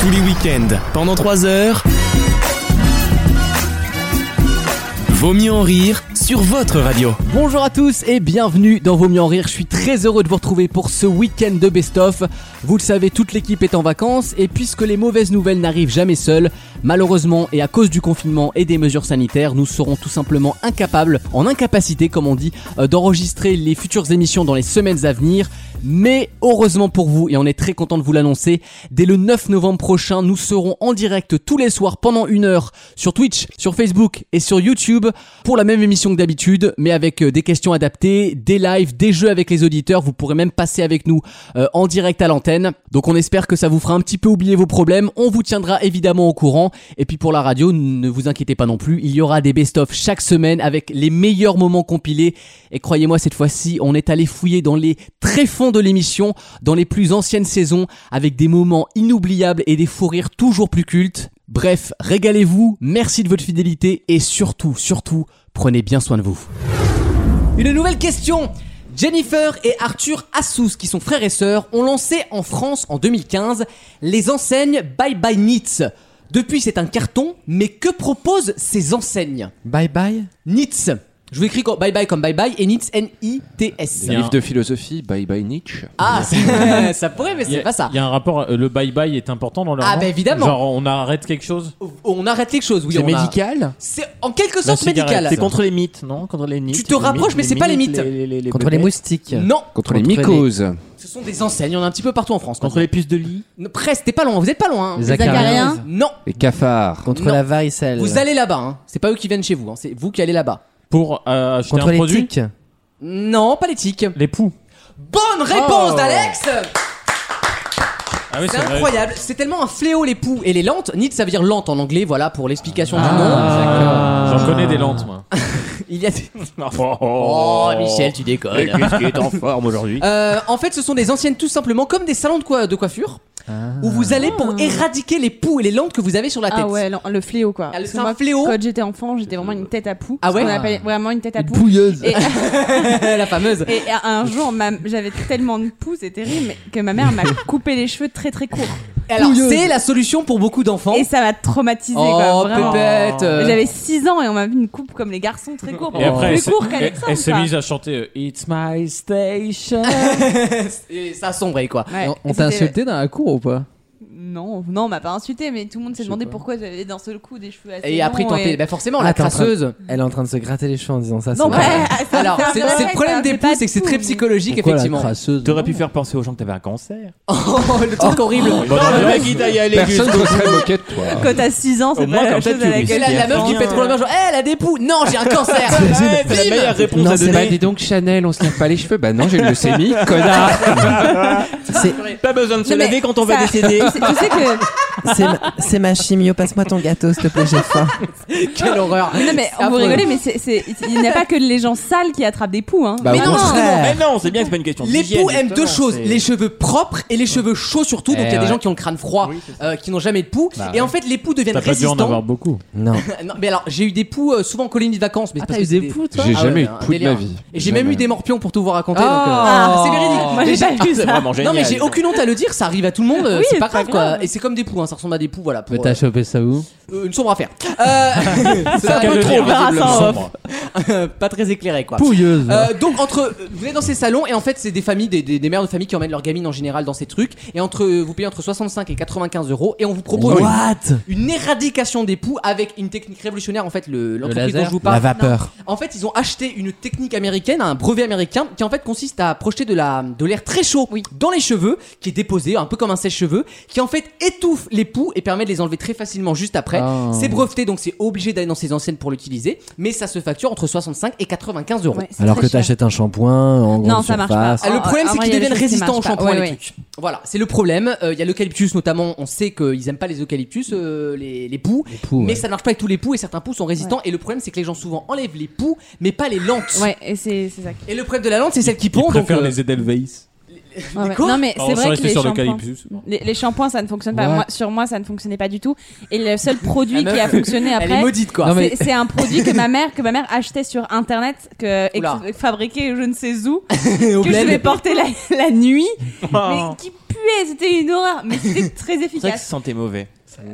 Tous les week-ends, pendant 3 heures. Vaut mieux en rire sur votre radio. Bonjour à tous et bienvenue dans Vaut mieux en rire. Je suis très heureux de vous retrouver pour ce week-end de best-of. Vous le savez, toute l'équipe est en vacances et puisque les mauvaises nouvelles n'arrivent jamais seules, malheureusement et à cause du confinement et des mesures sanitaires, nous serons tout simplement incapables, en incapacité comme on dit, euh, d'enregistrer les futures émissions dans les semaines à venir. Mais heureusement pour vous, et on est très content de vous l'annoncer, dès le 9 novembre prochain, nous serons en direct tous les soirs pendant une heure sur Twitch, sur Facebook et sur YouTube pour la même émission que d'habitude, mais avec euh, des questions adaptées, des lives, des jeux avec les auditeurs. Vous pourrez même passer avec nous euh, en direct à l'antenne. Donc on espère que ça vous fera un petit peu oublier vos problèmes. On vous tiendra évidemment au courant. Et puis pour la radio, ne vous inquiétez pas non plus, il y aura des best-of chaque semaine avec les meilleurs moments compilés. Et croyez-moi, cette fois-ci, on est allé fouiller dans les tréfonds de l'émission, dans les plus anciennes saisons, avec des moments inoubliables et des fous rires toujours plus cultes. Bref, régalez-vous, merci de votre fidélité et surtout, surtout, prenez bien soin de vous. Une nouvelle question Jennifer et Arthur Assous, qui sont frères et sœurs, ont lancé en France en 2015 les enseignes Bye Bye Knits. Depuis, c'est un carton, mais que proposent ces enseignes Bye bye. Knits. Je vous écris comme Bye Bye comme Bye Bye et Knits N-I-T-S. Un livre de philosophie, Bye Bye Nietzsche. Ah, ça- ça pourrait, mais Il y c'est a- pas ça. Il y a un rapport, euh, le bye-bye est important dans leur Ah, langue bah, évidemment. Genre on arrête quelque chose On arrête quelque chose, oui. C'est on a- médical C'est en quelque La sorte cigarette. médical. C'est contre les mythes, non Contre les mythes. Tu te les rapproches, mythes, mais les c'est pas les mythes. mythes, Contre les moustiques. Non, Contre les Contre les- mycoses. ce sont des enseignes, il y en a un petit peu partout en France. Contre les puces de lit. Non, Presque, t'es pas loin, vous êtes pas loin. hein. Les acariens. Non, Les cafards. Contre Non. la varicelle. vous allez là-bas, hein. c'est pas eux qui viennent chez vous, hein, c'est vous qui allez là-bas. pour euh, acheter Contre un les produit. tiques. Non, pas les tiques. Les poux. Bonne réponse Oh. d'Alex Ah oui, C'est incroyable, c'est tellement un fléau les poux et les lentes. Nid ça veut dire lente en anglais, voilà pour l'explication du nom. Ah, J'en connais des lentes, moi. Il y a des- Oh, Michel, tu déconnes. Qu'est-ce qui est en forme aujourd'hui Euh, en fait, ce sont des anciennes tout simplement comme des salons de, coi- de coiffure où vous allez pour éradiquer les poux et les lentes que vous avez sur la tête. Ah ouais, le, le fléau quoi. Ah, Parce c'est que un moi, fléau. Quand j'étais enfant, j'étais vraiment une tête à poux. Ah ouais On appelle vraiment une tête à poux. Bouilleuse. Et, la fameuse. et un jour, ma- j'avais tellement de poux, c'est terrible, que ma mère m'a coupé les cheveux très très courts. Euh, Alors c'est la solution pour beaucoup d'enfants. Et ça m'a traumatisé Oh quoi, vraiment. pépette. euh, J'avais 6 ans et on m'a vu une coupe comme les garçons très court. Oh. Et après, elle plus s'est- court elle qu'Alexandre. elle s'est quoi. mise à chanter euh, It's my station. et ça sombrait quoi. Ouais, On et t'a c'était- insulté dans la cour ou pas Non, non, on m'a pas insulté, mais tout le monde s'est Je sais demandé pas. pourquoi j'avais d'un seul coup des cheveux assez Et après, longs tant et- pis. Bah forcément, Ah, la t'es en train- crasseuse. Elle est en train de se gratter les cheveux en disant ça. Non, c'est ouais. vrai. Alors, c'est c'est le problème des poux, c'est que c'est très psychologique psychologique, Pourquoi la effectivement. crasseuse T'aurais pu faire penser aux gens que t'avais un cancer. Oh, le truc horrible. le mec, il t'a y aller. Personne ne se serait moqué de toi. Quand t'as 6 ans, c'est Au moins, pas la comme même ça, chose tu à ris. Et laquelle là, la meuf qui Bien. pète trop la main, genre, hé, elle a des poux. Non, j'ai un cancer. C'est la meilleure réponse Non, à c'est donner. pas Bah dis donc Chanel, on se lave pas les cheveux. Bah non, j'ai une leucémie, connard. Pas besoin de se Non, mais laver quand on va ça- décéder. C'est- Tu sais que. C'est ma, c'est ma chimio, passe-moi ton gâteau, s'il te plaît, j'ai faim. Quelle horreur. Mais non, mais affreux. vous rigolez, mais c'est- c'est- il n'y a pas que les gens sales qui attrapent des poux. Hein. Bah, Mais au non, contraire. Mais non, c'est bien que c'est pas une question Les d'hygiène, poux aiment deux justement, choses, c'est- les cheveux propres et les cheveux chauds surtout. Donc Eh il y a des ouais. gens qui ont le crâne froid, euh, qui n'ont jamais de poux. Bah Et en fait, les poux deviennent T'as pas dû en résistants. avoir beaucoup. Non. Non, mais alors, j'ai eu des poux euh, souvent en colonie de vacances. Mais Ah, parce t'as eu que c'était des poux, toi J'ai Ah ouais, jamais eu un de poux de délire. ma vie. Et j'ai même eu des morpions pour tout vous raconter. donc, euh, Ah, c'est véridique. Moi, j'ai Déjà- pas vu ça. C'est vraiment génial. Non mais j'ai aucune honte à le dire, ça arrive à tout le monde, euh, Oui, c'est pas c'est grave pas quoi. grave. Et c'est comme des poux, hein, ça ressemble à des poux, voilà. Pour, Mais t'as euh, chopé ça où euh, une sombre affaire. Euh, c'est un Qu'elle peu le trop, dise, verra ça en visiblement. off. Sombre. euh, pas très éclairé quoi. Pouilleuse. Euh, donc entre vous êtes dans ces salons et en fait c'est des familles des, des, des mères de famille qui emmènent leurs gamines en général dans ces trucs et entre euh, vous payez entre 65 et 95 euros et on vous propose une- What une, éradication des poux avec une technique révolutionnaire en fait le l'entreprise dont laser je vous La parle vapeur. en fait, ils ont acheté une technique américaine, un brevet américain, qui en fait consiste à projeter de la de l'air très chaud dans les cheveux, qui est déposé, un peu comme un sèche-cheveux, qui en fait étouffe les poux et permet de les enlever très facilement juste après. Ah. Oh. C'est breveté, donc c'est obligé d'aller dans ses anciennes pour l'utiliser, mais ça se facture entre 65 et 95 euros. Ouais, c'est Alors très que cher. t'achètes un shampoing en Non, grande ça marche surface. pas. Ah, le Oh, problème, ah, c'est moi, il qu'ils y a des choses deviennent qui résistants au marchent pas. shampoing, Ouais, les ouais. trucs. Voilà, c'est le problème. Euh, Il y a l'eucalyptus notamment, on sait qu'ils aiment pas les eucalyptus, euh, les, les poux, Les poux, mais ouais. ça ne marche pas avec tous les poux et certains poux sont résistants. Et le problème, c'est que les gens souvent enlèvent les poux, mais pas les lentes. Ouais, et c'est c'est ça. qui- Et le problème de la lente, c'est celle qui Ils pond. donc, préfèrent euh, les Edelweiss. Ah Ouais, ouais. Non, mais c'est On vrai que resté les sur le shampoings. calypso. Les, les shampoings, ça ne fonctionne pas. Ouais. Moi- sur moi, ça ne fonctionnait pas du tout. Et le seul produit qui a fonctionné Elle est après, maudite quoi. Non, mais- c'est c'est un produit que ma mère, que ma mère achetait sur internet, que et Oula. que- fabriqué je ne sais où, Au que je bled. vais porter la, la nuit, mais Oh. qui puait, c'était une horreur, mais c'était très C'est vrai que ça efficace. sentait mauvais.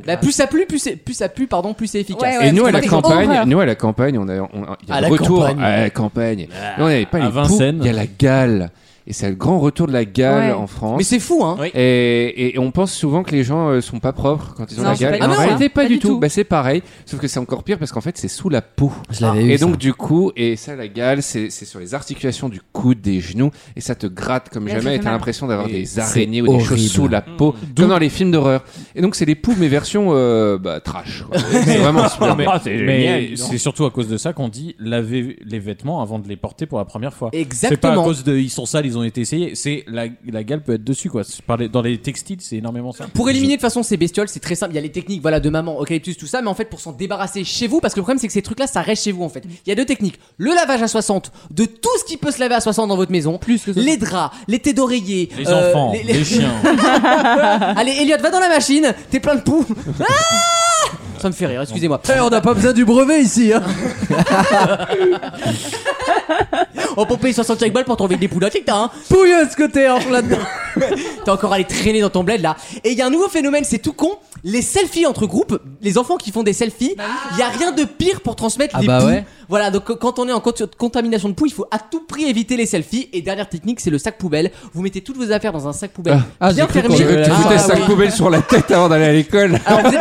Bah, plus ça pue, plus, c'est- plus ça pue, pardon, plus c'est efficace. Ouais, Eh ouais, et nous à la parce que c'est campagne, horreur. nous à la campagne, on a, on a- il y a À le la retour campagne. à la campagne. Nous, on n'avait pas à les poux, Vincennes. il y a la gale. Et c'est le grand retour de la gale Ouais. en France. Mais c'est fou hein. Oui. Et, et on pense souvent que les gens euh, sont pas propres quand ils ont Non, la c'est gale. pas Et en du tout, réalité, hein. pas, du tout. Bah, c'est pareil, sauf que c'est encore pire parce qu'en fait, c'est sous la peau. Je l'avais Et donc, du coup, et ça, la gale, c'est c'est sur les articulations du coude, des genoux, et ça te gratte comme Ouais, ça jamais, et fait t'as mal. l'impression d'avoir Et des c'est araignées ou des choses horrible. Mm. sous la peau, comme dans les films d'horreur. Et donc, c'est les poux, mais version euh, bah, trash. quoi. c'est vraiment super. mais bon. mais c'est surtout à cause de ça qu'on dit laver les vêtements avant de les porter pour la première fois. C'est pas à Exactement. cause de ils sont sales, ils ont été essayés. C'est la, la gale peut être dessus quoi. C'est par les- dans les textiles, c'est énormément ça. Pour éliminer de toute façon ces bestioles, c'est très simple. Il y a les techniques voilà, de maman, eucalyptus, tout ça, mais en fait, pour s'en débarrasser chez vous, parce que le problème, c'est que ces trucs-là, ça reste chez vous en fait. Il y a deux techniques le lavage à 60 de tout ce qui peut se laver à 60 dans votre maison, plus les draps, les thés d'oreiller, Les euh, enfants, les, les- les- chiens. Allez, Elliot, va dans la machine, t'es plein de poux. Ah ça me fait rire, excusez-moi. Eh, on n'a pas besoin du brevet ici. Hein. on peut payer 65 balles pour trouver des poules que t'as. Hein. Pouilleuse que t'es hein, là-dedans. t'es encore allé traîner dans ton bled là. Et il y a un nouveau phénomène, c'est tout con. Les selfies entre groupes, les enfants qui font des selfies, il y a rien de pire pour transmettre Ah les bah poux. ouais. Voilà, donc euh, quand on est en cont- contamination de poux, il faut à tout prix éviter les selfies. Et dernière technique, c'est le sac poubelle. Vous mettez toutes vos affaires dans un sac poubelle Ah, Ah, bien j'ai cru fermé. qu'on dirait que tu Ah, foutais oui. le sac poubelle sur la tête avant d'aller à l'école. Alors, vous, êtes,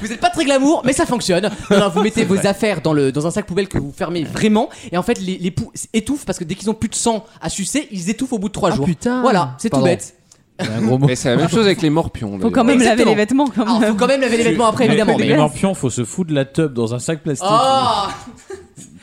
vous êtes pas très glamour, mais ça fonctionne. Non, non, vous mettez vos affaires dans, le, dans un sac poubelle que vous fermez vraiment. Et en fait, les, les poux étouffent parce que dès qu'ils ont plus de sang à sucer, ils étouffent au bout de trois jours. putain. Voilà, c'est tout Pardon. bête. Mais c'est la même chose avec les morpions. Faut d'ailleurs. quand même laver Exactement. les vêtements quand Alors, faut même. quand même laver les vêtements après, évidemment. les mais- morpions, faut se foutre de la tub dans un sac plastique Oh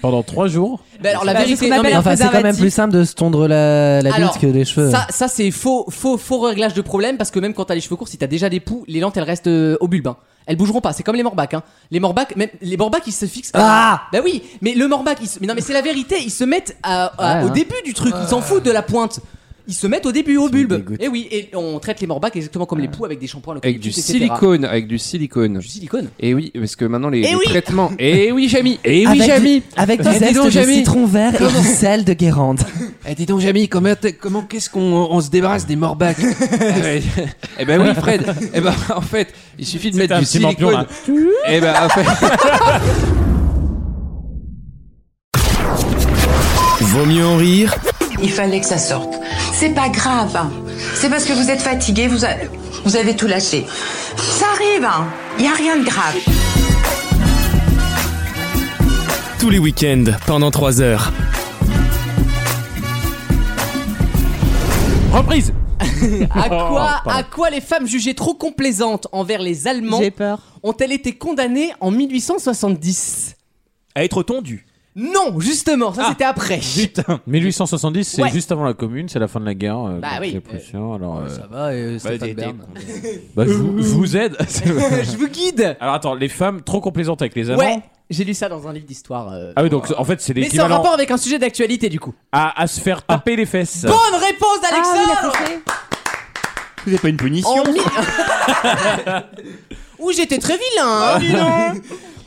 pendant trois jours. Bah Oh, alors la Bah, c'est ce vérité, qu'on non, appelle mais- un Enfin, c'est quand même préservatif. plus simple de se tondre la, la Alors, bite que les cheveux. Ça, ça c'est faux, faux, faux réglage de problème parce que même quand t'as les cheveux courts, si t'as déjà des poux, les lentes elles restent euh, au bulbe. hein. Elles bougeront pas. C'est comme les morbacs. Hein. Les morbacs, même les morbacs, ils se fixent. Ah Bah oui, mais le morbac, ils se... mais non mais c'est la vérité. Ils se mettent à- à- Ouais, au hein. début du truc. Ils s'en foutent de la pointe. Ils se mettent au début au me bulbe. dégoûte. Et oui, et on traite les morbacs exactement Ah. comme les poux avec des shampoings Avec du l'eucalyptus, etc. silicone, avec du silicone. Du silicone. Et oui, parce que maintenant les, Eh les oui. traitements. Et oui, Jamy. Et Eh oui, avec, Jamy. du, avec du Eh, dis zeste donc, de Jamy. citron vert et du sel de Guérande. Eh, dis donc, Jamy, comment, t'es- comment qu'est-ce qu'on on se débarrasse des morbacs Eh ben oui, Fred. Eh ben en fait, il suffit de mettre un du petit morpion, silicone. Eh ben en fait. Vaut mieux en rire Il fallait que ça sorte. C'est pas grave. hein. C'est parce que vous êtes fatigué, vous, a- vous avez tout lâché. Ça arrive. Il n'y a rien de grave. tous les week-ends pendant 3 heures. Euh, Reprise. À Oh, quoi, pardon. à quoi les femmes jugées trop complaisantes envers les Allemands J'ai peur. ont-elles été condamnées en 1870 À être tondu. Non, justement, ça c'était après. Ah. Putain. 1870, c'est Ouais. juste avant la Commune, c'est la fin de la guerre. euh, Bah contre oui. Ah, Les Prussiens. Alors, euh, va, Bah, Stéphane Bern. bah, je, vous, je vous aide. Je vous guide. alors attends, les femmes trop complaisantes avec les Allemands. Ouais, j'ai lu ça dans un livre d'histoire. euh, Ah oui, donc en fait, c'est Mais c'est en l'équivalent rapport avec un sujet d'actualité du coup. à, à se faire taper les fesses. Bonne réponse, Ah Alexandre Vous n'avez pas une punition En mi- Ouh, j'étais très Ah. vilain. hein.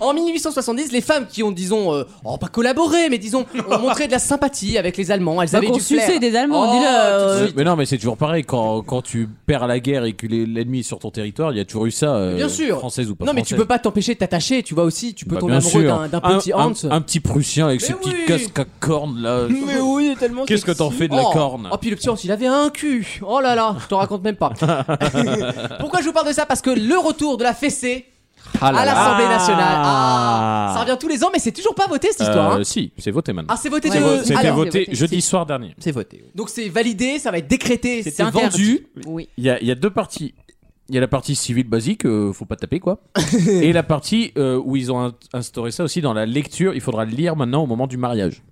En 1870, les femmes qui ont, disons, euh, oh, pas collaboré, mais disons, ont montré de la sympathie avec les Allemands. Elles Donc avaient on du flair. suçait des Allemands, Oh, dis-le. tout de euh, suite. Mais non, mais c'est toujours pareil. Quand, quand tu perds la guerre et que les- l'ennemi est sur ton territoire, il y a toujours eu ça. euh, Bien sûr. Française ou pas Non, mais tu française. peux pas t'empêcher de t'attacher. Tu vois aussi, tu peux Bah, tomber bien amoureux sûr. d'un d'un Un- petit un, Hans. un petit Prussien avec ses Mais petites oui. casques à cornes là. Mais oui, il est tellement Qu'est-ce que sexy. t'en fais de la Oh. corne Oh, puis le petit Hans, il avait un cul. Oh là là, je te raconte même pas. Pourquoi je vous parle de ça Parce que le retour de la fessée Ah là à là. l'Assemblée nationale. Ah. Ah, ça revient tous les ans, mais c'est toujours pas voté cette Euh, histoire. hein. Si, c'est voté maintenant. Ah, c'est voté C'est de- vo- C'était alors, voté, voté. jeudi soir dernier. C'est voté. donc c'est validé, ça va être décrété, c'est C'était interdit. vendu. Oui. Il y a, il y a deux parties. Il y a la partie civile basique, euh, faut pas taper quoi. et la partie euh, où ils ont in- instauré ça aussi dans la lecture, il faudra le lire maintenant au moment du mariage.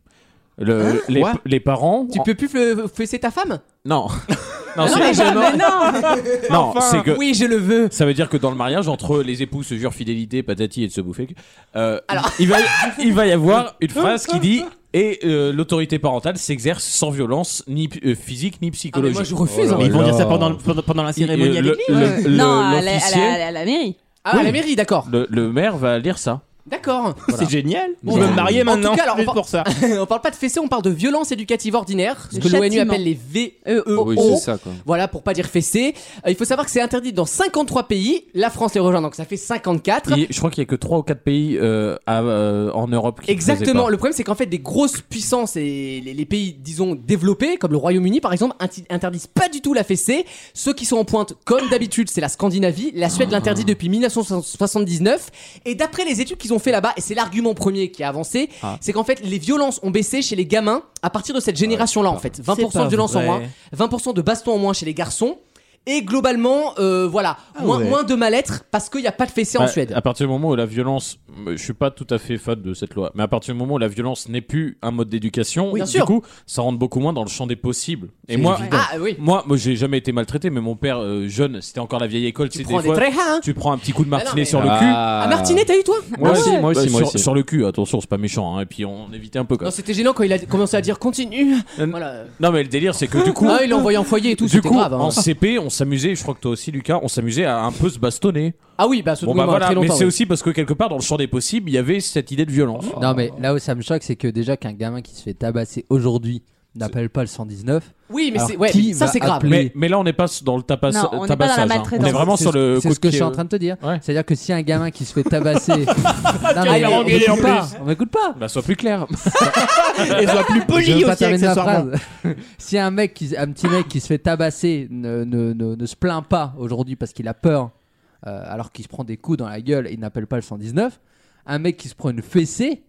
Le- les, What les parents. Hein Tu peux plus fle- fesser ta femme Non. Oh. non, c'est- mais non, non, Enfin. c'est que. Oui, je le veux. Ça veut dire que dans le mariage, entre les époux se jurent fidélité, patati et de se bouffer. euh, il, va y, il va y avoir une phrase qui dit Et euh, l'autorité parentale s'exerce sans violence ni p- euh, physique ni psychologique. Oh moi, je refuse, hein. Mais ils vont dire ça pendant, le- pendant- pendant la cérémonie à le- l'église. le- le- non, à la, à l'officier, la- à la- à la mairie. Ah, à la mairie, d'accord. le- le maire va lire ça. D'accord. C'est génial. Bon, je vais bah, me marier en tout maintenant. cas, alors, on juste va- pour ça. on parle pas de fessée, on parle de violence éducative ordinaire, ce De que l'ONU châtiment. appelle les VEO. Oui, c'est ça quoi. Voilà, pour pas dire fessée. Euh, il faut savoir que c'est interdit dans 53 pays. La France les rejoint, donc ça fait 54. Il- je crois qu'il y a que 3 ou 4 pays euh, à- euh, en Europe qui faisaient Exactement. pas. Le problème, c'est qu'en fait, des grosses puissances et les, les pays, disons, développés, comme le Royaume-Uni, par exemple, inti- interdisent pas du tout la fessée. Ceux qui sont en pointe, comme d'habitude, c'est la Scandinavie. La Suède l'interdit Ah. depuis 1979. Et d'après les études qu'ils ont fait là-bas, et c'est l'argument premier qui a avancé, Ah. c'est qu'en fait, les violences ont baissé chez les gamins à partir de cette génération-là, en fait. 20% de violences en moins, 20% de bastons en moins chez les garçons. Et globalement, euh, voilà, moins, ouais. moins de mal-être parce qu'il n'y a pas de fessée en Ah Bah, Suède. À partir du moment où la violence, euh, je suis pas tout à fait fan de cette loi, mais à partir du moment où la violence n'est plus un mode d'éducation, Oui, bien du sûr. coup, ça rentre beaucoup moins dans le champ des possibles. Et moi, Ah oui, moi, moi, j'ai jamais été maltraité, mais mon père euh, jeune, c'était encore la vieille école, tu c'est prends des des fois, traits, hein. tu prends un petit coup de martinet mais- sur le cul. Ah, Ah, Martinet, t'as eu toi Moi Ah aussi, ouais. moi aussi, Bah, moi sur- aussi. Sur le cul, attention, c'est pas méchant, hein, et puis on évitait un peu quoi. Non, c'était gênant quand il a commencé à dire continue. Euh, Voilà. Non, mais le délire, c'est que du coup, Ah, il l'a envoyé en foyer et tout, du c'était coup, grave. hein. en CP, on s'amusait, je crois que toi aussi, Lucas, on s'amusait à un peu se bastonner. Ah oui, bah, ce Bon bah voilà, très mais longtemps. c'est oui. aussi parce que quelque part dans le champ des possibles, il y avait cette idée de violence. Non, mais là où ça me choque, c'est que déjà qu'un gamin qui se fait tabasser aujourd'hui n'appelle pas le 119. Oui, mais Alors, c'est ouais, qui mais ça va c'est grave. appeler- Mais, mais là on n'est pas dans le tapas- Non, on n'est pas dans la tabassage, hein. maltraitance. on est vraiment C'est sur ce- le C'est coup ce que de je suis en pied. euh. train de te dire. Ouais. C'est-à-dire que si un gamin qui se fait tabasser. non, mais a on engueulé m'écoute en pas, on m'écoute pas. Bah sois plus clair. Et soit plus Je poli veux pas aussi, terminer ma accessoirement. phrase. si un mec, qui, un petit mec qui se fait tabasser ne, ne, ne, ne se plaint pas aujourd'hui parce qu'il a peur, euh, alors qu'il se prend des coups dans la gueule, il n'appelle pas le 119. Un mec qui se prend une fessée,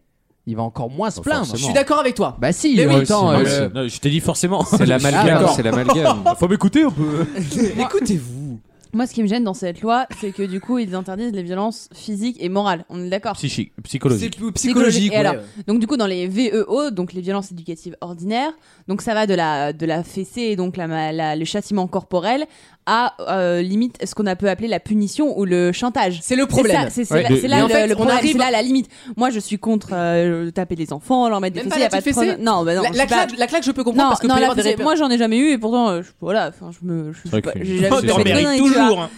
il va encore moins se plaindre. Je suis d'accord avec toi. Bah si, Mais en oui, même temps, Non, euh, mais c'est- non, je t'ai dit forcément. C'est Ah, l'amalgame, d'accord. c'est l'amalgame. Faut m'écouter un peu. Écoutez-vous. Moi, ce qui me gêne dans cette loi, c'est que du coup, ils interdisent les violences physiques et morales. On est d'accord. Psychique, C'est psychologique. plus psychologique. Et ouais. alors, Donc du coup dans les VEO, donc les violences éducatives ordinaires, donc ça va de la de la fessée et donc la, ma- la- le châtiment corporel à euh, limite ce qu'on a peut appeler la punition ou le chantage. C'est le C'est problème. ça, C'est c'est Ouais, là- de- c'est mais là, le- en fait, le on problème, c'est arrive- là la limite. Moi je suis contre euh, taper les enfants, leur mettre des Même fessées, y pas la a pas de petite problème. fessée Non, bah non, La, je la suis pas- claque, la claque, je peux comprendre non, parce que non, peut y la avoir des fessée- repères. moi j'en ai jamais eu et pourtant euh, je- voilà, enfin je me je C'est vrai suis pas- que- j'ai jamais Oh, j'ai t'en jamais mérites connu, tu vois. Toujours. hein.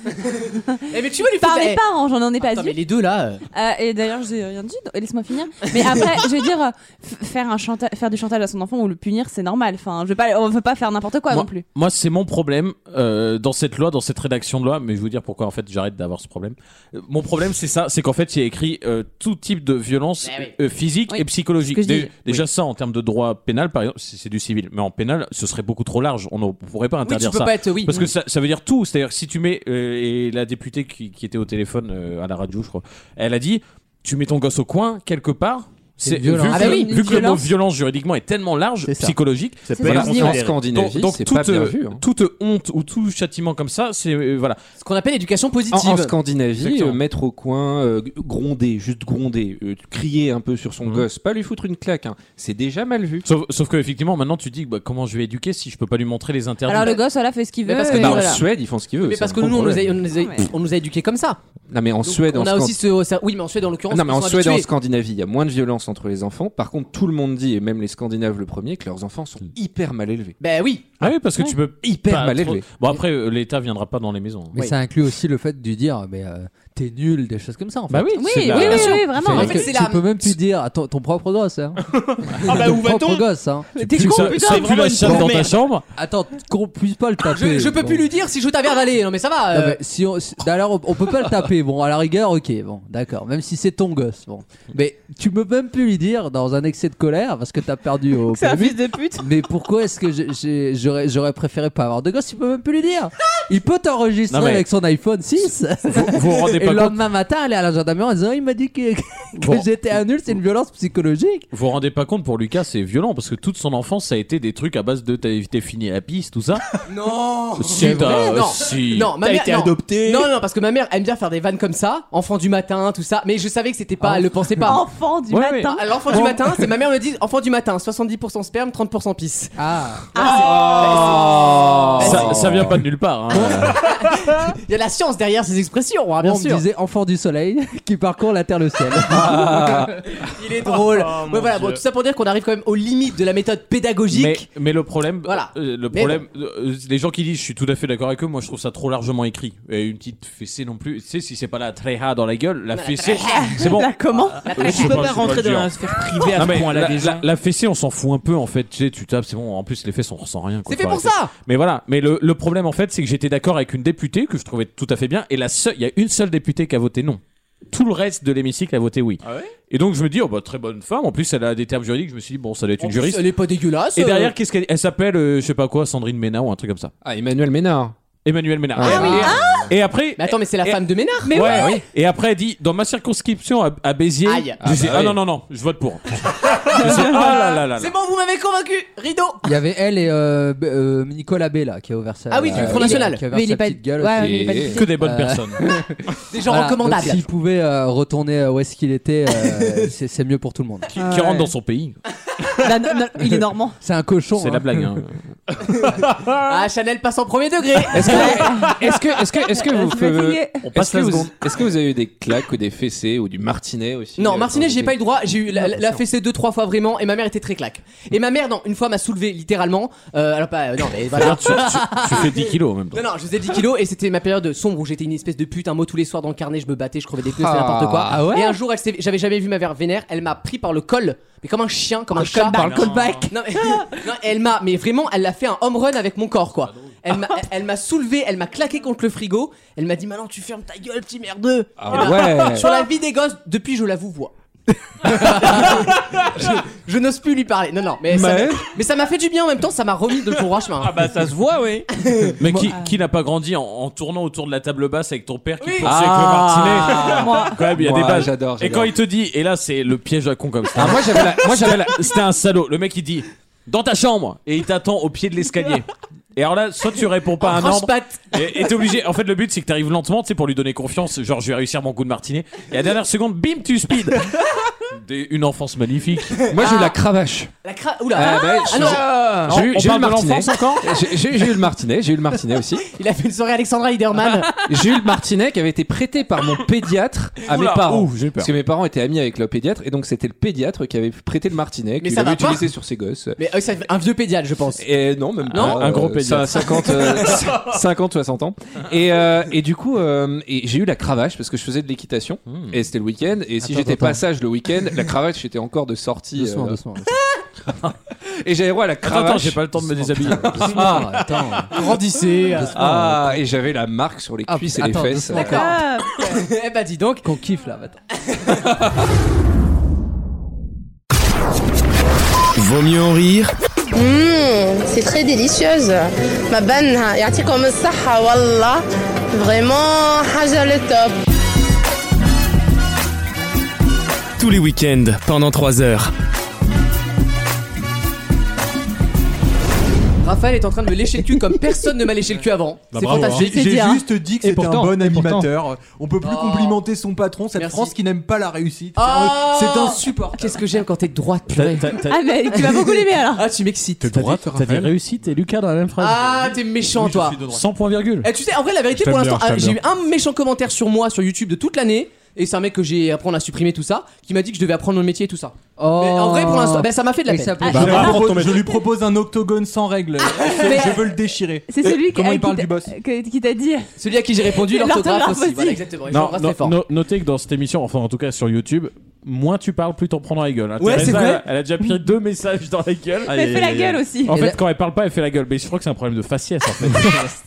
Eh, mais tu veux lui Par faire mes Eh, parents, j'en en ai pas Attends, mais dit. les deux là. euh, Euh, et d'ailleurs, j'ai rien dit, donc- laisse-moi finir. Mais après, je veux dire, euh, f- faire, un chanta- faire du chantage à son enfant ou le punir, c'est normal. Enfin, je veux pas, on veut pas faire n'importe quoi non plus. Moi c'est mon problème euh, dans cette loi, dans cette rédaction de loi, mais je vais vous dire pourquoi en fait j'arrête d'avoir ce problème. Euh, Mon problème c'est ça, c'est qu'en fait il y a écrit euh, tout type de violence Eh oui. euh, physique Oui, et psychologique. c'est ce que je Dé- dis. Déjà ça en termes de droit pénal par exemple, c'est c'est du civil, mais en pénal ce serait beaucoup trop large, on ne pourrait pas Oui, interdire tu peux ça. pas être. Oui. Parce que ça, ça veut dire tout. C'est-à-dire que si tu mets euh, et la députée qui, qui était au téléphone euh, à la radio, je crois, elle a dit tu mets ton gosse au coin quelque part. C'est C'est une vu, violence. que- Ah bah oui, vu une que le mot violence. violence juridiquement est tellement large, C'est ça. psychologique. Ça C'est peut ça. être En En considéré. Donc, Scandinavie, donc c'est toute, pas bien euh, vu. hein. toute honte ou tout châtiment comme ça, c'est euh, voilà. Ce qu'on appelle éducation En, positive. en Scandinavie, Exactement. euh, mettre au coin, euh, gronder, juste gronder, euh, crier un peu sur son Mhm. gosse, pas lui foutre une claque, hein. c'est déjà mal vu. Sauf, sauf que effectivement maintenant tu dis bah, comment je vais éduquer si je peux pas lui montrer les interdits. Alors le gosse, voilà, fait ce qu'il Mais veut. parce que et dans Bah, voilà. Ah, En Suède, ils font ce qu'ils veulent. Mais c'est parce un que bon nous, on nous, a, problème. on, nous a, Ouais. on nous a éduqués comme ça. Non, mais en Donc, Suède, en on a Scan- aussi ce. ça- Oui, mais en Suède, en l'occurrence, Non, mais ils en sont Suède et en habitués. Scandinavie, il y a moins de violence entre les enfants. Par contre, tout le monde dit, et même les Scandinaves le premier, que leurs enfants sont hyper mal élevés. Mm. Ben oui. Ah oui parce que Ouais. tu peux Hyper pas mal trop- élevé. Bon après euh, l'État viendra pas dans les maisons. hein. Mais Oui. ça inclut aussi le fait de lui dire mais euh, t'es nul, des choses comme ça en fait. Bah oui. Oui, c'est oui, la- oui, bien sûr. oui, vraiment. En C'est-à-dire fait, que c'est tu la- peux même plus dire à ton, ton propre gosse. Hein. Ah bah ton où propre va-t-on gosse. Hein. Tu con, plus ça- putain, ça c'est pue vraiment la une chatte dans ta grand-mère. chambre. Attends, qu'on puisse pas le taper. Je, je peux bon. plus lui dire si je t'avais avalé. Non, mais ça va. Non, euh, mais si on, si- d'ailleurs, on, on peut pas le taper. Bon, à la rigueur, ok, bon, d'accord. Même si c'est ton gosse, bon. Mais tu peux même plus lui dire dans un excès de colère parce que t'as perdu au PMU. de pute. Mais pourquoi est-ce que j'ai- j'ai- j'aurais j'aurais préféré pas avoir de gosse Tu peux même plus lui dire. Il peut t'enregistrer Non, mais- avec son iPhone 6 Vous vous vous rendez et pas le compte lendemain matin aller à la gendarmerie en disant il m'a dit que, que Bon. j'étais un nul, c'est une violence psychologique. Vous vous rendez pas compte pour Lucas, c'est violent parce que toute son enfance ça a été des trucs à base de t'as t'es fini à la piste, tout ça. Non. si, t'as- non. si. Non, ma T'as mère. été non. adopté. Non, non, parce que ma mère aime bien faire des vannes comme ça, enfant du matin, tout ça, mais je savais que c'était pas, elle le pensait pas. Enfant du Ouais, ouais. matin. Ah, L'enfant du matin, c'est ma mère me dit enfant du matin, 70% sperme, 30% pisse. Ah, Oh. Ah. Ça, ça vient pas de nulle part. hein. Ah, Il y a de la science derrière ces expressions, hein, bien on me sûr. disait enfant du soleil qui parcourt la terre le ciel. Ah. Il est drôle. Oh, mon Ouais, voilà, Dieu. bon, tout ça pour dire qu'on arrive quand même aux limites de la méthode pédagogique. Mais, mais le problème, Voilà. euh, le Mais problème, euh, les gens qui disent, je suis tout à fait d'accord avec eux. Moi, je trouve ça trop largement écrit. Et une petite fessée non plus. Tu sais, si c'est pas la tréha dans la gueule, la fessée, c'est bon. Là, Ah, comment Euh, Tu peux je pas sais rentrer le dans dire. la sphère privée à Non, mais ce point-là la, déjà. la- la fessée, on s'en fout un peu en fait. Tu sais, tu tapes, c'est bon. En plus, les fesses, on ressent rien. quoi. C'est fait Faut pour arrêter. ça Mais voilà. Mais le, le problème en fait, c'est que j'étais d'accord avec une députée que je trouvais tout à fait bien. Et la seule, il y a une seule députée qui a voté non. Tout le reste de l'hémicycle a voté oui. Ah et donc je me dis, oh bah très bonne femme. En plus, elle a des termes juridiques. Je me suis dit, bon, ça doit être En une plus, juriste. Elle est pas Ah, dégueulasse. Et euh, derrière, qu'est-ce qu'elle elle s'appelle, euh, je sais pas quoi, Sandrine Ménard ou un truc comme ça. Ah, Emmanuel Ménard. Emmanuel Ménard. Ah et, oui. et- et après. Mais attends, mais c'est la Et- femme de Ménard. ouais, oui. Et après, elle dit dans ma circonscription à, à Béziers. Aïe. Je dis, ah, non, non, non, je vote pour. Je dis, ah là là là. là. C'est bon, vous m'avez convaincu. Rideau. Il y avait elle et euh, B- euh, Nicolas B là qui a ouvert sa Ah oui, du euh, Front National. qui a ouvert Mais il sa est pas. petite gueule. Ouais, aussi. mais il est pas Et- diffusé. Que des bonnes Euh, personnes. Des gens Voilà, recommandables. donc S'il pouvait euh, retourner euh, où est-ce qu'il était, euh, c'est c'est mieux pour tout le monde. qui, Ah qui rentrent ouais. dans son pays. Bah, non, non, il est normand. C'est un cochon. C'est hein. la blague. hein. Ah, Chanel passe en premier degré. Est-ce que, est-ce que, est-ce que, est-ce que vous, Je suis fatiguée. On est-ce passe que la vous, seconde. est-ce que vous avez eu des claques ou des fessées ou du martinet aussi Non, euh, Martinet, quand j'ai vous pas eu étiez- le droit. J'ai eu la, la- la fessée deux, trois fois vraiment, et ma mère était très claque. Et ma mère, non, une fois m'a soulevé littéralement. Euh, alors pas, euh, non, mais voilà. D'ailleurs, tu, tu- tu fais 10 kilos en même temps. Non, non, je faisais 10 kilos et c'était ma période sombre où j'étais une espèce de pute, un mot tous les soirs dans le carnet, je me battais, je crevais des pneus, c'était Ah, n'importe quoi. ah ouais et un jour, elle s'est- j'avais jamais vu ma mère vénère, elle m'a pris par le col, mais comme un chien, comme un Par chat. le col back. Non, mais, non, elle m'a, mais vraiment, elle a fait un home run avec mon corps, quoi. Elle m'a, elle m'a soulevé, elle m'a claqué contre le frigo, elle m'a dit maintenant tu fermes ta gueule, petit merdeux. Ah ouais. Sur la vie des gosses, depuis je la vous vois. je, je n'ose plus lui parler. Non, non, mais, ça Mais- m'a- mais ça m'a fait du bien en même temps, ça m'a remis de hein. le droit chemin. Ah bah ça se voit, oui. Mais qui, qui n'a pas grandi en, en tournant autour de la table basse avec ton père qui Oui. poursuit avec le martinet Moi. Quand même, il y a des Moi, bases. j'adore, Et j'adore. quand il te dit, et là c'est le piège à con comme ça. Ah, moi j'avais la, moi j'avais la, C'était un salaud. Le mec il dit dans ta chambre et il t'attend au pied de l'escalier. Et alors là, soit tu réponds pas à un ordre, Range-patte. et et t'es obligé. En fait, le but c'est que t'arrives lentement, tu sais, pour lui donner confiance. Genre, je vais réussir mon coup de martinet. Et à la dernière seconde, bim, tu speed. Des- une enfance magnifique. moi j'ai eu la cravache. La cra... Oula. Ah, bah, je- Ah non, J'ai eu, on j'ai eu le parle de martinet. l'enfance encore J'ai- J'ai j'ai eu le martinet, j'ai eu le martinet aussi. il a fait une soirée Alexandra Hiderman. J'ai eu le martinet qui avait été prêté par mon pédiatre à Oula, mes parents. ouh, j'ai eu peur. Parce que mes parents étaient amis avec le pédiatre et donc c'était le pédiatre qui avait prêté le martinet, Mais qui ça l'avait va pas utilisé sur ses gosses. Mais euh, ça fait un vieux pédiatre, je pense. Et non, même Non pas, Euh, Un gros ça- pédiatre. 50, euh, 50, 60 ans. Et, euh, et du coup, euh, et j'ai eu la cravache parce que je faisais de l'équitation. Hmm. Et c'était le week-end. Et si Attends, j'étais attends. pas sage le week-end, la cravache était encore de sortie. Doucement, euh, doucement. Et j'avais droit à la Attends, cravache. attends, j'ai pas le temps de me déshabiller. Ah, attends. Grandissez. Ah, et j'avais la marque sur les Ah, cuisses et attends, les fesses. doucement. D'accord. Ah, eh bah dis donc. Qu'on kiffe là, attends. Vaut mieux en rire Mmh, c'est très délicieuuse. Ma banne, comme ça, wallah. Vraiment, haja le top. tous les week-ends pendant 3 heures. Raphaël est en train de me lécher le cul comme personne ne m'a léché le cul avant. c'est fantastique. Bah, hein. J'ai C'est bien. juste dit que c'était un pourtant, bon et pourtant. animateur. On peut plus Oh. complimenter son patron, cette Merci. France qui n'aime pas la réussite. Oh. C'est insupportable. Qu'est-ce que j'aime quand t'es de droite, purée. ah, mais tu m'as beaucoup aimé alors. Ah, tu m'excites. Raphaël réussites et Lucas dans la même phrase. Ah, t'es méchant, toi. Sans point virgule. Eh, tu sais, en vrai, la vérité, pour l'instant, ah, j'ai eu un méchant commentaire sur moi sur YouTube de toute l'année. Et c'est un mec que j'ai apprendre à supprimer tout ça, qui m'a dit que je devais apprendre mon métier et tout ça. Oh. Eh, Mais en vrai, pour l'instant, bah, ça m'a fait de la Il peine. s'appelait- Je lui bravo propose- pour ton je lui propose un octogone sans règles. Mais- Je veux le déchirer. C'est celui Comment qui, il parle qui du t'a- boss que- qui t'a dit. Celui à qui j'ai répondu, l'orthographe L'orthographe aussi. aussi. Voilà, exactement. Et je Non, l'embrasse no- très fort. no- notez que dans cette émission, enfin en tout cas sur YouTube, moins tu parles, plus t'en prends dans la gueule. hein. Ouais, Teresa, c'est vrai. elle, a- elle a déjà pris deux messages dans la gueule. Mais fais la gueule aussi. En Et fait, la- quand elle parle pas, elle fait la gueule. Mais je crois que c'est un problème de faciès en fait.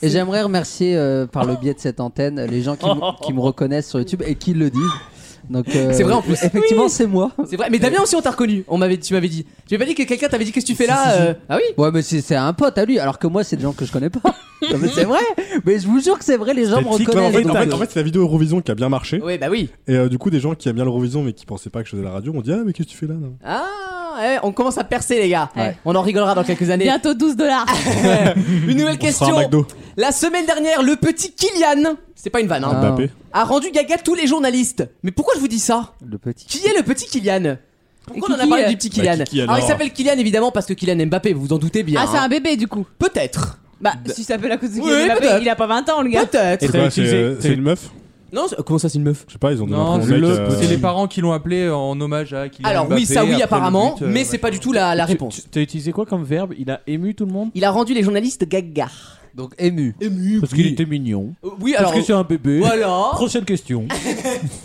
Et j'aimerais remercier euh, par le biais de cette antenne les gens qui, m- qui me reconnaissent sur YouTube et qui le disent. Donc euh, C'est vrai, en plus. Effectivement, c'est moi. C'est vrai, mais Damien aussi on t'a reconnu. On m'avait, tu m'avais dit. Tu m'avais pas dit que quelqu'un t'avait dit qu'est-ce que tu fais là euh, Ah oui. Ouais, mais c'est c'est un pote à lui, alors que moi, c'est des gens que je connais pas. Non, mais c'est vrai. Mais je vous jure que c'est vrai, les gens me Petite reconnaissent. clarinette. donc, En fait, euh, en fait, c'est la vidéo Eurovision qui a bien marché. Oui, bah oui. Et euh, du coup, des gens qui aiment bien l'Eurovision mais qui pensaient pas que je faisais la radio, on dit Ah, mais qu'est-ce que tu fais là, là Ah, eh, on commence à percer les gars. Ouais. On en rigolera dans quelques années. Bientôt 12 dollars. Une On se nouvelle fera un question. McDo. La semaine dernière, le petit Kylian, c'est pas une vanne, hein, Ah. Mbappé. a rendu gaga tous les journalistes. Mais pourquoi je vous dis ça Le petit. Qui est le petit Kylian Pourquoi Qui on en a qui, parlé euh du petit Kylian Bah, qui qui, Alors il alors s'appelle Kylian évidemment parce que Kylian Mbappé, vous vous en doutez bien. Ah, c'est hein. un bébé du coup. Peut-être. Bah, si ça peut la cause de Oui, Kylian Mbappé, peut-être. il a pas 20 ans le gars. Peut-être. Et C'est t'as quoi, utilisé- c'est- t'as- C'est une meuf Non, c'est- comment ça, c'est une meuf Je sais pas, ils ont donné un Non, nom au c'est mec, le- euh, c'est les parents qui l'ont appelé euh, en hommage à Kylian Alors oui, Mbappé ça après oui le apparemment, but, euh, mais c'est pas du tout la, la réponse. T'as utilisé quoi comme verbe Il a ému tout le monde Il a rendu les journalistes gaga. Donc ému. Ému. Euh, Parce qu'il était mignon. oui, alors- Parce que c'est un bébé. Voilà. Prochaine question.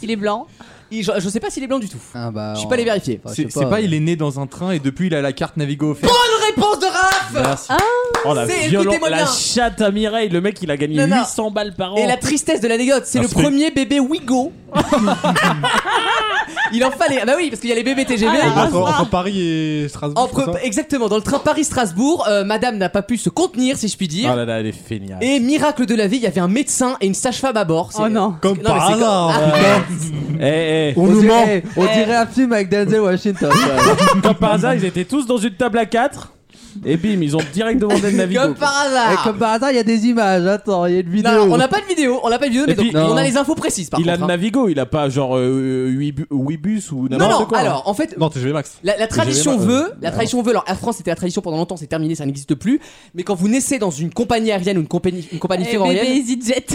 Il est blanc. Il- je, je sais pas s'il est blanc du tout. je suis on- bah, pas euh, allé vérifier. Enfin, je C'est sais c'est pas, il est né dans un train et depuis il a la carte Navigo offerte. Bonne réponse de Raph Merci. Ah, oh la c'est- violence, écoutez-moi la bien. chatte à Mireille, le mec il a gagné Non, non. 800 balles par an. Et la tristesse de l'anecdote, c'est Un le truc. premier bébé Wigo. il en fallait. Bah oui, parce qu'il y a les bébés TGV. Ah, entre, entre Paris et Strasbourg. Entre- hein. exactement, dans le train Paris-Strasbourg, euh, madame n'a pas pu se contenir, si je puis dire. Oh là là, elle est fainéante. Et miracle de la vie, il y avait un médecin et une sage-femme à bord. Oh non. Comme mais par c'est hasard, Ah, ouais. On nous dirait- ment. eh, On Eh. dirait un film avec Denzel Washington. Comme par hasard, ils étaient tous dans une table à 4. Et bim, ils ont direct demandé le Navigo. Comme par hasard. Et comme par hasard, il y a des images. Attends, il y a une vidéo. Non, on n'a pas de vidéo, Eh, on n'a pas de vidéo, mais Et puis- donc, on Non. a les infos précises par il a contre. le hein. Navigo, il a pas genre euh, 8, bus ou Non, n'importe non, quoi. hein. alors, en fait- Non, TGV Max. La, la tradition TGV, veut, euh, la tradition veut. Alors, Air France c'était la tradition pendant longtemps, c'est terminé, ça n'existe plus. Mais quand vous naissez dans une compagnie aérienne ou une compagnie, une compagnie Eh, bébé ferroviaire, Ah, EasyJet.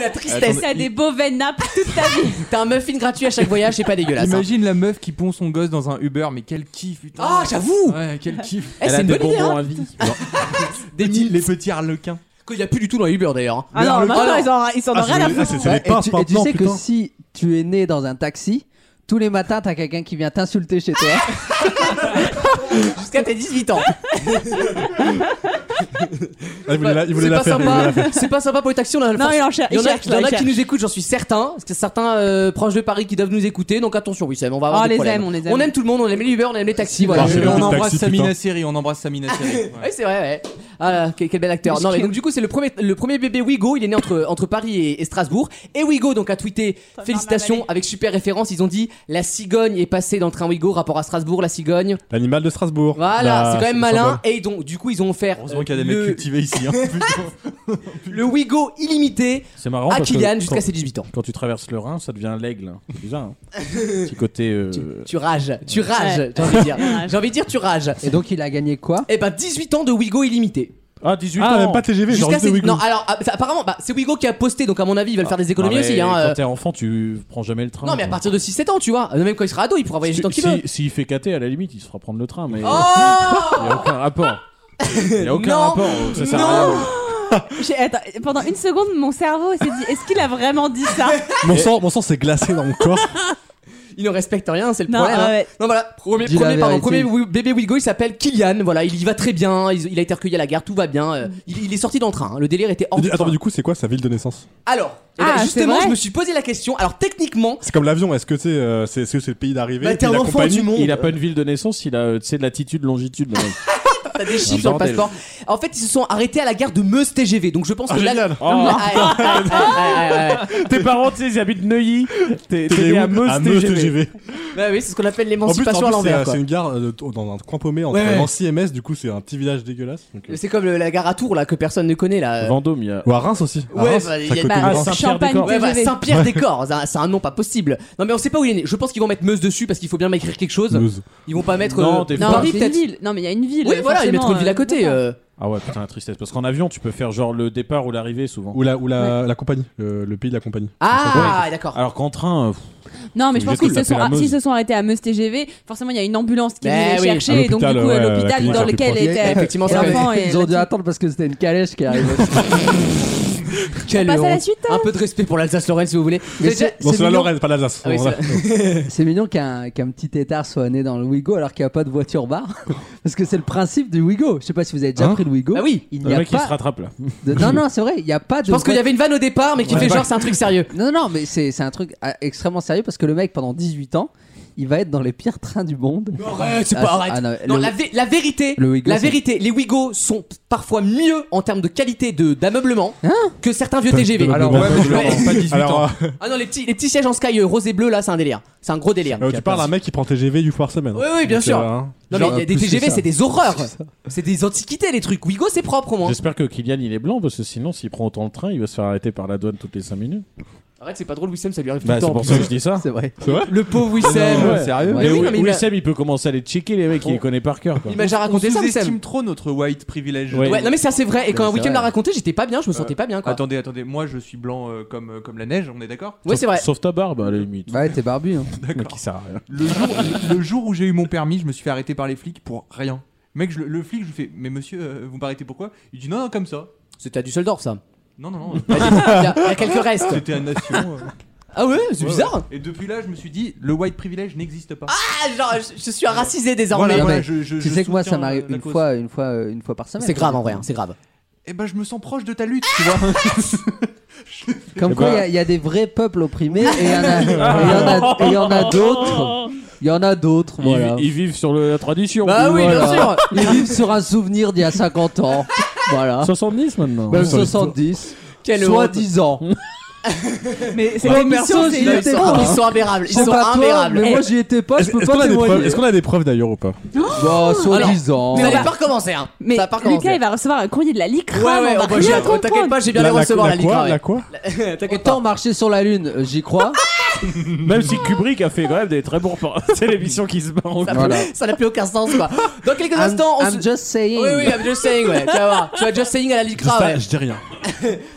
la, tristesse. T'as des beaux veines nappes toute ta vie. T'as un muffin gratuit à chaque voyage, c'est pas dégueulasse. hein. Imagine la meuf qui pond son gosse dans un Uber, mais quel kiff, putain. Ah, j'avoue Ouais, quel kiff. Eh, c'est une bonne idée, hein. Des petits- les petits harlequins. Qu'il n'y a plus du tout dans Uber d'ailleurs. hein. Ah non, Le- maintenant, ils en- ils en ont Ah, rien à c'est- foutre. ah, c'est les Ouais, et pinces tu- et, tu, maintenant, sais putain. que si tu es né dans un taxi, tous les matins, t'as quelqu'un qui vient t'insulter chez toi. Jusqu'à tes 18 ans. Ah, il voulait la, il voulait C'est la pas faire. il voulait sympa. la faire. C'est pas sympa pour les taxis. On a Non, il en cher- il y en il a, cherche, il y en a là, il qui cherche. nous écoutent, j'en suis certain. Parce que certains euh, proches de Paris qui doivent nous écouter. Donc attention, oui, Sam, on va avoir Ah, des les problèmes. aime, on les aime. tout le monde, on aime les Uber, on aime les taxis. Voilà. Et on embrasse taxi, Samina putain. Seri, on embrasse Samina Seri. Ouais, c'est vrai, ouais. Ah, là, quel, quel bel acteur. Non, mais donc du coup, c'est le premier, le premier bébé Wigo. Il est né entre, entre Paris et, et Strasbourg. Et Wigo, donc, a tweeté Félicitations avec super référence. Ils ont dit La cigogne est passée dans le train Wigo, rapport à Strasbourg, la cigogne. L'animal de Strasbourg. Voilà, Bah, c'est quand même le malin. symbole. Et donc, du coup, ils ont offert Heureusement qu'il y a euh, des mecs le, cultivés ici. hein. le Wigo illimité C'est marrant. à parce que Kylian jusqu'à quand- ses 18 ans. Quand tu traverses le Rhin, ça devient l'aigle. hein. C'est bizarre. hein. Petit côté. euh, Tu rages, tu rages, Ouais. j'ai envie de dire. Rage. J'ai envie de dire, tu rages. Et donc, il a gagné quoi Eh ben, 18 ans de Wigo illimité. Ah, 18 Ah, même pas TGV, genre Jusqu'à juste de ses- Wigo. Non, alors, ah, ça, apparemment, bah, c'est Wigo qui a posté, donc à mon avis, ils veulent faire des économies Ah, non, mais aussi. hein, quand euh. t'es enfant, tu prends jamais le train. Non, mais à partir de 6-7 ans, tu vois. Même quand il sera ado, il pourra voyager tant Si- qu'il veut. si- S'il fait cater, à la limite, il se fera prendre le train. Mais euh, Oh il n'y a aucun rapport. Il n'y a aucun Non. rapport. Ça sert à Non. rien. J'ai- attends, pendant une seconde, mon cerveau s'est dit est-ce qu'il a vraiment dit ça Mon sang, mon sang s'est glacé dans mon corps. Il ne respecte rien, c'est le Non, problème. hein. ouais. Non, voilà, premier, Dis la premier, pardon, vérité. premier Wi- bébé Wigo, il s'appelle Kylian. Voilà, il y va très bien. Il, il a été recueilli à la gare, tout va bien. euh, il, il est sorti dans le train. hein, Le délire était hors du Attends, train. mais du coup, c'est quoi sa ville de naissance Alors, eh ben, Ah, c'est justement, vrai je me suis posé la question. Alors, techniquement, C'est comme l'avion, est-ce que c'est euh, c'est- est-ce que c'est le pays d'arrivée Bah, et puis t'es un la enfant compagnie du monde. Il a pas une ville de naissance, il a euh, tu sais, de latitude, longitude. le mec. T'as des chiffres Un sur le bordel. passeport. En fait, ils se sont arrêtés à la gare de Meuse TGV. Donc je pense Ah, que là. génial. Ah, ouais, ouais, ouais, ouais, ouais. Tes parents, tu sais, ils habitent Neuilly. T'es T'es t'es né où à Meuse À Meuse, TGV. TGV. Bah oui, c'est ce qu'on En plus, appelle en l'émancipation plus, à c'est, l'envers. euh, quoi. c'est une gare euh, de- dans un coin paumé entre Ouais, ouais. Nancy et Metz, du coup c'est un petit village dégueulasse. donc, euh, C'est comme le- la gare à Tours là que personne ne connaît là. Vendôme, il y a. Ou à Reims aussi. À Ouais, Reims, bah, c'est il y à a côté bah, de Reims. Champagne Champagne ouais, bah, TGV. Saint-Pierre-des-Corps, c'est un- c'est un nom pas possible. Non mais on sait pas où il est né. Je pense qu'ils vont mettre Meuse dessus parce qu'il faut bien m'écrire quelque chose. Meuse. Ils vont pas mettre Non, euh, des Non, Paris Ah, c'est une peut-être. ville. Non, mais il y a une ville. Oui, voilà, ils forcément, mettront une ville à côté. euh, euh. Ah ouais, putain, la tristesse. Parce qu'en avion, tu peux faire genre le départ ou l'arrivée souvent. Ou la, ou la, la compagnie, euh, le, le pays de la compagnie. Ah, d'accord. Alors qu'en train. euh, pff, Non, mais je Vous pense êtes qu'ils se tapé sont, la ah, Meuse. s'ils se sont arrêtés à Meuse TGV, forcément il y a une ambulance qui Ben est oui. venue les À chercher, et donc du coup l'hôpital, ouais, euh, la l'hôpital clinique dans la plus lequel proche. Et- était effectivement, c'est l'enfant mais est Ils ont dû là-dessus. attendre parce que c'était une calèche qui arrivait. Quelle passe à la honte. suite, Un peu de respect pour l'Alsace-Lorraine si vous voulez. Mais Vous avez c'est- déjà- Bon, c'est la mignon. Lorraine, pas l'Alsace. Ah oui, Voilà. C'est mignon qu'un qu'un petit tétard soit né dans le Wigo alors qu'il n'y a pas de voiture bar. Parce que c'est le principe du Wigo. Je sais pas si vous avez déjà Hein pris le Wigo. Ah oui. il Le n'y a mec, il se pas. rattrape là. de- Non, non, c'est vrai, il n'y a pas de. Je pense qu'il y avait une vanne au départ mais qui Ouais. fait genre c'est un truc sérieux. Non, non, mais c'est c'est un truc euh, extrêmement sérieux parce que le mec, pendant 18 ans, il va être dans les pires trains du monde. Arrête, c'est Ah, pas c'est- arrête. ah, non, non, le- la, vé- la vérité, le Ouigo, la c'est- vérité, les Ouigo sont parfois mieux en termes de qualité de d'ameublement que certains vieux TGV. Alors, ouais, mais je leur Ouais. demande pas 18 Alors, ans. euh, Ah non, les petits, les petits sièges en sky euh, rose et bleu là, c'est un délire. C'est un gros délire. euh, tu parles à un mec qui prend TGV 8 fois par semaine. Oui, oui, bien Donc, sûr. euh, hein. Non Genre, mais il y a euh, des plus que TGV, ça. c'est des horreurs. C'est des antiquités les trucs. Ouigo, c'est propre au moins. J'espère que Kylian il est blanc parce que sinon s'il prend autant le train il va se faire arrêter par la douane toutes les 5 minutes. Arrête, c'est pas drôle, Wissem, ça lui arrive Bah, tout c'est le temps. pour ça que je dis ça. C'est vrai. C'est vrai Le pauvre Wissem. Non, non, Ouais. Sérieux Ouais. Mais Oui, non, mais il a- Wissem, il peut commencer à les checker, les mecs, il les connaît par cœur. quoi. Il m'a déjà raconté ça, On Wissem. sous-estime trop notre white privilege. Ouais. Ouais, non mais ça c'est vrai. Et quand un C'est week-end vrai. l'a raconté, j'étais pas bien, je me sentais pas bien quoi. Attendez, attendez, moi je suis blanc euh, comme, euh, comme la neige, on est d'accord Ouais, c'est vrai. Sauf ta barbe, à la limite. Ouais, t'es barbu. Hein. D'accord. Qui sert à rien. Le jour, le jour où j'ai eu mon permis, je me suis fait arrêter par les flics pour rien. Mec, je le- le flic, je lui fais Mais monsieur, euh, vous m'arrêtez pourquoi Il dit Non, non, comme ça. C'était à Düsseldorf ça. Non, non, non. Il y a- il y a quelques restes. C'était à Nation. euh. Ah ouais, c'est Ouais, bizarre. ouais. Et depuis là, je me suis dit Le white privilege n'existe pas. Ah genre, je, je suis un racisé désormais. Voilà, Non, voilà, mais je- je- tu je sais que moi, ça soutiens, m'arrive euh, la une cause. fois, une fois, euh, une fois par semaine. C'est grave en vrai, hein, c'est grave. Eh ben, je me sens proche de ta lutte, tu vois. Comme Eh quoi, il ben- y a- il y, a des vrais peuples opprimés et il y en a- et il y en a- et il y en a d'autres. Il y en a d'autres, Ils, voilà. ils vivent sur le- la tradition. Bah oui, bien Voilà. sûr. Ils vivent sur un souvenir d'il y a 50 ans. Voilà. 70 maintenant. Même Sur les- 70. Quelle Soit honte. 10 ans. Mais cette émission, c'est ils, inutile. sont, ils sont imberrables. Ils C'est sont pas toi, imberrables. mais moi, Eh, j'y étais pas, je Est-ce peux est-ce pas qu'on a des témoigner. preuves- est-ce qu'on a des preuves d'ailleurs ou pas Oh Bah, soit Alors, 10 ans. Mais on va pas recommencer hein. Mais Ça va pas recommencer. Lucas, il va recevoir un courrier de la LICRA. Ouais, ouais, on va oh, bah, rien j'ai- comprendre. t'inquiète pas, j'ai bien La- les la- recevoir la la, quoi LICRA. La quoi ouais. T'inquiète pas. Autant marcher sur la lune, euh, j'y crois. Même si Kubrick a fait quand même des très bons repas. C'est l'émission qui se barre en Ça Voilà. n'a ça n'a plus aucun sens quoi. Dans quelques instants, on I'm se- just saying. Oui, oui, I'm just saying, ouais. Tu vas voir. Tu vas just saying à la LICRA. ouais. Ah, Je dis rien.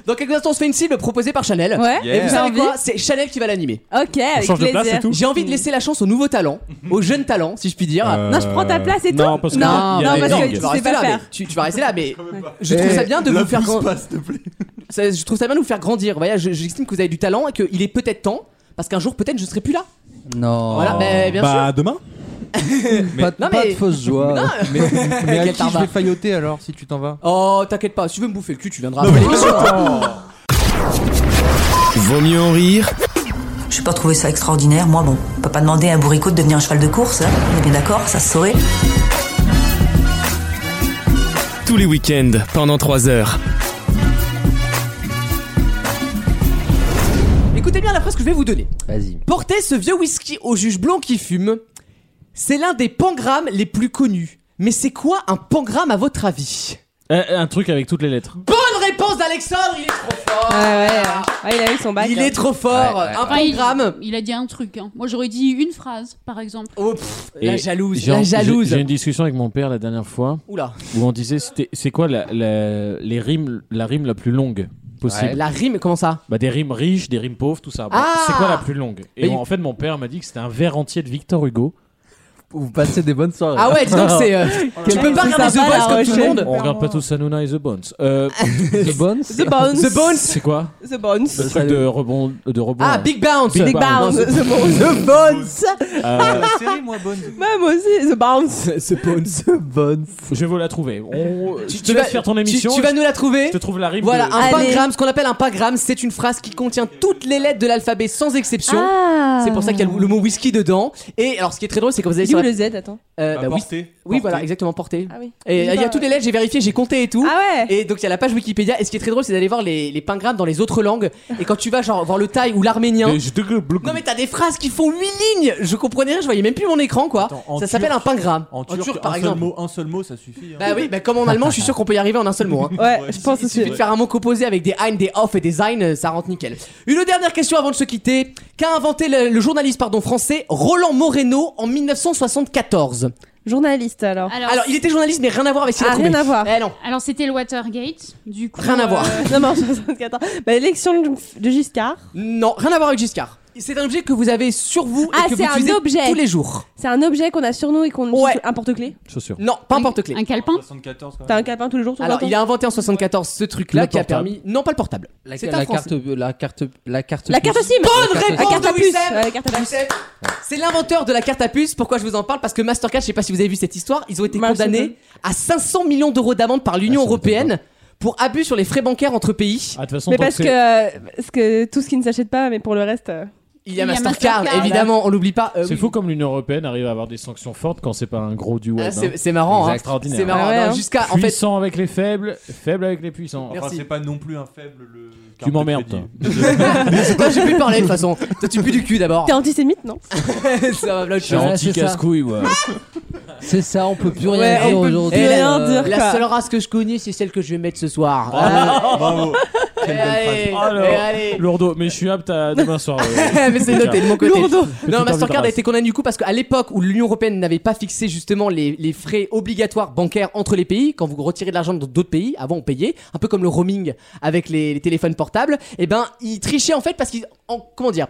Dans quelques instants, on se fait une cible proposée par Chanel. Ouais. Et vous Yeah. savez J'ai envie. quoi C'est Chanel qui va l'animer. Ok, avec change de place plaisir. et tout J'ai envie de laisser la chance aux nouveaux talents, aux jeunes talents, si je puis dire. Non, je prends ta place et tout. Euh, Non, parce que- non, il y a non, des parce que gangs. Eh, tu tu sais vas rester pas là, mais faire. tu, tu vas rester là, mais je trouve ça bien de vous faire grand- pas, s'il te plaît. ça- je trouve ça bien de vous faire grandir. Vous voyez, je- j'estime que vous avez du talent et qu'il est peut-être temps, parce qu'un jour peut-être je serai plus là. Non. Voilà, mais bien Bah, demain Pas, de- pas Non, mais- de fausse joie. Mais, mais à Quel qui je tarbat. vais failloter alors si tu t'en vas sûr. Oh, t'inquiète pas, si tu veux me bouffer le cul, tu viendras. après l'émission. Vaut mieux en rire J'ai pas trouvé ça extraordinaire, moi bon. On peut pas demander à un bourricot de devenir un cheval de course, hein. on est bien d'accord, ça se saurait. tous les week-ends pendant 3 heures. Écoutez bien la phrase que je vais vous donner. Vas-y. Porter ce vieux whisky au juge blanc qui fume, c'est l'un des pangrammes les plus connus. Mais c'est quoi un pangramme à votre avis Euh, Un truc avec toutes les lettres. Bonne réponse d'Alexandre, il est trop fort. Ouais, il a eu son bac. Il hein. est trop fort, Ouais, ouais, un Ouais, il- programme. Il, a dit un truc. hein. Moi, j'aurais dit une phrase, par exemple. Oh, pff, la Et jalouse, j'ai- la j'ai- jalouse. J'ai eu une discussion avec mon père la dernière fois Oula, où on disait c'était c'est quoi la, la- les rimes la rime la plus longue possible. la rime, comment ça Bah, des rimes riches, des rimes pauvres, tout ça. Bon, Ah c'est quoi la plus longue Et Mais- en fait mon père m'a dit que c'était un verre entier de Victor Hugo. Vous passez des bonnes soirées. Ah ouais, dis donc, c'est. euh, tu peux pas c'est regarder The sympa, Bones la comme tout le recherche. monde On regarde pas tous Hanouna et The Bones. Euh, The Bones The Bones. The Bones c'est quoi The Bones. Le truc de rebond de rebond. Ah, là. Big Bounce Big Big Bounce. Bounce. The Bones. The Bones Ah. Euh, La série, moi, bonne. Ah, Même aussi, The Bounce. The Bones The Bones. je vais vous la trouver. On- je te tu laisse vas- Oh, faire ton émission. Tu, tu vas nous la trouver Je te trouve la rime. Voilà, de- un Allez. pangramme, ce qu'on appelle un pangramme, c'est une phrase qui contient toutes les lettres de l'alphabet sans exception. Ah. C'est pour ça qu'il y a le, le mot whisky dedans. Et alors, ce qui est très drôle, c'est quand vous Il allez est sur où la- le Z Attends. euh, Bah, bah, oui, portée, oui, portée. voilà, exactement, porté. Ah oui. Et il y a toutes les lettres, j'ai vérifié, j'ai compté et tout. Ah ouais. Et donc il y a la page Wikipédia et ce qui est très drôle c'est d'aller voir les, les pingrammes dans les autres langues et quand tu vas genre voir le thaï ou l'arménien de- je te- non mais t'as des phrases qui font 8 lignes Je comprenais rien, je voyais même plus mon écran quoi Attends, en Ça s'appelle un turc- pingramme En, turc, par un exemple Seul mot, un seul mot, ça suffit. hein. Bah oui, bah comme en allemand je suis sûr qu'on peut y arriver en un seul mot hein. Ouais, Ouais, je pense Il suffit aussi. de faire un mot composé avec des ein, des off et des ein, euh, ça rentre nickel. Une dernière question avant de se quitter. Qu'a inventé le, le journaliste pardon, français Roland Moreno en 1974 Journaliste alors. Alors, Alors il était journaliste mais rien à voir avec ce qu'il a Ah, rien trouvé. à voir. Eh non, alors, c'était le Watergate. Du coup, euh, rien à voir. Euh, Non, mais en 74. Bah, élection de- de Giscard. Non, rien à voir avec Giscard. C'est un objet que vous avez sur vous Ah, et que vous c'est un utilisez objet. tous les jours. C'est un objet qu'on a sur nous et qu'on Ouais. un porte-clé. Chaussures. Non, pas un porte-clé. Un calepin. 74, quand T'as même. un calepin tous les jours. ton Alors, bâton il a inventé en 74 ce truc-là Le qui a portable. permis. Non, pas le portable. La, C'est la un carte, français. la carte, la carte. La puce. carte à cible. Bonne La carte à- réponse, La carte à de puce. Wissem. Ouais, la carte à puce. C'est l'inventeur de la carte à puce. Pourquoi je vous en parle Parce que Mastercard, je sais pas si vous avez vu cette histoire, ils ont été Bah, c'est condamnés à 500 millions d'euros d'amende par l'Union Ah, ça m'étonne européenne pour abus sur les frais bancaires entre pays. Ah, de toute façon, Mais tant parce que que, c'est- euh, parce que tout ce qui ne s'achète pas, mais pour le reste. euh, Il y a Il y a Mastercard, Mastercard. évidemment, on l'oublie pas. Euh, C'est oui. fou comme l'Union européenne arrive à avoir des sanctions fortes quand c'est pas un gros du Ah, web. C'est hein. c'est marrant. C'est hein. extraordinaire. C'est marrant. Ah ouais, non, hein. Jusqu'à en fait. Puissant avec les faibles, faible avec les puissants. Enfin, Merci. c'est pas non plus un faible. Le Tu m'emmerdes, Toi, j'ai pu parler de toute façon. Toi, tu pues du cul d'abord. T'es antisémite, non Ça va, Vlad, je suis Ouais, anti c'est ça. casse-couille, ouais. C'est ça, on peut plus Ouais, rien on dire peut aujourd'hui. plus rien Euh, dire. La Quoi Ah, seule race que je connais, c'est celle que je vais mettre ce soir. Bravo. Quelle belle allez, phrase. Alors, mais allez. Lourdeau, mais je suis apte à demain soir. euh, mais c'est noté de mon côté. Lourdeau. Non, Petite Mastercard a arbitrage. été condamné du coup parce qu'à l'époque où l'Union européenne n'avait pas fixé justement les, les frais obligatoires bancaires entre les pays, quand vous retirez de l'argent dans d'autres pays, avant on payait, un peu comme le roaming avec les, les téléphones portables, et ben ils trichaient en fait parce qu'ils. en- Comment dire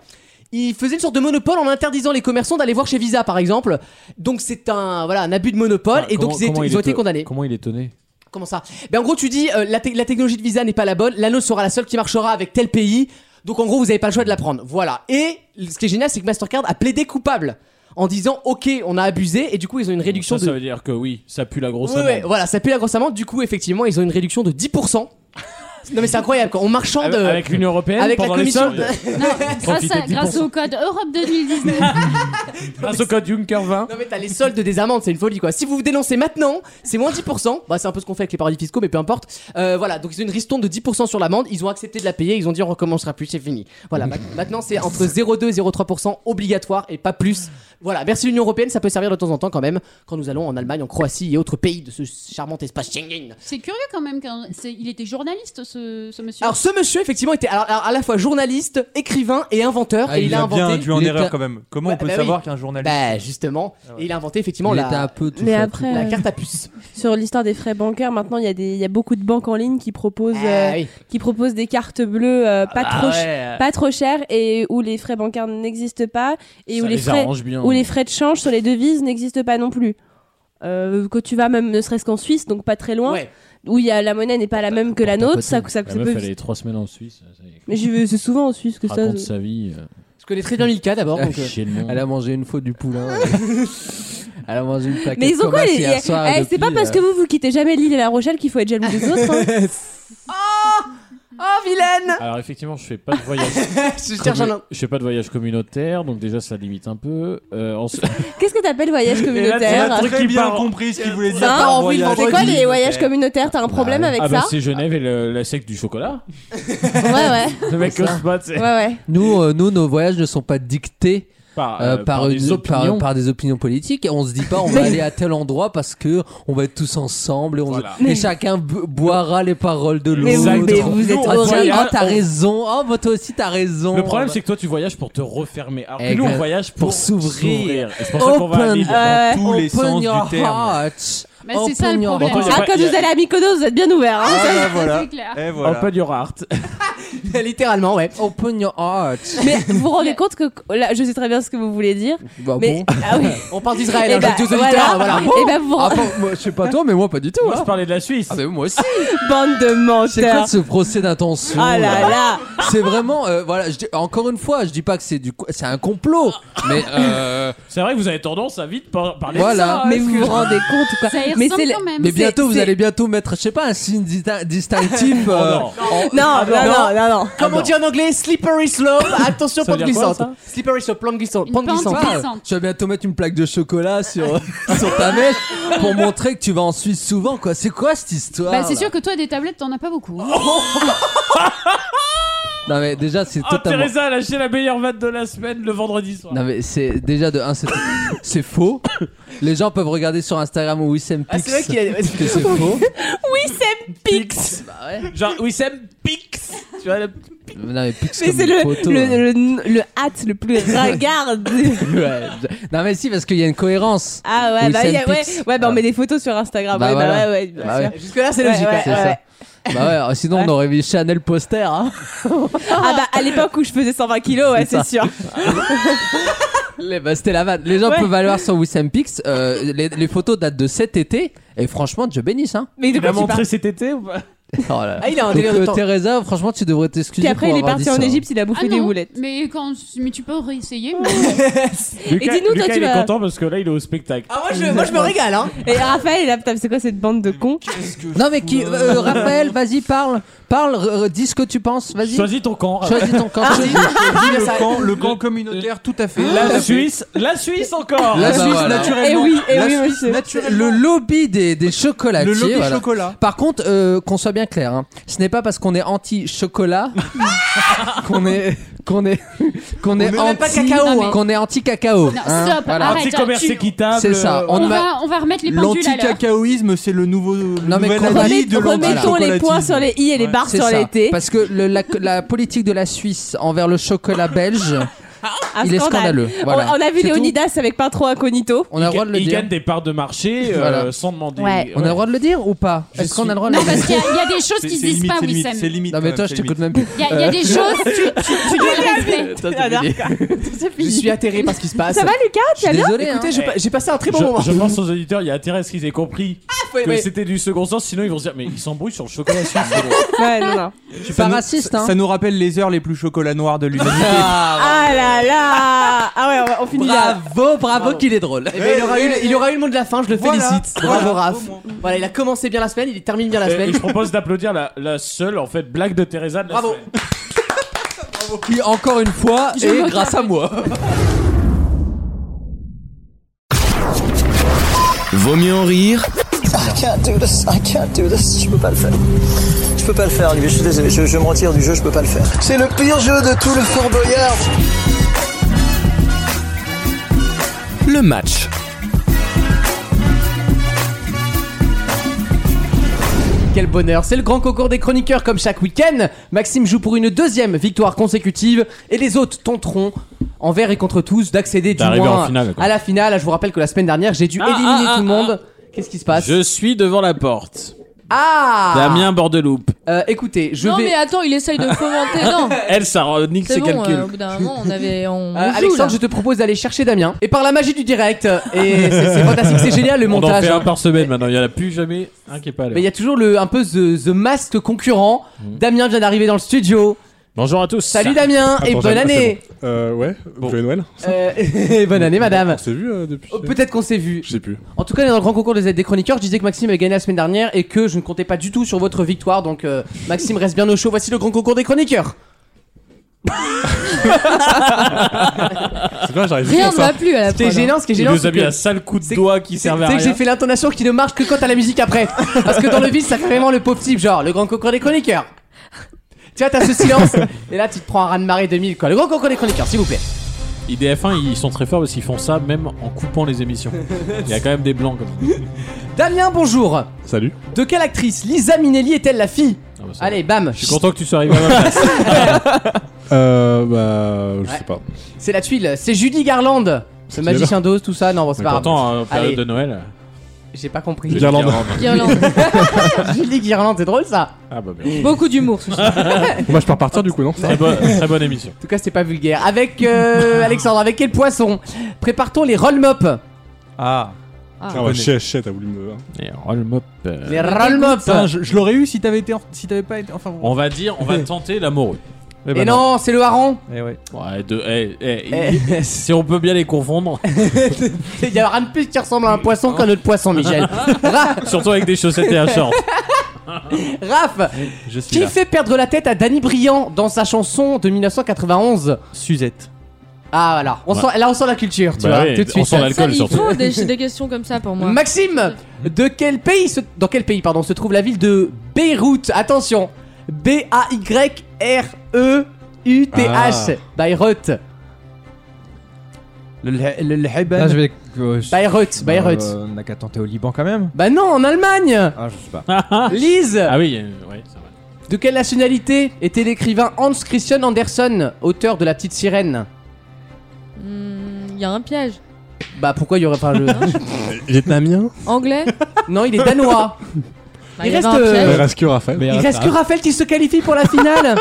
ils faisaient une sorte de monopole en interdisant les commerçants d'aller voir chez Visa par exemple. Donc c'est un voilà un abus de monopole et donc Comment- ils, étaient- comment ils il ont été éto- condamnés. Comment il est étonné Comment ça Ben en gros, tu dis euh, la, te- la technologie de Visa n'est pas la bonne, la nôtre sera la seule qui marchera avec tel pays. Donc en gros, vous n'avez pas le choix de la prendre. Voilà. Et ce qui est génial, c'est que Mastercard a plaidé coupable en disant OK, on a abusé et du coup, ils ont une réduction ça, ça de veut dire que oui, ça pue la grosse Ouais, ouais, voilà, ça pue la grosse amende. Du coup, effectivement, ils ont une réduction de 10 Non mais c'est incroyable quoi. On marchande Avec- avec l'Union européenne, avec la pendant les commission. soldes. Grâce, Profitez à- de 10%. grâce au code Europe 2019. Grâce au code Juncker 20. Non mais t'as les soldes des amendes, c'est une folie quoi. Si vous vous dénoncez maintenant, c'est moins 10%. Bah c'est un peu ce qu'on fait avec les paradis fiscaux, mais peu importe. Euh, voilà, donc ils ont une ristourne de 10% sur l'amende, ils ont accepté de la payer, ils ont dit on recommencera plus, c'est fini. Voilà, ma- maintenant c'est entre 0,2 et 0,3% obligatoire et pas plus. Voilà, merci l'Union Européenne, ça peut servir de temps en temps quand même, quand nous allons en Allemagne, en Croatie et autres pays de ce charmant espace Schengen. C'est curieux quand même. qu'un- c'est- Il était journaliste, ce, ce monsieur. Alors ce monsieur effectivement était alors, alors, à la fois journaliste, écrivain et inventeur Ah, et il, il a a bien inventé induit en Il erreur, était- quand même. Comment on peut bah savoir qu'un journaliste- Bah justement, et il a inventé effectivement Il la était un peu tout Mais après, la euh, carte à puce. Sur l'histoire des frais bancaires, maintenant il y, a des- il y a beaucoup de banques en ligne qui proposent, Ah euh, oui. qui proposent des cartes bleues euh, pas, bah trop ch- ouais. pas trop chères et où les frais bancaires n'existent pas et Ça où les, les frais, arrange bien. où les frais de change sur les devises n'existent pas non plus. Euh, que tu vas même ne serait-ce qu'en Suisse, donc pas très loin, où il y a, la monnaie n'est pas la même que la nôtre, ça, ça, La ça meuf, peut- elle est trois semaines en Suisse. ça y est. Mais je veux- c'est souvent en Suisse que ça. Raconte sa vie. euh. Je connais très bien Milka d'abord. Ah, donc, euh, Chez le monde. Ah, Elle a mangé une fois du poulain. Elle a mangé une plaquette. Mais ils ont quoi Comas les... hier soir, Eh, et C'est pas depuis, parce euh, que vous vous quittez jamais l'île et la Rochelle qu'il faut être jaloux des autres. hein. Ah. Oh vilaine euh. Alors effectivement, je fais pas de voyage. Je cherche un nom. Je fais pas de voyage communautaire, donc déjà ça limite un peu. Euh, en- Qu'est-ce que t'appelles voyage communautaire Très bien compris ce qu'il voulait dire. Hein par C'est quoi les voyages communautaires T'as un problème avec ah ça bah c'est Genève et le- la secte du chocolat. Ouais, ouais. Le mec C'est au ça. spot, c'est. Nous, euh, nous, nos voyages ne sont pas dictés. Par, euh, euh, par une- des par- opinions. par des opinions politiques et on se dit pas on va aller à tel endroit parce que on va être tous ensemble et, on- Voilà. et chacun bo- boira les paroles de Mais l'autre vous- mais vous êtes Ah, tiens, horrible. ah t'as On- raison oh bah, toi aussi t'as raison Le problème, c'est que toi, tu voyages pour te refermer. Alors que Eh, nous, on que- voyage pour, pour s'ouvrir. Et c'est pour ça qu'on va à Open- Lille. euh, Dans tous les open sens du your terme. heart. Mais c'est ça le problème. Pourtant, il y a Ah, pas- quand il y a- vous allez à Mykonos, vous êtes bien ouverts. hein. Ah, bah, voilà. C'est clair. Eh, voilà. Open your heart. Littéralement, ouais. Open your heart. Mais vous vous rendez compte que là, je sais très bien ce que vous voulez dire. Bah mais bon. ah oui. On parle d'Israël, Eh hein, bah, je dis aux voilà. auditeurs, voilà. Eh ben, vous vous Ah, rendez- bon, moi, je sais pas toi mais moi pas du tout Moi, hein. je parlais de la Suisse. Ah, mais moi aussi Bande de C'est quoi menteurs. ce procès d'intention Ah là là là. C'est vraiment euh, voilà, je dis- encore une fois, je dis pas que c'est du co- c'est un complot, mais euh, C'est vrai que vous avez tendance à vite par- parler de voilà. ça. hein, parce que- compte quoi Ça y Mais, ressemble c'est- quand même. mais C'est- bientôt, vous c'est- allez bientôt mettre, je sais pas, un signe dita- distinctif. euh, Oh non. en- Non, non, non, non, non. Ah, Comme on dit en anglais, slippery slope, attention, Ça veut pente dire quoi, glissante. Slippery slope, pente glissante. Pente Je sais glissante. pas, Tu vas bientôt mettre une plaque de chocolat sur, sur ta mèche pour montrer que tu vas en Suisse souvent, quoi. C'est quoi cette histoire Bah, c'est là sûr que toi, des tablettes, t'en as pas beaucoup. hein. Oh. Non, mais déjà, c'est Oh, totalement. Teresa a lâché la meilleure vanne de la semaine le vendredi soir. Non, mais c'est déjà de 1, c'est c'est faux. Les gens peuvent regarder sur Instagram ou Wissem Ah, c'est vrai qu'il y a- Bah que c'est faux. Oui, c'est Pix. Genre Wissem Pix. Tu vois, le petit Non, mais Pix, Mais comme c'est une le, photo, le, hein. le, le hâte le plus ringard. Ouais. Non mais si parce qu'il y a une cohérence. Ah ouais, Oui, bah, c'est il y a- un ouais, pix. ouais, bah on met des photos sur Instagram. ouais, bah, voilà. ouais, ouais, bien Bah sûr. ouais. Jusque-là, c'est logique. Ouais, C'est ouais, ça. ouais. Bah ouais, sinon on aurait vu Chanel poster. Hein. Ah bah à l'époque où je faisais 120 kilos, ouais, C'est c'est sûr. Les, bah, c'était la vanne. Les gens Ouais. peuvent aller voir sur Wissempix. Euh, les, les photos datent de cet été. Et franchement, Dieu bénisse. Hein. Mais de Il quoi a tu parles montré cet été ou pas Ah, il a un Donc, délire de temps. Teresa, franchement, tu devrais t'excuser. Puis après, pour il est avoir parti dit en ça. Égypte, il a Ah bouffé des non, boulettes. Mais, quand... mais tu peux réessayer. Lucas, dis-nous, toi, Lucas, tu il vas- est content parce que là, il est au spectacle. Ah, moi, je, moi, je me régale, hein. Et Raphaël, là, putain, c'est quoi cette bande de cons Non mais qui, hein euh, Raphaël, vas-y, parle. Parle, re- re- dis ce que tu penses. Vas-y. Choisis ton camp. Ah, Choisis ton Ah, camp. Raphaël. choisis- Le ça- camp, le camp communautaire, tout à fait. Tout La à fait. Suisse, la Suisse encore. La La Suisse, Suisse, Eh naturellement. naturellement. La La Suisse, Suisse, naturellement. Ah bah Le lobby des, des chocolatiers. Le lobby voilà. chocolat. Par contre, euh, qu'on soit bien clair, hein, ce n'est pas parce qu'on est anti-chocolat qu'on est qu'on est qu'on est même anti pas cacao, hein. Non, mais- qu'on est anti-cacao. Non, hein, stop, voilà. arrête. Tu- C'est ça. On, ne va, on va remettre les pendules à l'heure. euh, L'anti-cacaoïsme, c'est le nouveau. le Non, mais nouvel qu'on- habit de Remettons les l'anti-chocolatisme. points sur les i et les barre C'est sur ça. l'été. Parce que le- la, la politique de la Suisse envers le chocolat belge, Ah, Un il est scandale. scandaleux. Voilà. On, on a vu C'est Léonidas avec Pain trop incognito. On a le droit de le Ils dire. gagnent des parts de marché euh, Voilà. sans demander. Ouais. On a le droit de le dire ou pas Est-ce qu'on a le droit de Non, le dire parce qu'il y a- il y a des choses qui se disent pas, Wissem. Non, mais toi, je t'écoute même plus. Il y a- il y a des choses, tu- tu- tu dois le respecter. Je suis atterré par ce qui se passe. Ça va, Lucas Tu Je suis vas bien hein. Désolé, Ah, écoutez, je- j'ai passé un très bon je, moment. Je pense aux auditeurs, il y a intérêt à ce qu'ils aient compris Ah, ouais, que ouais. c'était du second sens, sinon ils vont se dire mais ils s'embrouillent sur le chocolat suisse. Ouais, non, non. Je suis pas raciste, hein. Ça nous rappelle les heures les plus chocolat noir de l'humanité. Ah là là Ah ouais, on, va- on finit là. Bravo, bravo qu'il est drôle. Eh ben, il, aura eu, le- il aura eu le mot de la fin, je le Voilà. félicite. Bravo Raph. Voilà, il a commencé bien la semaine, il termine bien la Et, et semaine. je propose d'applaudir la, la seule en fait blague de Teresa de la Bravo. semaine. Qui, encore une fois, Je est me grâce à moi. Vaut mieux en rire I can't do this, I can't do this, je peux pas le faire. Je peux pas le faire, Olivier, je suis désolé, je, je me retire du jeu, je peux pas le faire. C'est le pire jeu de tout le Fort Boyard. le match. Quel bonheur, c'est le grand concours des chroniqueurs comme chaque week-end. Maxime joue pour une deuxième victoire consécutive et les autres tenteront, envers et contre tous, d'accéder du D'arriver moins en finale, quoi. à la finale. Je vous rappelle que la semaine dernière, j'ai dû Ah, éliminer ah. tout le monde. Qu'est-ce qui se passe Je suis devant la porte. Ah Damien Bordeloup. Euh, Écoutez, je non vais... mais attends, il essaye de commenter, non Elle, ça nique C'est ses bon, calculs. euh, au bout d'un moment, on avait... On joue, Euh, là. Alexandre, je te propose d'aller chercher Damien. Et par la magie du direct, euh, et c'est c'est fantastique, c'est génial le On en montage. fait un hein. par semaine maintenant, il n'y en a plus jamais un qui est pas allé. Mais il y a toujours le, un peu the, the Mask concurrent. Damien vient d'arriver dans le studio. Bonjour à tous. Salut Damien et Attends, bonne j'arrive- année. ah, c'est bon. Euh, ouais, joyeux Noël. Euh, et bonne année madame. On s'est vu euh, depuis. Oh, Peut-être qu'on s'est vu. Je sais plus. En tout cas, on est dans le grand concours des aides des chroniqueurs. Je disais que Maxime avait gagné la semaine dernière et que je ne comptais pas du tout sur votre victoire. Donc euh, Maxime reste bien au chaud. Voici le grand concours des Bah, chroniqueurs. C'est pas, j'arrive Rien juste ne à va ça. plus à la prod, hein. Ce qui est Il gênant, nous c'est a mis que- un sale coup de doigt qui servait à Tu sais rien. que j'ai fait l'intonation qui ne marche que quand t'as la musique après. Parce que dans le vide, ça fait vraiment le pauvre type, genre le grand concours des chroniqueurs. Tu vois, t'as ce silence. Et là, tu te prends un raz-de-marée 2000, quoi. Le grand concours des chroniqueurs, s'il vous plaît. IDF1, ils sont très forts parce qu'ils font ça même en coupant les émissions. Il y a quand même des blancs comme ça. Damien, bonjour. Salut. De quelle actrice Lisa Minelli est-elle la fille bah ça Allez, bam. Je suis content que tu sois arrivé à ma place. Euh, bah, je sais pas. C'est la tuile. C'est Judy Garland. Ce magicien d'Oz, tout ça. Non, bon, c'est pas grave. Pourtant, en hein, période Allez, de Noël. J'ai pas compris. Guirlande. Guirlande. Judy Garland, c'est drôle ça. Ah bah bien. Beaucoup d'humour, ce Bon, bah, je peux repartir du coup, non Très, bonne- très bonne émission. En tout cas, c'était pas vulgaire. Avec euh, Alexandre, avec quel poisson Prépare-t-on les roll mop Ah. Ah, Je ouais, connais. chier, chier, t'as voulu me. hein. Les roll-mop. Les roll-mop. Putain, Je, je l'aurais eu si t'avais été, en- si t'avais pas été. Enfin. bon. On va dire, on va tenter l'amoureux. Eh Et ben non, c'est le hareng. Eh ouais. de- eh, eh, si on peut bien les confondre. Il y a rien de plus qui ressemble à un poisson qu'un autre poisson, Michel. Surtout avec des chaussettes et un short. Raph, Je Bah, qui fait perdre la tête à Danny Briand dans sa chanson de 1991 Suzette. Ah voilà, on Ouais. sent- là on sent la culture, tu Bah vois, ouais, tout de on suite. sent l'alcool, Ça, Il faut des, j'ai des questions comme ça pour moi. Maxime, de quel pays se- dans quel pays pardon se trouve la ville de Beyrouth Attention, B A Y R E U T Ah. H, Beyrouth. Le, le, le Liban. Là, je vais- Bayreuth, Bayreuth, Bayreuth. on n'a qu'à tenter au Liban quand même. Bah non, en Allemagne. Ah, je sais pas. Lise. Ah oui, euh, ouais, ça va. De quelle nationalité était l'écrivain Hans Christian Andersen, auteur de La Petite Sirène Hmm, Il y a un piège. Bah pourquoi il y aurait pas le Vietnamien Anglais Non, il est Bah, danois. il il y reste avait un euh, Il reste que Raphaël. il reste que Raphaël qui se qualifie pour la finale.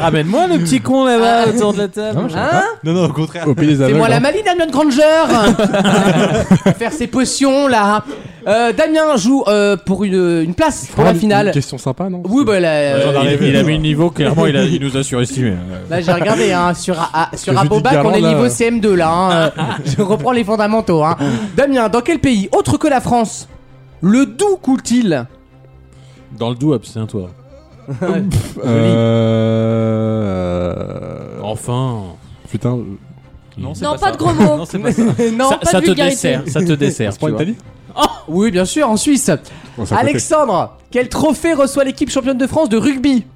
Ramène-moi le petit con là-bas autour de la table. Non, je savais Ah. Hein pas. non, non, au contraire. Au pays des C'est aveugles. moi la hein. Mali, Damien de Granger Faire ses potions là Euh, Damien joue euh, pour une, une place pour la Une- finale. Une question sympa, non Oui, bah là, Ouais, euh, il, il a mis le niveau, clairement, il, a- il nous a surestimé. Euh, là, j'ai regardé hein, sur, A- A- sur que Judith Abobac, on est Garland, niveau là- CM2 là. hein. Je reprends les fondamentaux. hein. Damien, dans quel pays, autre que la France, le doux coule-t-il Dans le doux, abstiens-toi. Euh. Enfin. Putain. euh, Non, pas de gros mots. Non, c'est pas ça. Ça- pas ça de te vulgarité. dessert, ça te dessert. C'est pas tu vois. l'Italie Oh, Oui, bien sûr, en Suisse. Bon, c'est à côté. Alexandre, quel trophée reçoit l'équipe championne de France de rugby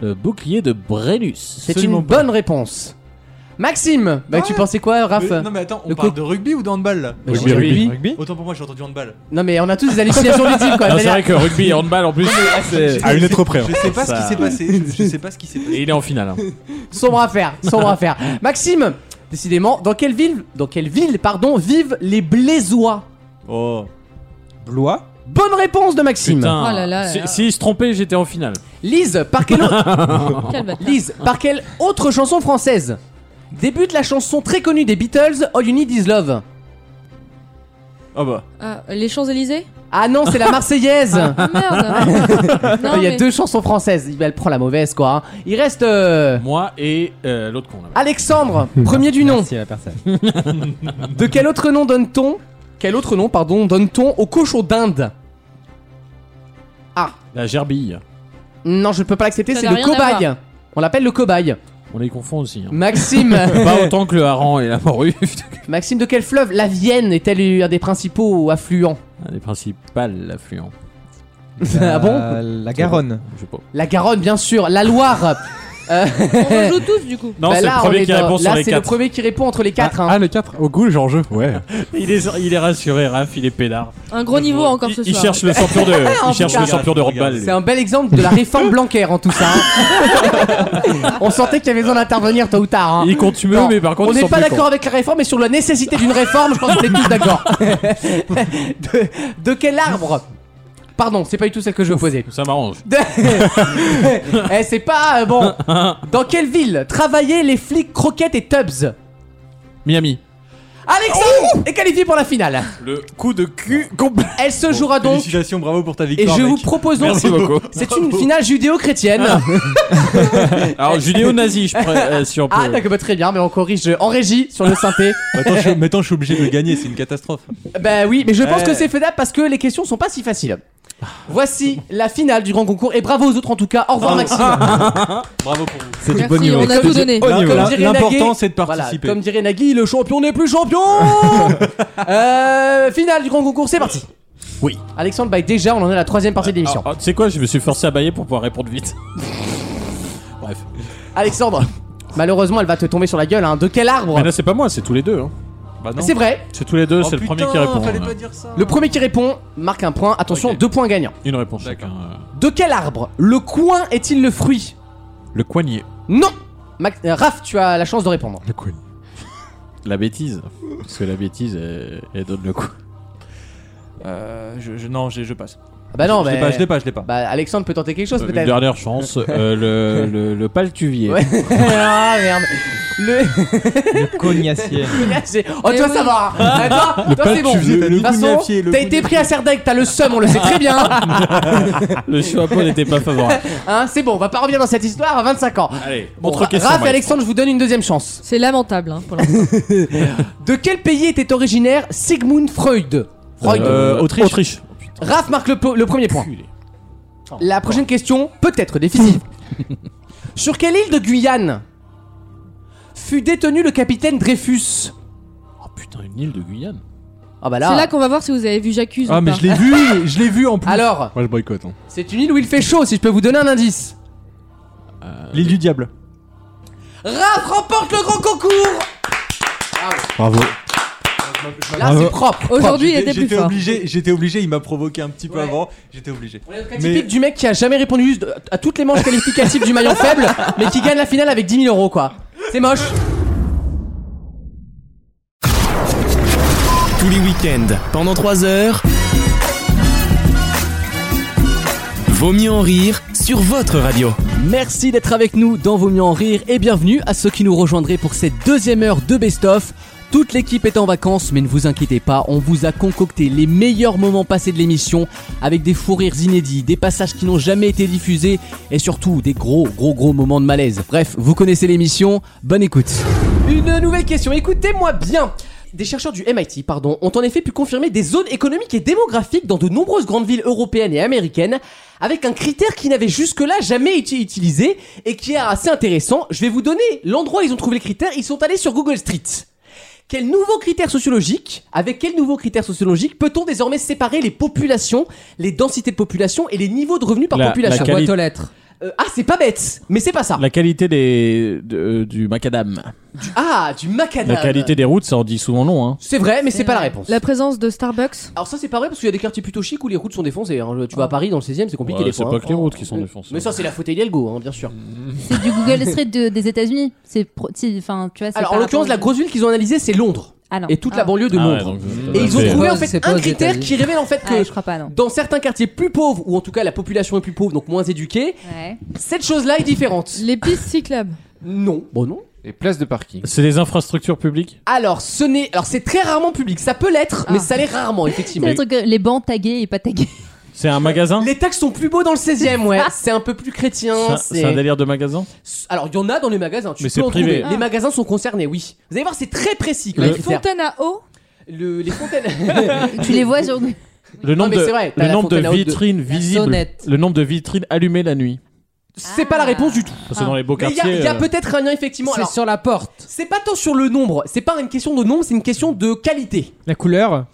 Le bouclier de Brennus. C'est une bonne réponse. Maxime Bah, tu pensais quoi, Raph Mais- non mais attends, on Le parle coup- de rugby ou de handball là Mais Rugby, j'ai- rugby. oui. Autant pour moi j'ai entendu handball. Non, mais on a tous des hallucinations du type, Ah, quoi. Non, c'est C'est-à-dire- vrai que rugby et handball en plus. c'est- Je sais- hein. Je sais pas ce Ça- qui s'est passé. Je sais pas ce qui s'est passé. Et il est en finale. hein. Sombre affaire, sombre affaire. Maxime, décidément, dans quelle ville, dans quelle ville, pardon, vivent les Blésois Oh. Blois Bonne réponse de Maxime. Putain. Si- S'il se trompait, j'étais en finale. Lise, par quelle autre... Quel Lise, par quelle autre chanson française débute la chanson très connue des Beatles, All You Need Is Love Oh bah. Ah, les Champs-Élysées Ah, Ah non, c'est la Marseillaise merde. Non, Ah, Il y a mais- deux chansons françaises. Eh ben, Elle prend la mauvaise, quoi. hein. Il reste euh, Moi et euh, l'autre con là. Alexandre, premier du nom. la personne. De quel autre nom donne-t-on Quel autre nom, pardon, donne-t-on au cochon d'Inde Ah. La gerbille. Non, je ne peux pas l'accepter, Ça c'est n'a le rien à cobaye. voir. On l'appelle le cobaye. On les confond aussi. hein. Maxime pas autant que le hareng et la morue. Maxime, de quel fleuve la Vienne est-elle un des principaux affluents Un des principales affluents. Ah bon La Garonne. Je sais pas. La Garonne, bien sûr, la Loire. Euh, On joue tous du coup. Non, c'est le là, on premier est qui dans- répond sur là, les c'est le quatre. premier qui répond entre les quatre. hein. Ah, le 4 Au goût, genre jeu. Ouais. Il est, il est rassuré, Raph, il est pédard. Un gros niveau encore ce Il soir. cherche le champion de, En il cherche tout le cas. champion de handball. C'est un bel exemple de la réforme Blanquer en tout ça. hein. on sentait qu'il y avait besoin d'intervenir tôt ou tard. hein. Il compte mieux, Non, mais par contre, on il n'est sent pas plus d'accord con. avec la réforme, mais sur la nécessité d'une réforme, je pense qu'on est tous d'accord. de, de quel arbre Pardon, c'est pas du tout celle que je veux poser. Ça m'arrange. De- Eh, c'est pas euh, bon. Dans quelle ville travaillaient les flics Croquettes et Tubbs Miami. Alexandre Oh est qualifié pour la finale. Le coup de cul complet. Elle se jouera donc. Félicitations, bravo pour ta Et victoire. je mec. vous propose Merci beaucoup. C'est une finale judéo-chrétienne. Ah, Eh. Alors, judéo-nazi, je pré- euh, si on peut. Ah d'accord, bah, très bien, mais on corrige euh, en régie sur le synthé. Attends, je, Eh. maintenant, je suis obligé de le gagner, c'est une catastrophe. bah oui, mais je pense Ouais. que c'est faisable parce que les questions sont pas si faciles. Voici la finale du grand concours et bravo aux autres en tout cas. Au Ah. revoir Maxime. Bravo pour vous. C'est du Merci, bon niveau. on a tout donné. Au niveau. Comme dirait L'important, Nagui- c'est de Voilà, participer. comme dirait Nagui, le champion n'est plus champion. Euh, finale du grand concours, c'est parti. Oui. Alexandre Baye, déjà on en est à la troisième partie de l'émission. Ah, ah, tu sais quoi, je me suis forcé à bailler pour pouvoir répondre vite. Bref. Alexandre, malheureusement elle va te tomber sur la gueule. hein. De quel arbre Mais là, c'est pas moi, c'est tous les deux. hein. C'est vrai. C'est tous les deux, Oh, c'est le premier putain, qui répond. fallait hein. pas dire ça. Le premier qui répond marque un point. Attention, Ok. deux points gagnants. Une réponse chacun. euh. De quel arbre le coin est-il le fruit Le coignet. Non Max- euh, Raph, tu as la chance de répondre. Le coin. La bêtise. Parce que la bêtise, elle, elle donne le coup. Euh, je, je- non, je, je passe. Ah bah non, je, mais- l'ai pas, je l'ai pas, je l'ai pas. Euh, Bah Alexandre peut tenter quelque chose Une peut-être. dernière chance, euh, le, le, le paltuvier. Ouais. ah merde. Le... Cognacier. Oh tu Eh vas oui. savoir. Ah, toi, toi, c'est bon. paltuvier, De le toute façon, gougnafier, le t'as été pris à Serdaigle, t'as le seum, on le sait très bien. Le choix n'était pas favorable. Hein, c'est bon, on va pas revenir dans cette histoire à 25 ans. Allez, Bon, montre Ra- question. Raph et Mike. Alexandre, je vous donne une deuxième chance. C'est lamentable hein, pour l'instant. De quel pays était originaire Sigmund Freud Freud. Euh, Autriche. Autriche. Raph marque le, po- le premier point. Culé. La prochaine question, peut-être décisive. Sur quelle île de Guyane fut détenu le capitaine Dreyfus Oh putain, une île de Guyane. Ah bah C'est là là. qu'on va voir si vous avez vu J'accuse. Ah, ou mais pas. je l'ai vu, je l'ai vu en plus. Alors, Moi, je boycotte. Hein. c'est une île où il fait chaud, si je peux vous donner un indice. Euh, L'île du diable. Raph remporte le grand concours Bravo. Là, c'est propre. propre. Aujourd'hui, il Ah, euh, J'étais- était plus J'étais fort. obligé, j'étais obligé, il m'a provoqué un petit peu avant, j'étais obligé. Typique du mec qui a jamais répondu juste à toutes les manches qualificatives du maillon faible, mais qui gagne la finale avec 10 000 euros, quoi. C'est moche. Tous les week-ends, pendant 3 heures. Vaut mieux en rire sur votre radio. Merci d'être avec nous dans Vos mieux en rire et bienvenue à ceux qui nous rejoindraient pour cette deuxième heure de best-of. Toute l'équipe est en vacances, mais ne vous inquiétez pas, on vous a concocté les meilleurs moments passés de l'émission avec des fous rires inédits, des passages qui n'ont jamais été diffusés et surtout des gros, gros, gros moments de malaise. Bref, vous connaissez l'émission, bonne écoute. Une nouvelle question, écoutez-moi bien des chercheurs du MIT, pardon, ont en effet pu confirmer des zones économiques et démographiques dans de nombreuses grandes villes européennes et américaines avec un critère qui n'avait jusque-là jamais été utilisé et qui est assez intéressant. Je vais vous donner l'endroit où ils ont trouvé le critère, ils sont allés sur Google Street. Quel nouveau critère sociologique, avec quel nouveau critère sociologique peut-on désormais séparer les populations, les densités de population et les niveaux de revenus par La- la population quali- Boîte aux lettres. euh, ah, c'est pas bête, mais c'est pas ça. La qualité des, de- euh, du macadam. Ah, du macadam. La qualité des routes, ça en dit souvent long. Hein. C'est vrai, mais c'est pas la réponse. La présence de Starbucks. Alors ça c'est pas vrai parce qu'il y a des quartiers plutôt chics où les routes sont défoncées. hein. Ah. Tu vas à Paris dans le 16 e c'est compliqué Ouais, les c'est fois, pas hein. que les routes qui sont défoncées. Mais ça c'est la faute à Hidalgo, hein, bien sûr. C'est du Google Street de- des États-unis. C'est pro- c'est- enfin, tu vois, c'est Alors en par l'occurrence la rapport grosse ville qu'ils ont analysée c'est Londres. Ah non. Et toute Ah. la banlieue de Ah ouais, Londres. donc, euh, et ils ont c'est- trouvé en c'est fait pas un aux critère États-Unis. qui révèle en fait que Ah, je crois pas, non. dans certains quartiers plus pauvres ou en tout cas la population est plus pauvre donc moins éduquée, au- Ouais. cette chose-là est différente. Les pistes cyclables. Non. Bon non. Les places de parking. C'est des infrastructures publiques Alors ce n'est alors c'est très rarement public. Ça peut l'être, mais ça l'est rarement Ah. C'est effectivement. le truc, euh, les bancs tagués et pas tagués. C'est un magasin Les taxes sont plus beaux dans le 16e, ouais. c'est un peu plus chrétien. C'est un- c'est- C'est un délire de magasin Alors, il y en a dans les magasins. Tu Mais peux c'est en privé. trouver. Les magasins sont concernés, oui. Vous allez voir, c'est très précis. comme Le- critère. Fontaine à eau. Le- les fontaines. tu les vois sur. Le nombre mais de, c'est vrai, t'as le la nombre de fontaine à eau de- vitrines la visibles. sonnette. Le nombre de vitrines allumées la nuit. C'est pas la réponse du tout. Parce que dans les beaux Mais il y a- quartiers, il y a, euh, peut-être un lien effectivement. C'est sur la porte. C'est pas tant sur le nombre. C'est pas une question de nombre, c'est une question de qualité. La couleur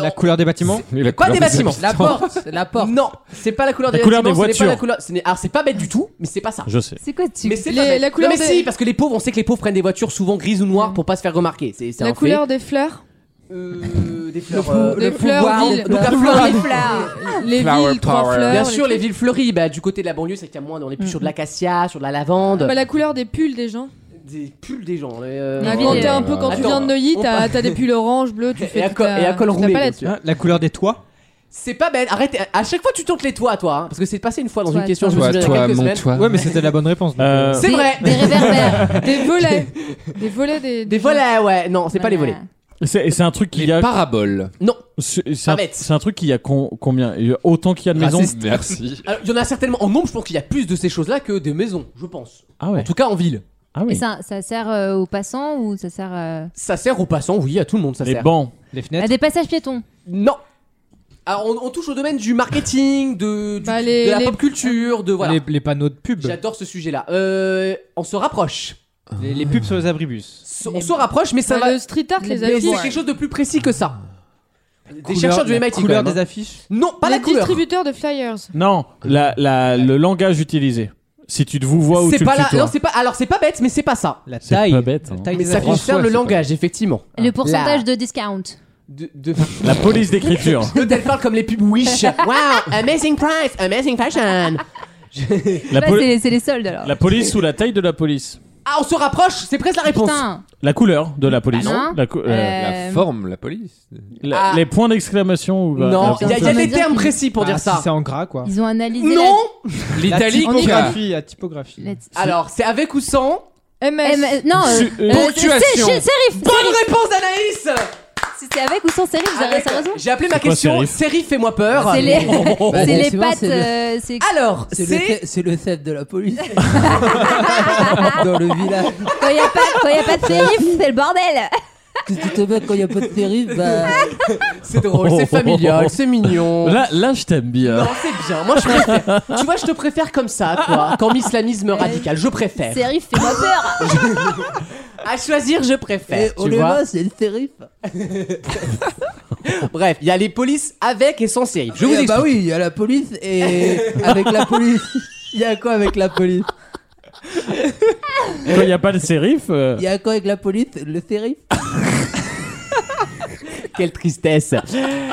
La couleur des bâtiments Quoi des bâtiments La porte la porte. Non, c'est pas la couleur La des couleur bâtiments. des ce n'est pas la voitures. couleur- ce n'est- Alors c'est pas bête du tout, mais c'est pas ça. Je sais. C'est quoi tu... Mais c'est Les- pas bête. la Non, couleur mais des- si, parce que les pauvres, on sait que les pauvres prennent des voitures souvent grises ou noires pour pas se faire remarquer. C'est c'est La un fait. couleur des fleurs. Euh, des fleurs, fou- euh, des le fleurs pouvoir, villes. donc la Le fleur, pouvoir. les fleurs. Les Flower villes, trois power. fleurs. Bien les sûr, les trucs. villes fleuries. Bah, du côté de la banlieue, c'est qu'il y a moins. On est plus sur de l'acacia, sur de la lavande. Bah, la couleur des pulls des gens. Des pulls des gens. les, euh, Ah, quand t'es un peu quand tu Attends, viens de Neuilly, on t'as parle- t'as des pulls orange, bleu, tu fais à toute col- ta- et à toute col la roulé, bien palette. sûr. La couleur des toits C'est pas bête. Arrête. À chaque fois, tu tentes les toits, toi. hein, parce que c'est passé une fois dans une question. je me souviens, il y a quelques semaines. Ouais, mais c'était la bonne réponse. Euh, C'est vrai. Des réverbères. Des volets. Des volets des. Des volets, ouais. Non, c'est pas les volets. Et c'est et c'est un truc qu'il y a. Parabole. Non. C'est c'est un, Pas bête. c'est un truc qu'il y a con- combien Il y a Autant qu'il y a de maisons. Raciste. Alors, Il y en a certainement en nombre. Je pense qu'il y a plus de ces choses-là que des maisons. Je pense. Ah ouais. En tout cas, en ville. Ah Et oui. ça, ça sert euh, aux passants ou ça sert euh, Ça sert aux passants, oui, à tout le monde. Ça Les sert. bancs. Les à Ah, des passages piétons Non. Alors, on, on touche au domaine du marketing, de, du- Bah, les- de la les- pop culture, de voilà. les, les panneaux de pub. J'adore ce sujet-là. Euh, on se rapproche. Les, les pubs sur les abribus. S- On se rapproche, mais ça Bah, va. Le street art, les Mais affiches. c'est quelque chose de plus précis que ça. Des Couleur- chercheurs du la MIT. quand couleur même, des hein. affiches Non, pas les la couleur. distributeurs de flyers. Non, la, la- le langage utilisé. Si tu te vous vois ou tu C'est pas le la. tutoies. Non, c'est pas. Alors, c'est pas bête, mais c'est pas ça. La C'est pas bête. hein. Mais ça concerne le langage, effectivement. Le pourcentage de discount. De, de- La police d'écriture. L'autre, elle parle comme les pubs Wish. wow, amazing price, amazing fashion. La, Là, poli- c'est c'est les soldes alors. la police ou la taille de la police. Ah, on se rapproche. C'est presque la réponse. Putain. La couleur de la police. Ah non. La, cou- euh, Euh, la- La forme, la police. la- Ah. Les points d'exclamation ou Ah, la- Non, Bah, la- il y a, il y Ça a veut des dire termes qu'ils- précis pour dire ça. Ah, c'est en gras, quoi. Ils ont analysé. Non. L'italique, on La est quoi typographie, la typographie. la- Alors, c'est avec ou sans Eh, MS. mais- Non. euh, Su- euh, euh, ponctuation. c'est- c'est- Serif. Bonne serif. réponse, Anaïs C'était avec ou sans serif, vous avez Avec- sérieusement J'ai appelé ma C'est quoi, question Serif Serif, fais-moi peur. C'est les, c'est les c'est bon, pattes. Bah, c'est le- euh, c'est- Alors, C'est le, c'est. thé- c'est le thème de la police. Dans le village. Quand il n'y a pas, quand y a pas de serif, c'est le bordel. Tu te mets quand il n'y a pas de terrible, bah. C'est drôle, Oh, c'est familial, c'est mignon. Là, là, je t'aime bien. Non, c'est bien. Moi, je préfère. tu vois, je te préfère comme ça, quoi. Qu'en islamisme radical, je préfère. Serif, fais-moi peur. À choisir, je préfère. Et Eh, on tu le vois. voit, c'est le terrible. Bref, il y a les polices avec et sans serif. Je vous Eh explique. Bah oui, il y a la police et. Avec la police. Il y a quoi avec la police Quand il n'y a pas de sérif, euh, Il y a quoi avec la police Le serif Quelle tristesse. La-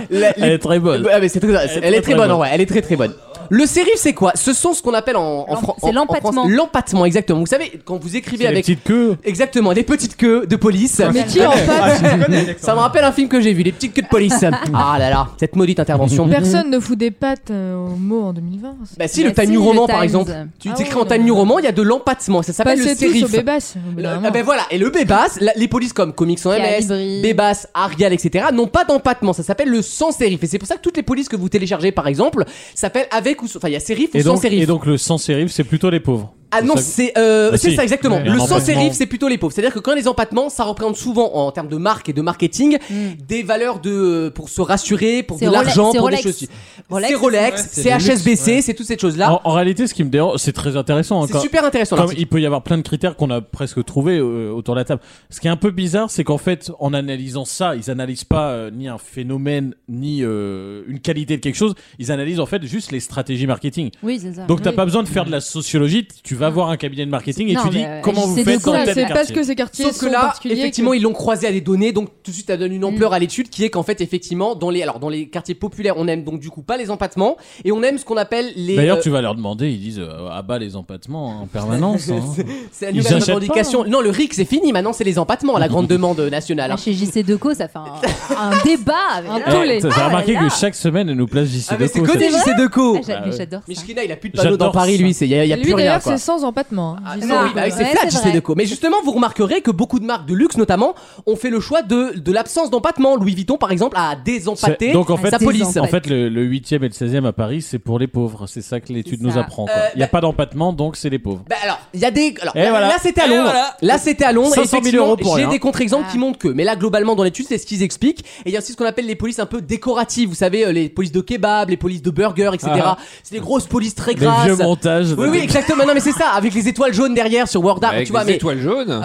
les- elle est très bonne. Ah, mais c'est très- Elle, est très, bonne, en bonne. vrai. Elle est très très bonne. Le serif, c'est quoi Ce sont ce qu'on appelle en, en, L'em- Fran- c'est en- en l'empattement. France- L'empattement, exactement. Vous savez, euh, quand vous écrivez C'est les avec. petites queues. Exactement, des petites queues de police. Mais qui en Ah, pâte tu les connais, d'accord. Ça me rappelle un film que j'ai vu, Les petites queues de police. ah là là, cette maudite intervention. Personne ne fout des pattes euh, aux mots en 2020. Bah si, Bah le Time si, New le Roman Times. par exemple. Tu Ah t'écris oui, en Time non, New mais- Roman, il y a de l'empatiment, ça s'appelle le Passez tous au sérif. Bébas. Le- ah ben voilà, et le Bébas, la- les polices comme Comics sans MS, Calibri. Bébas, Arial, etc. n'ont pas d'empattement, ça s'appelle le sans sérif. Et c'est pour ça que toutes les polices que vous téléchargez par exemple s'appellent avec ou sans. Enfin, il y a sérif ou Et sans donc, sérif. et donc le sans sérif, c'est plutôt les pauvres. Ah non, c'est euh, Bah c'est si. ça exactement. Ouais. Le Un sans empattement. sérif, c'est plutôt les pauvres. C'est-à-dire que quand les empattements, ça représente souvent, en termes de marque et de marketing, des valeurs de pour se rassurer, pour Mm. C'est de Rolex- l'argent, c'est pour Rolex. des choses. Rolex, c'est Rolex, ouais, c'est c'est le luxe, HSBC, c'est toutes ces choses-là. En, en réalité, ce qui me dérange, c'est très intéressant. hein, C'est quand- super intéressant, Comme l'article. il peut y avoir plein de critères qu'on a presque trouvés euh, autour de la table. Ce qui est un peu bizarre, c'est qu'en fait, en analysant ça, ils analysent pas euh, ni un phénomène ni euh, une qualité de quelque chose. Ils analysent en fait juste les stratégies marketing. Oui, c'est ça. Donc t'as Oui. pas besoin de faire de la sociologie. t- Tu vas voir un cabinet de marketing et Non, tu dis mais, euh, comment vous c'est faites de dans quoi, tel c'est quartier. parce que ces quartiers Sauf que sont là, particuliers effectivement, que- Mm. ils l'ont croisé à des données, donc tout de suite, ça donne une ampleur à l'étude qui est qu'en fait, effectivement, dans les, alors, dans les quartiers populaires, on aime donc du coup pas les empattements et on aime ce qu'on appelle les. D'ailleurs, euh, tu vas leur demander, ils disent euh, à bas les empattements en permanence. hein. C'est la Ils nouvelle achètent pas, revendication. hein. Non, le RIC, c'est fini. Maintenant, c'est les empattements, la grande demande nationale. Ah, Chez JC Decaux, ça fait un, un débat. Avec... Un Eh, T'as t'as remarqué que chaque semaine, elle nous place JC Ah, mais Ah c'est Decaux, connu, cette- JC Decaux. Ah, j'a- mais j'adore ça. Michkina, il a plus de panneau dans J'adore Paris, ça. lui. c'est- Il y a, il y a Et plus lui, Lui, rien. d'ailleurs, quoi. c'est sans empattement. hein. Ah Non, oui, bah oui, c'est flat, JC Decaux. Mais justement, vous remarquerez que beaucoup de marques de luxe, notamment, ont fait le choix de, de l'absence d'empattement. Louis Vuitton, par exemple, a C'est- désempâté Donc Ah, en fait, sa police. en fait, le, le 8e et le 16e à Paris, c'est pour les pauvres. C'est ça que l'étude C'est nous ça. apprend. quoi. Euh, Il n'y a pas d'empattement, donc c'est les pauvres. Bah alors, il y a des. Alors, Et là, voilà. là, c'était à Et Londres. voilà. Là c'était à Londres. 500 000 Effectivement, euros pour J'ai rien. des contre-exemples Ah. qui montrent que. Mais là globalement dans l'étude c'est ce qu'ils expliquent. Et il y a aussi ce qu'on appelle les polices un peu décoratives. Vous savez euh, les polices de kebab, les polices de burger, etc. Ah. C'est des grosses polices très Les grasses. vieux montages de- Oui oui exactement. Non mais c'est ça avec les étoiles jaunes derrière sur Word Art. Avec Tu vois des mais Ah, étoiles jaunes.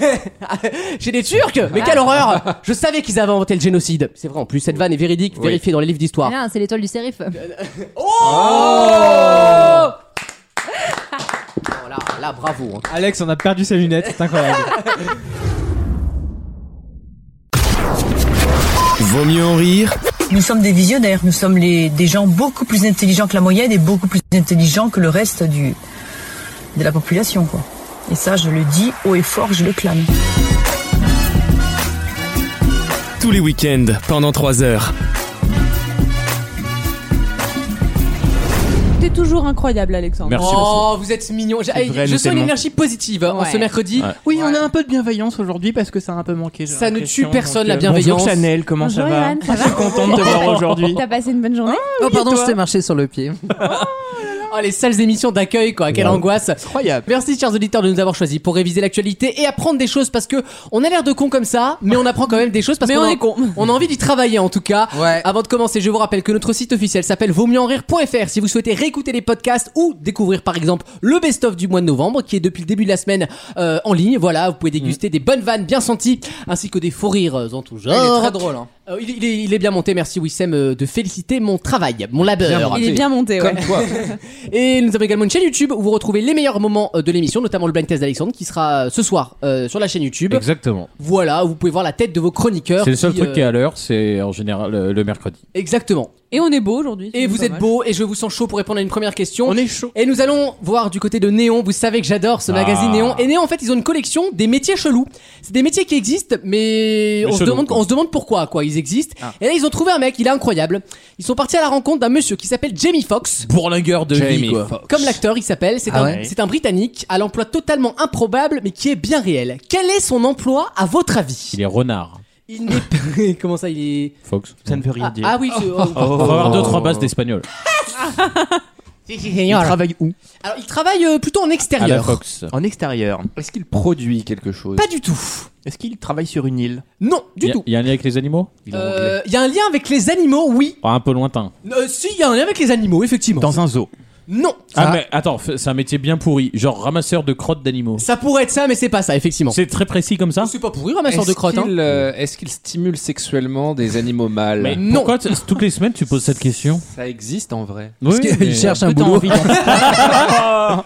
Ah. chez les Turcs. Mais quelle horreur. Je savais qu'ils avaient inventé le génocide. C'est vrai en plus cette vanne est véridique, vérifiée dans les livres d'histoire. Là, Ah, c'est l'étoile du sérif. Euh, Oh Voilà là bravo. hein. Alex, on a perdu ses lunettes, c'est incroyable. Vaut mieux en rire Nous sommes des visionnaires, nous sommes les, des gens beaucoup plus intelligents que la moyenne et beaucoup plus intelligents que le reste du, de la population. Quoi. Et ça, je le dis haut et fort, je le clame. tous les week-ends pendant 3 heures. T'es toujours incroyable, Alexandre. Merci, Oh, vous êtes mignon. J'ai- C'est vrai, Je nous sens une t'aimons. énergie positive hein, en Ouais. ce mercredi. Ouais. Oui, on a un peu de bienveillance aujourd'hui parce que ça a un peu manqué. j'ai Ça ne l'impression. tue personne, la euh, bienveillance. Bonjour Chanel, comment ça Bonjour, va Johan, Je suis contente de te voir aujourd'hui. T'as passé une bonne journée Oh, pardon, je t'ai marché. marché sur le pied. Oh, les sales émissions d'accueil, quoi. Quelle Ouais. angoisse. Incroyable. Merci, chers auditeurs, de nous avoir choisis pour réviser l'actualité et apprendre des choses parce que on a l'air de con comme ça, mais on apprend quand même des choses parce Mais qu'on on a- est con. On a envie d'y travailler, en tout cas. Avant de commencer, je vous rappelle que notre site officiel s'appelle vaumieuxenrire.fr si vous souhaitez réécouter les podcasts ou découvrir, par exemple, le best-of du mois de novembre qui est depuis le début de la semaine euh, en ligne. Voilà, vous pouvez Mm. déguster des bonnes vannes bien senties ainsi que des faux rires euh, en tout genre. Il est très drôle, hein. Euh, il, est- il est, il est bien monté, merci Wissem euh, de féliciter mon travail, mon labeur. Bien monté. Il est bien monté, ouais. Comme toi. Et nous avons également une chaîne YouTube où vous retrouvez les meilleurs moments euh, de l'émission, notamment le blind test d'Alexandre qui sera euh, ce soir euh, sur la chaîne YouTube. Exactement. Voilà, vous pouvez voir la tête de vos chroniqueurs. C'est le seul qui, truc euh, qui est à l'heure, c'est en général euh, le mercredi. Exactement. Et on est beau aujourd'hui. Et vous pas êtes mal. beau et je vous sens chaud pour répondre à une première question. On est chaud. Et nous allons voir du côté de Néon. Vous savez que j'adore ce Ah. magazine Néon. Et Néon, en fait, ils ont une collection des métiers chelous. C'est des métiers qui existent, mais, on, se chelous, demande, quoi. Ah. on se demande pourquoi quoi ils existent. Et là, ils ont trouvé un mec, il est incroyable. Ils sont partis à la rencontre d'un monsieur qui s'appelle Jamie Foxx. Bourlingueur de Jamie vie, quoi. Foxx. Comme l'acteur, il s'appelle. C'est Ah un, ouais. c'est un Britannique à l'emploi totalement improbable, mais qui est bien réel. Quel est son emploi, à votre avis Il est renard. Il n'est Comment ça, il est. Fox. Ça ne veut rien dire. ah oui, c'est- oh. On va avoir deux trois bases d'espagnol. Il travaille où Alors, il travaille euh, plutôt en À la extérieur. Fox. En extérieur. Est-ce qu'il produit quelque chose Pas du tout. Est-ce qu'il travaille sur une île Non, du tout. Il y a un lien avec les animaux Euh, Il y a un lien avec les animaux, oui. Ah, Un peu lointain. Euh, si, il y a un lien avec les animaux, effectivement. Dans un zoo. Non. Ah Ça- mais attends, f- c'est un métier bien pourri, genre ramasseur de crottes d'animaux. Ça pourrait être ça, mais c'est pas ça, effectivement. C'est très précis comme ça. C'est pas pourri, ramasseur de Est-ce crottes. qu'il, hein. euh, Est-ce qu'il stimule sexuellement des animaux mâles Mais pourquoi t- toutes les semaines tu poses cette question Ça existe en vrai. Parce Oui, que- mais- il cherche un Peut-être boulot. envie À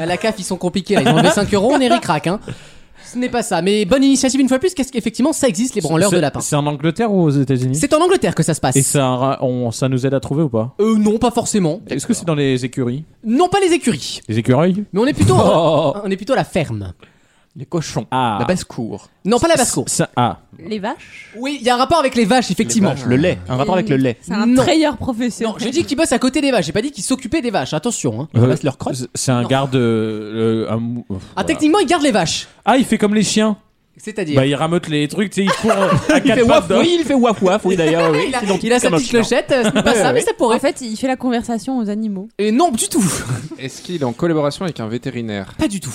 la CAF, ils sont compliqués. Là. Ils ont enlevé 5 euros, on est ricrac. Hein. Ce n'est pas ça. Mais bonne initiative une fois de plus, qu'est-ce qu'effectivement ça existe, les branleurs C'est- de lapins. C'est en Angleterre ou aux États-Unis C'est en Angleterre que ça se passe. Et ça, ra- on- ça nous aide à trouver ou pas Euh, non, pas forcément. Est-ce que c'est dans les écuries Non, pas les écuries. Les écureuils Mais on est plutôt, Oh. on est plutôt à la ferme. Les cochons. Ah. La basse-cour. Non, pas la basse-cour. Ça, ah. Les vaches Oui, il y a un rapport avec les vaches, effectivement. vaches, le lait, un rapport avec le lait. C'est un Non. trayeur professionnel. Non, j'ai dit qu'il bosse à côté des vaches, j'ai pas dit qu'il s'occupait des vaches, attention. hein. Euh, C'est un garde. euh, euh, un mou- Ah, voilà. techniquement, il garde les vaches. Ah, il fait comme les chiens. C'est-à-dire Bah, il rameute les trucs, tu sais, il court à Il fait quatre waf, pattes. oui, il fait waf waf, oui Ah d'ailleurs. Oui, Il a- c'est identique il a sa comme un petite chien. clochette, euh, ce n'est pas Ouais, ça, mais ouais. ça pourrait. En fait, il fait la conversation aux animaux. Et non, du tout Est-ce qu'il est en collaboration avec un vétérinaire Pas du tout.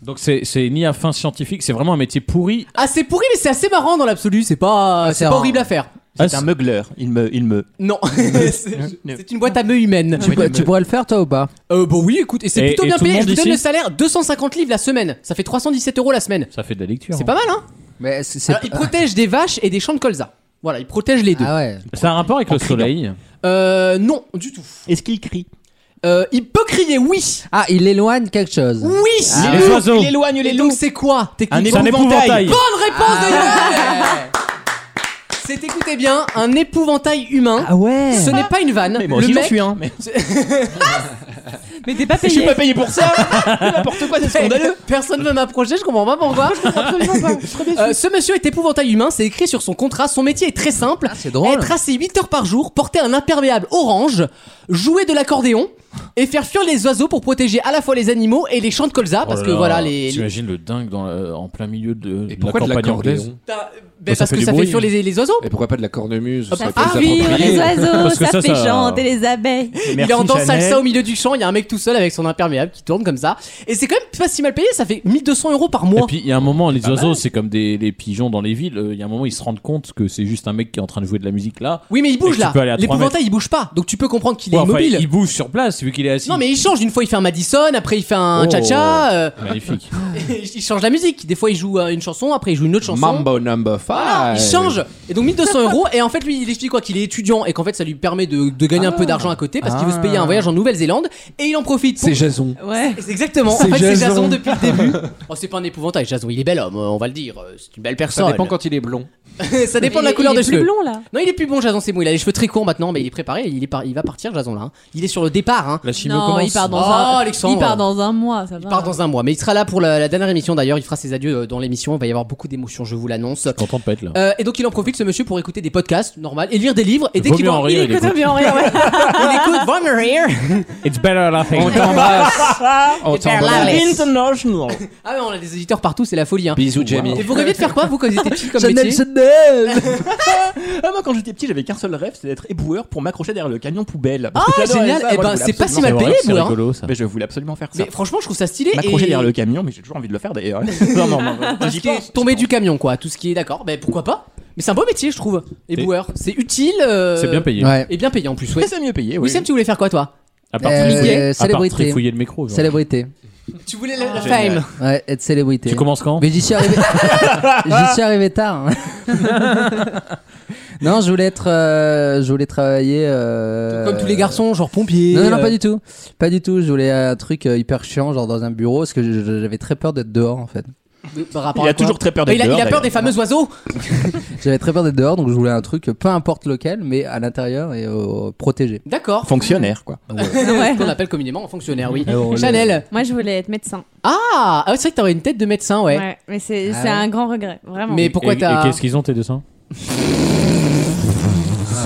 Donc c'est c'est ni à fin scientifique, c'est vraiment un métier pourri. Ah, c'est pourri, mais c'est assez marrant dans l'absolu. C'est pas, c'est un- pas horrible à faire. C'est un meugler, il me, il me. Non, c'est c'est une boîte à meux humaine. Tu, peux- tu pourrais le faire toi ou pas Euh, bon, oui, écoute, et c'est Et- plutôt et bien tout le payé. Je monde vous donne ici le salaire 250 livres la semaine. Ça fait 317 euros la semaine. Ça fait de la lecture. C'est pas mal, hein Mais c'est- Alors, il protège des vaches et des champs de colza. Voilà, il protège les deux. Ah ouais. C'est un rapport avec le soleil. Euh, non, du tout. Euh, Est-ce qu'il crie Il peut crier, oui. Ah, il éloigne quelque chose. Oui. Ah, Les ouais. loups, Il éloigne les loups. Donc c'est quoi techniquement Un épouvantail. Bonne réponse Ah. de Yoann C'est écoutez bien, un épouvantail humain. Ah ouais. Ce n'est pas une vanne. Mais moi Le aussi j'en mec- suis un. Mais... Mais t'es pas Je payé. suis pas payé pour ça. N'importe quoi, c'est scandaleux. Personne veut m'approcher, je comprends pas pourquoi. Euh, ce monsieur est épouvantail humain, c'est écrit sur son contrat. Son métier est très Ah, simple. Être assis 8 heures par jour, porter un imperméable orange, jouer de l'accordéon et faire fuir les oiseaux pour protéger à la fois les animaux et les champs de colza. Ah, parce Oh que là là, voilà, les. les- T'imagines le dingue dans la- en plein milieu de, de pourquoi de la campagne l'accordéon anglaise Putain, Bah, ben parce fait que du ça fait bruit. fuir les, les oiseaux. Et pourquoi pas de la Ah, cornemuse bah, Ça fait fuir les oiseaux, Parce que ça, ça- les abeilles. il Merci, est en danse Chanel. salsa au milieu du champ, il y a un mec tout seul avec son imperméable qui tourne comme ça. Et c'est quand même pas si mal payé, ça fait 1200 euros par mois. Et puis il y a un moment, les oiseaux, c'est comme des les pigeons dans les villes. euh, Il y a un moment, ils se rendent compte que c'est juste un mec qui est en train de jouer de la musique là. Oui, mais il Et bouge que tu là. peux aller à trois L'épouvantail mètres. il bouge pas. Donc tu peux comprendre qu'il est Ouais, enfin, immobile. il bouge sur place vu qu'il est assis. Non, mais il change. Une fois, il fait un Madison, après, il fait un Oh, cha-cha. euh, Magnifique. il change la musique. Des fois, il joue euh, une chanson, après, il joue une autre chanson. Mambo number 5 Voilà, il change et donc 1200 euros et en fait lui il explique quoi qu'il est étudiant et qu'en fait ça lui permet de, de gagner un peu d'argent à côté parce qu'il Ah. veut se payer un voyage en Nouvelle-Zélande et il en profite pour... C'est Jason. ouais c'est exactement en C'est fait c'est Jason. Jason depuis le début oh, c'est pas un épouvantail Jason il est bel homme euh, on va le dire euh, c'est une belle personne Ça dépend quand il est blond. ça dépend Il de la est- couleur il est de plus cheveux blond, là. non il est plus bon Jason c'est bon il a les cheveux très courts maintenant mais il est préparé il, est par- il va partir Jason là hein. il est sur le départ hein. la non, il part dans oh, un. Alexandre Il part dans un mois, ça va. Il part dans un mois, mais il sera là pour la, la dernière émission d'ailleurs. Il fera ses adieux euh, dans l'émission. Il va y avoir beaucoup d'émotions, je vous l'annonce. Content de pas être là. Euh, et donc il en profite ce monsieur pour écouter des podcasts normal et lire des livres et dès Vaut qu'il mieux va- en rire, il il écoute écoute. vaut mieux en rire, ouais. il écoute vaut mieux rire. It's better laughing. On t'embrasse. On Et faire la laisse. International. Ah mais on a des auditeurs partout, c'est la folie hein. Bisous Jamie. Et vous rêviez de faire quoi vous quand vous étiez petit comme Chanel, métier Chanel. ah, Moi, quand j'étais petit, j'avais qu'un seul rêve, c'était d'être éboueur pour m'accrocher derrière le camion poubelle. Parce Ah, que j'adorais ça. génial. Eh Moi, je ben, voulais c'est pas absolument si mal faire payé, ça. éboueur, hein. Mais je voulais absolabsolument faire ça. Mais franchement, je trouve ça stylé. M'accrocher et- derrière le camion, mais j'ai toujours envie de le faire d'ailleurs. Non, non, non, Tout j'y ce qui est tombé du camion quoi, tout ce qui est d'accord. Ben pourquoi pas Mais c'est un beau métier je trouve. Éboueur, c'est utile. euh, C'est bien payé. Ouais. Et bien payé en plus. Ouais. Ah, c'est mieux payé, oui. Wissem, tu voulais faire quoi toi À part Euh, trifouiller- à part célébrité. trifouiller le micro. genre. Ah, Célébrité. Tu voulais la, la Génial. fame. Ouais, être célébrité. Tu commences quand Mais j'y suis arrivé. j'y suis arrivé tard. non, je voulais être. euh, je voulais travailler. euh, Comme tous les garçons, genre pompier. Non, non, non, euh, pas du tout. Pas du tout. Je voulais un truc euh, hyper chiant, genre dans un bureau, parce que je- je- j'avais très peur d'être dehors en fait. de- Euh, par rapport Il à a quoi toujours très peur Bah, d'être il a- Il a dehors, peur des fameux oiseaux. J'avais très peur d'être dehors, donc je voulais un truc, euh, peu importe lequel, mais à l'intérieur et euh, protégé. D'accord. Fonctionnaire, quoi. Ce qu'on appelle communément un fonctionnaire, Ah oui. Chanel. Moi, je voulais être médecin. Ah, ah, c'est vrai que t'avais une tête de médecin, ouais. Ouais, mais c'est Ah c'est ouais. un grand regret, vraiment. Mais pourquoi Et- t'as- Et qu'est-ce qu'ils ont tes dessins Parce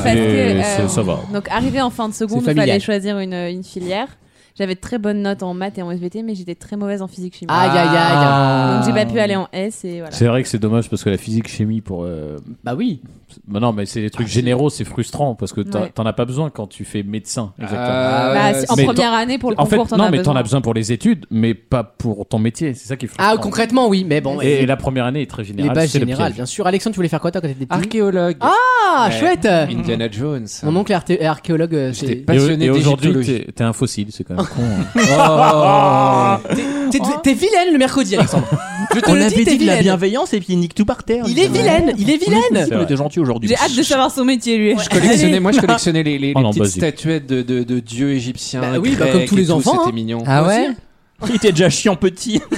Et que, euh, c'est- Ça va. Donc, arrivé en fin de seconde, C'est il fallait familial. choisir une, une filière. J'avais de très bonnes notes en maths et en SVT, mais j'étais très mauvaise en physique Ah, chimie. Aïe, aïe, aïe, aïe. Donc, j'ai pas pu aller en S et voilà. Ah. C'est vrai que c'est dommage parce que la physique chimie pour. euh, Bah oui. Ah, Bah non, mais c'est des trucs généraux, c'est frustrant parce que t'as- Ouais. t'en as pas besoin quand tu fais médecin. Exactement. Ah, Bah, ouais, si- en Mais première t'en- année, pour le en fait, concours, t'en non, as mais t'en besoin. as besoin pour les études, mais pas pour ton métier. C'est ça qui est frustrant. Ah, concrètement, oui, mais bon. Et, ouais. la première année est très les générale. bases c'est le générales, piège. bien sûr. Alexandre, tu voulais faire quoi toi quand t'étais petit Archéologue. Ah, Ouais. chouette. Indiana Jones. Mon oncle est arté- est archéologue. euh, c'est- Et- passionné et aujourd'hui, d'égyptologie. Oh. t'es t'es un fossile, c'est quand même con. hein. T'es- T'es vilaine le mercredi, Alexandre. Je te On le avait dis, dit t'es de la vilaine. bienveillance et puis il nique tout par terre. Il est vilaine, il est vilaine. Il était gentil aujourd'hui. J'ai hâte de savoir son métier, lui. Je collectionnais, moi, je collectionnais les, les- les Oh non, petites vas-y. statuettes de, de- de dieux égyptiens. Bah oui, bah, grecs comme tous et les tout, enfants, C'était hein. mignon. Ah ouais Il était déjà chiant petit.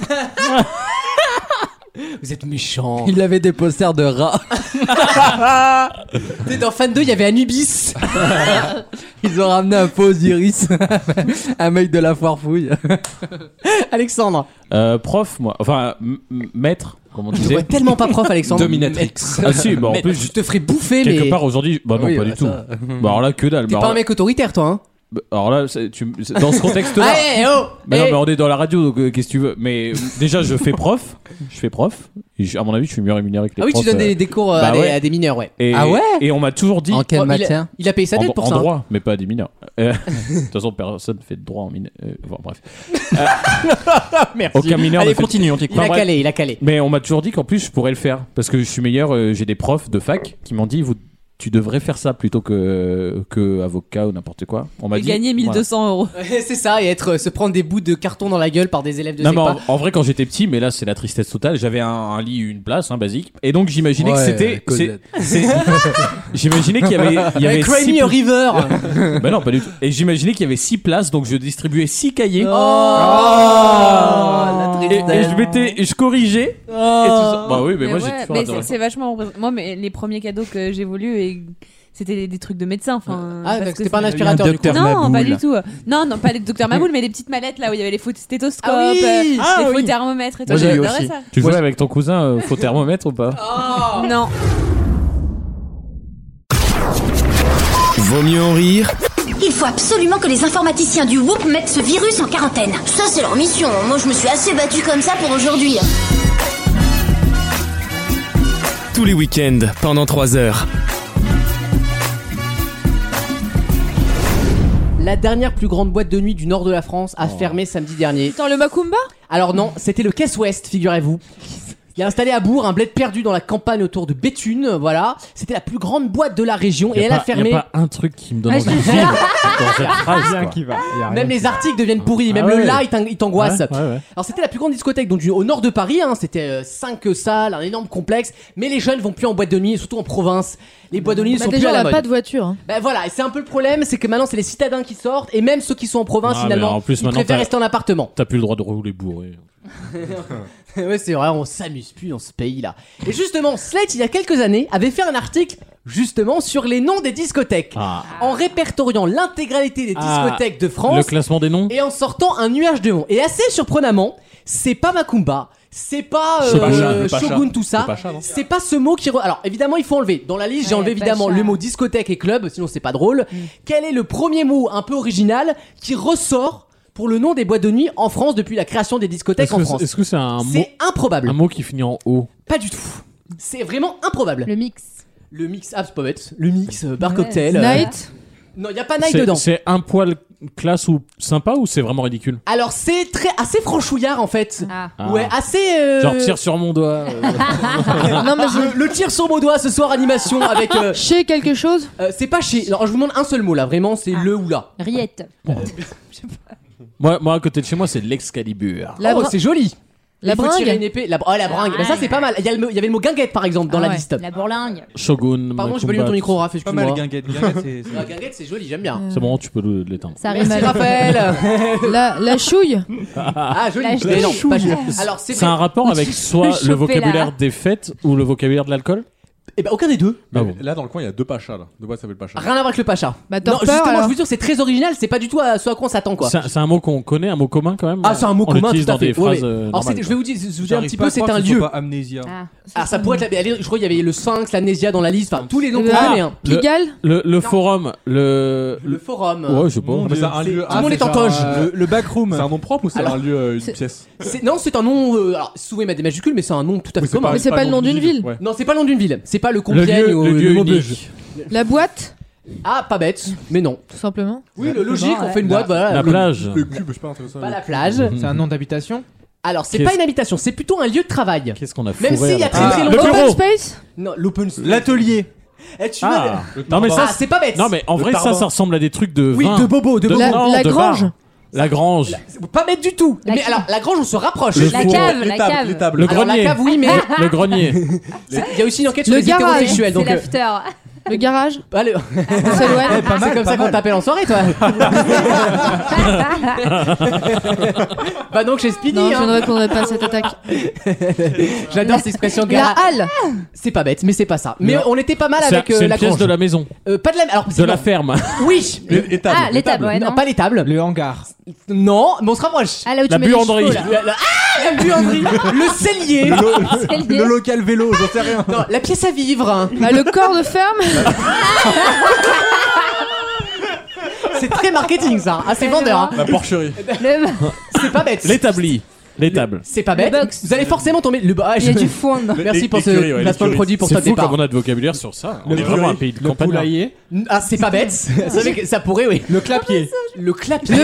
Vous êtes méchant. Il avait des posters de rats. T'es dans Fan 2, il y avait Anubis. Ils ont ramené un faux Osiris. un mec de la foire fouille. Alexandre. Euh, prof, moi. Enfin, m- m- maître, comme on Je te disait. vois tellement pas prof, Alexandre. Dominatrix. Ah si, bah en Mais plus je te ferais bouffer, quelque mais- part aujourd'hui, bah non Oui, pas bah du tout. ça. Bah alors là que dalle. T'es bah pas alors- un mec autoritaire, toi, hein Bah, Alors là, c'est- tu, c'est- dans ce contexte-là. Ah, eh, oh Bah non, Eh mais on est dans la radio, donc euh, qu'est-ce que tu veux Mais euh, déjà, je fais prof. Je fais prof. Et je- à mon avis, je suis mieux rémunéré que les Ah oui, tu profs, donnes des- euh, des cours, euh, à des- à des mineurs, ouais. Et, Ah ouais Et on m'a toujours dit. En quelle Oh, il a- matière il a payé sa En- dette pour en ça, hein. droit, mais pas à des mineurs. Euh, de toute façon, personne fait de droit en mineur. euh, bon, bref. Euh, Merci. Aucun mineur Allez, ne fait- continue, on t'écoute. Il a bref. calé, il a calé. Mais on m'a toujours dit qu'en plus, je pourrais le faire. Parce que je suis meilleur. euh, J'ai des profs de fac qui m'ont dit vous, tu devrais faire ça plutôt que, que avocat ou n'importe quoi. On m'a dit. voilà. euros. c'est ça, et être, euh, se prendre des bouts de carton dans la gueule par des élèves de Non, mais SECPA. en, en vrai, quand j'étais petit, mais là, c'est la tristesse totale. J'avais un, un lit, une place, hein, basique. Et donc, j'imaginais que Ouais, c'était. hein. Cosette. c'est- c'est- J'imaginais qu'il y avait. Il y Eh, avait Cry six me a pla- river. Bah non, pas du tout. Et j'imaginais qu'il y avait 6 places, donc je distribuais 6 Oh, cahiers. Ah. et, et je mettais, et je corrigeais. et tout Oh. Oh. ça. Bah oui, mais, moi, j'ai ouais, toujours mais adoré. c'est- C'est vachement. repré- Moi, mais les premiers cadeaux que j'ai voulu et. C'était des- des trucs de médecin. Enfin, Ah, parce donc que c'était pas un c'est- aspirateur, Il y a eu un du coup. Dr. Non, pas Maboul. du tout. Non, non, pas le docteur Maboul, mais les petites mallettes là où il y avait les faux stéthoscopes, Ah oui euh, les Ah faux oui. thermomètres et tout. Moi, j'ai eu J'adorais aussi. ça. Tu jouais avec ton cousin, euh, faux thermomètre ou pas Oh. Non. Vaut mieux en rire Il faut absolument que les informaticiens du WOOP mettent ce virus en quarantaine. Ça, c'est leur mission. Moi, je me suis assez battue comme ça pour aujourd'hui. tous les week-ends pendant 3 heures. La dernière plus grande boîte de nuit du nord de la France Oh. a fermé samedi dernier. Dans le Macumba Alors non, c'était le Caisse Ouest, figurez-vous. Il a installé à Bourg un bled perdu dans la campagne autour de Béthune, euh, voilà. C'était la plus grande boîte de la région Y et elle pas, a fermé. y a pas un truc qui me donne Ouais, envie je de te vivre jure. dans cette phrase. Rien quoi. qui va, Même les articles deviennent pourris, même Ah le ouais. là il t'in- il t'angoisse. Ouais, ouais, ouais. Alors c'était la plus grande discothèque donc, du- au nord de Paris, hein. c'était euh, cinq salles, un énorme complexe, mais les jeunes vont plus en boîte de nuit, et surtout en province. Les boîtes de nuit ne Bah, sont plus déjà, à la on a mode. pas de voiture. hein. Bah voilà, et c'est un peu le problème, c'est que maintenant c'est les citadins qui sortent et même ceux qui sont en province Ah, mais finalement, en plus, ils maintenant, préfèrent t'as- rester en appartement. T'as plus le droit de rouler bourré. ouais, c'est vrai, on s'amuse plus dans ce pays-là. Et justement, Slate, il y a quelques années, avait fait un article justement sur les noms des discothèques, en répertoriant l'intégralité des Ah, discothèques de France. le classement des noms Et en sortant un nuage de noms. Et assez surprenamment, c'est pas Macumba. C'est pas, euh, C'est pas Chat, c'est pas Shogun Chat. tout ça. C'est pas Chat, non C'est pas ce mot qui. re- Alors évidemment, il faut enlever. Dans la liste, j'ai enlevé pas évidemment Chat. le mot discothèque et club, sinon c'est pas drôle. Quel est le premier mot un peu original qui ressort pour le nom des boîtes de nuit en France depuis la création des discothèques Est-ce en que- France est-ce que c'est un mot C'est improbable. Un mot qui finit en O. Pas du tout. C'est vraiment improbable. Le mix. Le mix, ah, c'est pas bête. Le mix, euh, bar cocktail. euh, Night Non, il y a pas night C'est- dedans. C'est un poil classe ou sympa ou c'est vraiment ridicule Alors c'est très assez franchouillard en fait. Ah. Ouais, assez. euh, Genre tire sur mon doigt. euh. non, mais le, le tir sur mon doigt ce soir animation avec. euh, Chez quelque chose C'est pas chez. Alors je vous demande un seul mot là, vraiment, c'est le ou là. Riette. moi, moi, à côté de chez moi, c'est l'Excalibur. La Oh, c'est joli. La Il faut bringue. tirer une épée. La, br- oh, la bringue. Mais ça c'est pas mal. Il y, a le mot- il y avait le mot guinguette par exemple dans Ah la ouais, liste. La bourlingue. Shogun. Pardon, j'ai pas lu Macumba, ton micro, Raph. Pas mal, excuse-moi. guinguette. guinguette, c'est- c'est- La guinguette c'est joli, j'aime bien. C'est bon, tu peux le- l'éteindre. Ça Merci rime. Raphaël. La, la chouille Ah, joli. La Mais non, chouille. pas joli. Alors c'est C'est un rapport avec soit le vocabulaire des fêtes ou le vocabulaire de l'alcool Ah Eh ben, aucun des deux. Là, dans le coin, il y a deux pachas, là. Deux boîtes s'appellent pachas. Rien à voir avec le Pacha. Bah, non, Dorper, justement, alors. je vous jure, c'est très original, c'est pas du tout à ce à quoi on s'attend quoi. C'est un- c'est un mot qu'on connaît, un mot commun quand même Ah, c'est un mot On commun, l'utilise tout à dans fait. des Ouais, phrases. ouais. euh, Alors, c'était- normales, je vais quoi. vous dire, je vous dis un J'arrive petit pas peu, à c'est croire un que ce lieu. soit pas amnésia. Ah, ça pourrait être. la- Je crois qu'il y avait le sphinx, l'amnésia dans la liste, enfin tous les noms Eh qu'on ben, connaît. hein. Le- Le, le forum, le. Le forum. Ouais, je sais pas. Ah, Mon Dieu. un lieu- Tout le monde est en genre, toge. euh, Le backroom. C'est un nom propre ou c'est Alors, un lieu, euh, une c'est- pièce C'est- Non, c'est un nom. euh, alors, souvent, il met des majuscules, mais c'est un nom tout à fait c'est commun. pas- Mais c'est pas pas le le nom nom d'une d'une ville. ville. Ouais. Non, c'est pas le nom d'une ville. C'est pas le Compiègne lieu- ou le lieu Maubeuge. unique. La boîte Ah, pas bête, mais non. Tout simplement. Oui, le logique, on fait une La- boîte, voilà. la Le- plage. Le cube, c'est pas intéressant. Pas la plage. C'est un nom d'habitation Alors, c'est Qu'est-ce- pas une habitation, c'est plutôt un lieu de travail. Qu'est-ce qu'on a Même fourré s'il y a avec- très très Ah, longtemps. le bureau. Space Non, l'open space. L'atelier. Eh, tu Ah. vois- Non mais ça Ah, c'est pas bête. Non mais en Le vrai ça tarbin. ça ressemble à des trucs de Oui, vin. de bobo, de bobo. La- non, la de bar. grange. La grange. Pas bête du tout. mais cave. alors, la grange, on se rapproche. Le La four. cave, la cave. Le Alors, grenier. la cave, oui, mais Le, le grenier. il y a aussi une enquête sur Le les garage. hétérosexuels. C'est Donc, euh, L'after. Le garage bah, le- s'éloigne. Eh, pas mal, c'est comme ça qu'on t'appelle en soirée, toi. bah donc chez Speedy. Non, je hein. ne répondrai pas à cette attaque. J'adore cette expression. La garage. halle C'est pas bête, mais c'est pas ça. Mais Non. on était pas mal C'est avec euh, c'est une la pièce grange. de la maison. Euh, pas de la. Alors, De la ferme. Oui. Étable. Ah, l'étable, ouais, non, non. pas l'étable. Le hangar. Non, mais on se rapproche. Ah, là où tu La mets les buanderie. chevaux, là. La- la- Ah, la buanderie, le cellier, Cellier. Le local vélo, j'en sais rien. Non, la pièce à vivre. Bah, Le corps de ferme C'est très marketing ça. Ah, c'est vendeur. hein. La porcherie. Le- C'est pas bête. L'établi. L'étable. C'est pas bête. Vous allez forcément tomber. Le... Ah, Il y a je- du foin. Merci pour ce placement de produit pour C'est ta fou départ. comme on a de vocabulaire sur ça. On Le est vraiment curry, un pays de le campagne. Ah, c'est pas bête. ça, fait que- ça pourrait, oui. Le clapier. Le clapier.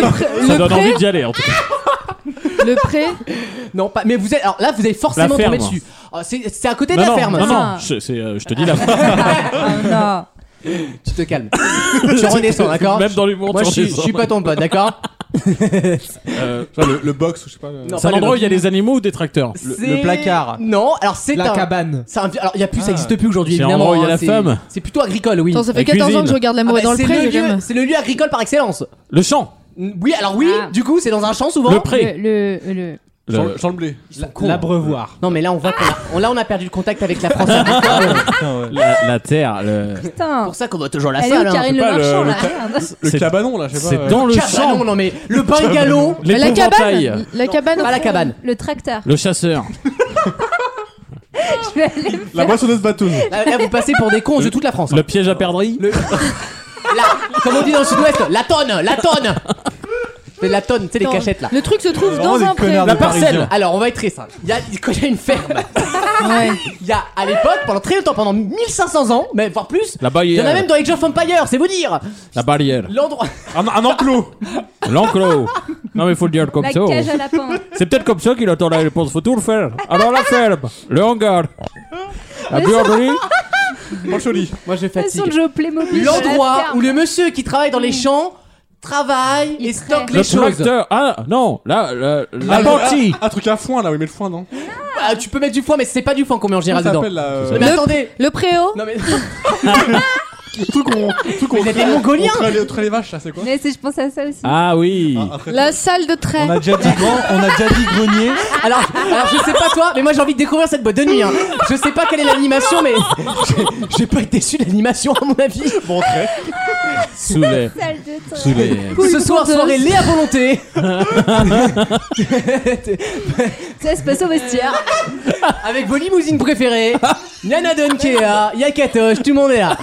Ça donne envie d'y aller en tout cas. Le pré Non, pas. Mais vous êtes. Alors là, vous allez forcément La tomber ferme. dessus. Ah, c'est c'est à côté de Non, la non, ferme. Non, non, je c'est, euh, je te dis la Ah. non. Ah, Tu te calmes. tu redescends, d'accord Même dans l'humour, Moi, tu je suis- je redescends. suis pas ton pote, d'accord Euh, le, le box, je sais pas. le- C'est un pas endroit le- où il y a des animaux ou des tracteurs C'est- Non, alors c'est La un- cabane. c'est un vieux- Alors il y a plus, ça Ah. n'existe plus aujourd'hui. C'est un évidemment, endroit où il y a hein, la c'est- femme. C'est plutôt agricole, oui. Attends, ça fait La 14 ans que cuisine. je regarde L'amour est dans le c'est pré, lieu- j'aime. C'est le lieu agricole par excellence. Le champ. Oui, alors oui. Du coup, c'est dans un champ souvent. Le pré. Ah. Le, le, Le- Sans le blé. L'abreuvoir. Non, mais là on voit qu'on a- on- là on a perdu le contact avec la France. La, la terre, le. C'est pour ça qu'on voit toujours la Elle est où, salle. hein. Karine C'est pas Le Marchand, là. C'est- cabanon, là, je sais pas, C'est euh, dans le Cabane, champ. non, non, mais le bungalow. Les la cabane épouvantails. La cabane au Pas la fond. cabane. Le tracteur. Le chasseur. Je vais aller me La faire- moissonneuse batteuse. Là, là, vous passez pour des cons de toute la France. Le piège à perdrix. Là, comme on dit dans le sud-ouest, la tonne, la tonne. Mais la tonne, tu sais, les Dans- cachettes là. Le truc se trouve Vraiment dans des un pré. La parcelle. Alors, on va être très simple. Il y a, quand il y a une ferme, il y a à l'époque, pendant très longtemps, pendant 1500 ans, mais voire plus, La il y en a barrière. même dans Age of Empire, c'est vous dire. La barrière. L'endroit. Un, un enclos. L'enclos. Non, mais faut le dire comme La ça. oh. cage à lapin. C'est peut-être comme ça qu'il attend la réponse. Faut tout refaire. Alors la ferme, le hangar, la buanderie. Mancholi. Moi, je Façon fatigue. de jeu au Playmobil. L'endroit La où ferme. Mm. le monsieur qui travaille dans les champs travaille et stocke les Le choses. tracteur. Ah non, là, la, la Ah, le- lentille. ah, Un truc à foin, là, oui, mais le foin, non Ah, tu peux mettre du foin, mais c'est pas du foin qu'on met en général Ça dedans. s'appelle, là, euh, Mais Le- attendez. Le préau Non, mais. Tout qu'on. Tout qu'on. Vous êtes des Mongoliens. On traîne les- on traîne les vaches, là, c'est quoi Mais c'est- je pense à ça aussi. Ah oui. La salle de trait. On a déjà dit grand, on a déjà dit grenier. Alors, alors je sais pas toi, mais moi j'ai envie de découvrir cette boîte de nuit. hein. Je sais pas quelle est l'animation, mais j'ai- j'ai pas été déçu de l'animation à mon avis. Bon, très. Sous les. Salle de temps. Sous les. Ce soir, conteuse. soirée Léa Volonté. Ça se passe au vestiaire. Avec vos limousines préférées. Nana Donkea, Yakatoche, tout le monde est là.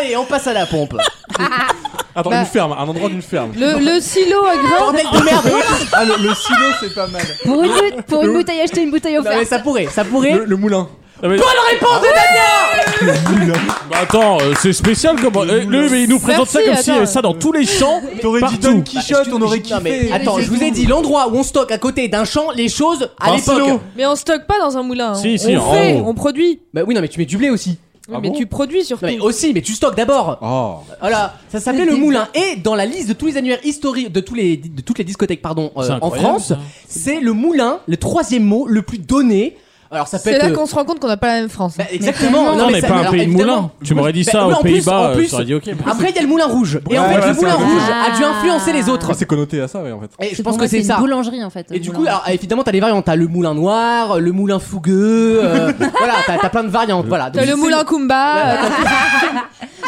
Allez, on passe à la pompe. Attends, Bah- une ferme, un endroit d'une ferme. Le, le silo à grains. Bordel de merde. Ah, le, le silo, c'est pas mal. Pour une, boute- pour une bouteille, acheter une bouteille Non, mais offerte. ça pourrait, ça pourrait. Le, le moulin. Ah, mais- Bonne réponse de Dania Bah, attends, euh, c'est spécial comme. euh, lui, mais il nous présente ça Merci, comme si attends. euh, ça dans tous les champs. T'aurais dit Partout. Don Quichotte, on aurait Bah, Non, mais kiffé. attends, je vous ai dit l'endroit où on stocke à côté d'un champ les choses à Un l'époque. silo. Mais on stocke pas dans un moulin. hein. Si, on si, on en fait, haut. on produit. Bah oui, non, mais tu mets du blé aussi. Oui, Ah mais bon tu produis surtout. Non, mais aussi, mais tu stockes d'abord. Oh. Voilà, ça s'appelait le moulin. Et dans la liste de tous les annuaires historiques, de, tous les, de toutes les discothèques pardon, euh, C'est en incroyable, France, ça. c'est le moulin, le troisième mot le plus donné. Alors ça peut C'est être. là euh, qu'on se rend compte qu'on n'a pas la même France. bah, exactement. Non, mais ça- pas un alors, pays de évidemment, moulin. Tu m'aurais dit bah, ça oui, en aux plus, Pays-Bas, en euh, plus. j'aurais dit ok. Après, il y a le moulin rouge. Et en Ouais, fait, ouais, le c'est moulin vrai. rouge a Ah. dû influencer les autres. Ah, c'est connoté à ça, ouais, en fait. Et je Pour pense moi, que c'est une ça. boulangerie en fait. Et du coup, alors, évidemment, t'as les variantes. T'as le moulin noir, le moulin fougueux. euh, voilà, t'as t'as plein de variantes. Voilà. T'as Ah, Donc, le c'est- moulin Kumba. euh,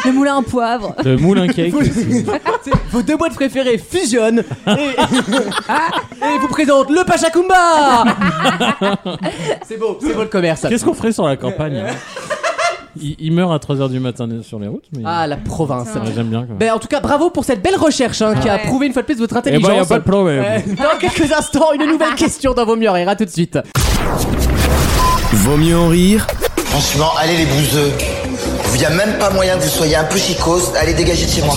le moulin à poivre. Le moulin cake. C'est- Vos deux boîtes préférées fusionnent Ah, et, et vous présente le Pachakumba C'est beau, c'est beau le commerce. Qu'est-ce qu'on ferait sur la campagne hein il, il meurt à 3h du matin euh, sur les routes, mais Ah la province. Ouais, j'aime bien quand même. Ben, en tout cas, bravo pour cette belle recherche hein, qui a prouvé une fois de plus votre Eh intelligence. ben, y a pas de problème. Euh, dans quelques instants, une nouvelle question dans Vos mieux en rire. À tout de suite. Vaut mieux en rire Franchement, allez les bouseux. Il n'y a même pas moyen que vous soyez un peu chicos. Allez, dégagez de chez moi.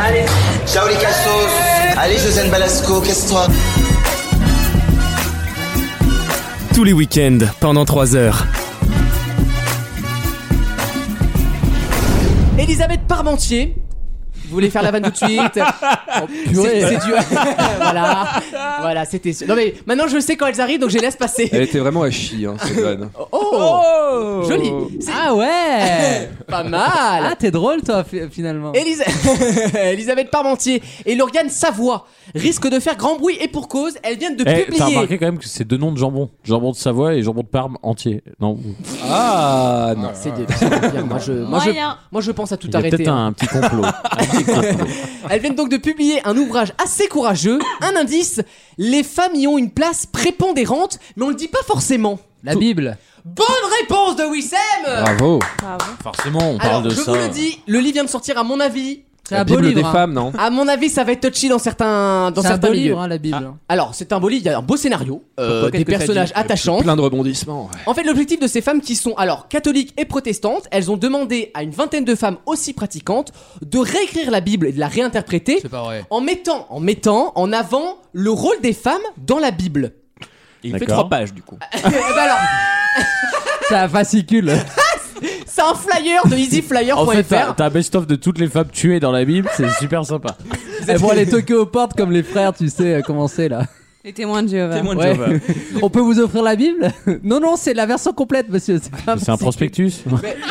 Allez. Ciao les cassos. Allez, Josiane Balasco, casse-toi. tous les week-ends pendant 3 heures. Elisabeth Parmentier. Vous voulez faire la vanne tout de suite Oh, purée. C'est c'est du. voilà, voilà, c'était. sûr. Non mais maintenant je sais quand elles arrivent, donc je les laisse passer. Elle était vraiment à chier, hein, cette vanne. Oh, joli. C'est Ah ouais pas mal. Ah, t'es drôle, toi, fi- finalement. Élise- Elisabeth Parmentier et Lauriane Savoie risquent de faire grand bruit et pour cause, elles viennent de Eh, t'as publier. remarqué quand même que c'est deux noms de jambon. Jambon de Savoie et jambon de Parme entier. Non, Ah non. C'est des- c'est bien. Moi je, moi, je, Moyen. moi, je pense à tout hein. il y a arrêter. peut-être un petit complot. Un petit complot. Elles viennent donc de publier un ouvrage assez courageux. Un indice les femmes y ont une place prépondérante, mais on le dit pas forcément. La Bible. Bonne réponse de Wissem Bravo. Forcément, on parle Alors, de je ça. vous le dis, le livre vient de sortir, à mon avis, C'est La un beau Bible livre, des hein. femmes, non À mon avis, ça va être touchy dans certains dans C'est un certains beau milieux. livre, hein, la Bible. Ah, Alors, c'est un beau livre, il y a un beau scénario, euh, des Pourquoi, qu'est-ce que t'as personnages dit attachants. Plein de rebondissements. En fait, l'objectif de ces femmes qui sont alors catholiques et protestantes, elles ont demandé à une vingtaine de femmes aussi pratiquantes de réécrire la Bible et de la réinterpréter en mettant en mettant en avant le rôle des femmes dans la Bible. Il fait trois pages du coup. Eh ben alors, C'est un fascicule. c'est un flyer de easyflyer.fr. En fait, t'as t'as un best-of de toutes les femmes tuées dans la Bible, c'est super sympa. Elles vont aller toquer aux portes comme les frères, tu sais, euh, comment c'est là. Les témoins de Jéhovah. Ouais. On peut vous offrir la Bible Non, non, c'est la version complète, monsieur. C'est pas C'est un prospectus.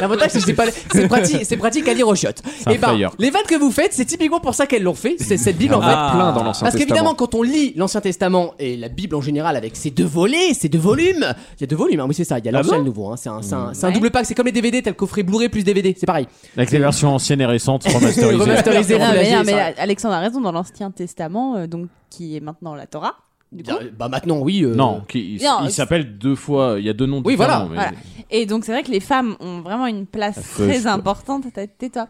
L'avantage, c'est Ah, que c'est pas- c'est pratique, c'est pratique à lire au chiottes. C'est un Eh ben, flyer. les vannes que vous faites, c'est typiquement pour ça qu'elles l'ont fait. C'est cette Bible en fait. Ah, plein dans l'Ancien Parce qu'évidemment, Testament. quand on lit l'Ancien Testament et la Bible en général avec ses deux volets, ses deux volumes, il y a deux volumes, hein, oui, c'est ça, il Ah y a l'ancien et le nouveau. hein. C'est un, c'est un- c'est un double pack, c'est comme les DVD, t'as le coffret Blu-ray plus DVD, c'est pareil. Avec les versions anciennes et récentes remasterisées. Remasterisées. Ah, Non, mais, roulagé, non, mais ça. Alexandre a raison dans l'Ancien Testament, euh, donc qui est maintenant la Torah. Du coup. Bah maintenant, oui. euh, Non, qui- il, Non, il c'est- s'appelle deux fois. Il y a deux noms. Oui, voilà. différents, mais- voilà. Et donc, c'est vrai que les femmes ont vraiment une place feuille, très quoi. importante. T'as- Tais-toi.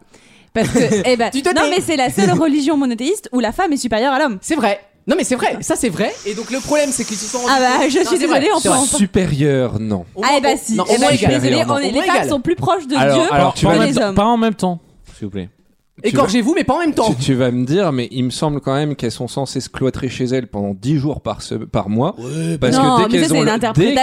Parce que, eh ben, non, mais c'est la seule religion monothéiste où la femme est supérieure à l'homme. C'est vrai. Non, mais c'est vrai. Ça, c'est vrai. Et donc, le problème, c'est qu'ils se sont. Ah, bah, je Non, suis c'est vrai, désolée, on c'est peut vrai. en Supérieur, non. Ah, eh ben, si. non, Eh au ben, moins je suis égal. désolée, Non, on est- au les moins femmes égal. sont plus proches de Alors- Dieu alors, que tu vas- les hommes. Pas en même temps, s'il vous plaît. Écorchez-vous, mais pas en même temps. Tu, tu vas me dire, mais il me semble quand même qu'elles sont censées se cloîtrer chez elles pendant 10 jours par, se- par mois. Non, parce que dès mais ça, qu'elles c'est ont, une le- dès qu'elles ont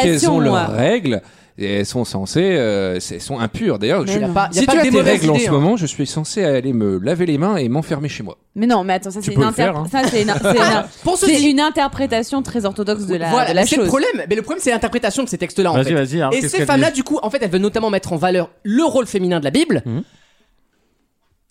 interprétation, leurs moi. règles, elles sont censées. euh, c'est- elles sont impures. D'ailleurs, Mais je- non. Y a pas- y a si pas tu que as des tes mauvaises règles en idées, ce hein. moment, je suis censé aller me laver les mains et m'enfermer chez moi. Mais non, mais attends, ça c'est peux une, le faire, hein. ça, c'est une- c'est une- Pour c'est une interprétation très orthodoxe de la, Voilà, bah, de la mais c'est le chose. problème. Mais le problème, c'est l'interprétation de ces textes-là. en Vas-y, fait. vas-y, alors, Et qu'est-ce ces qu'elles femmes-là, disent du coup, en fait, elles veulent notamment mettre en valeur le rôle féminin de la Bible.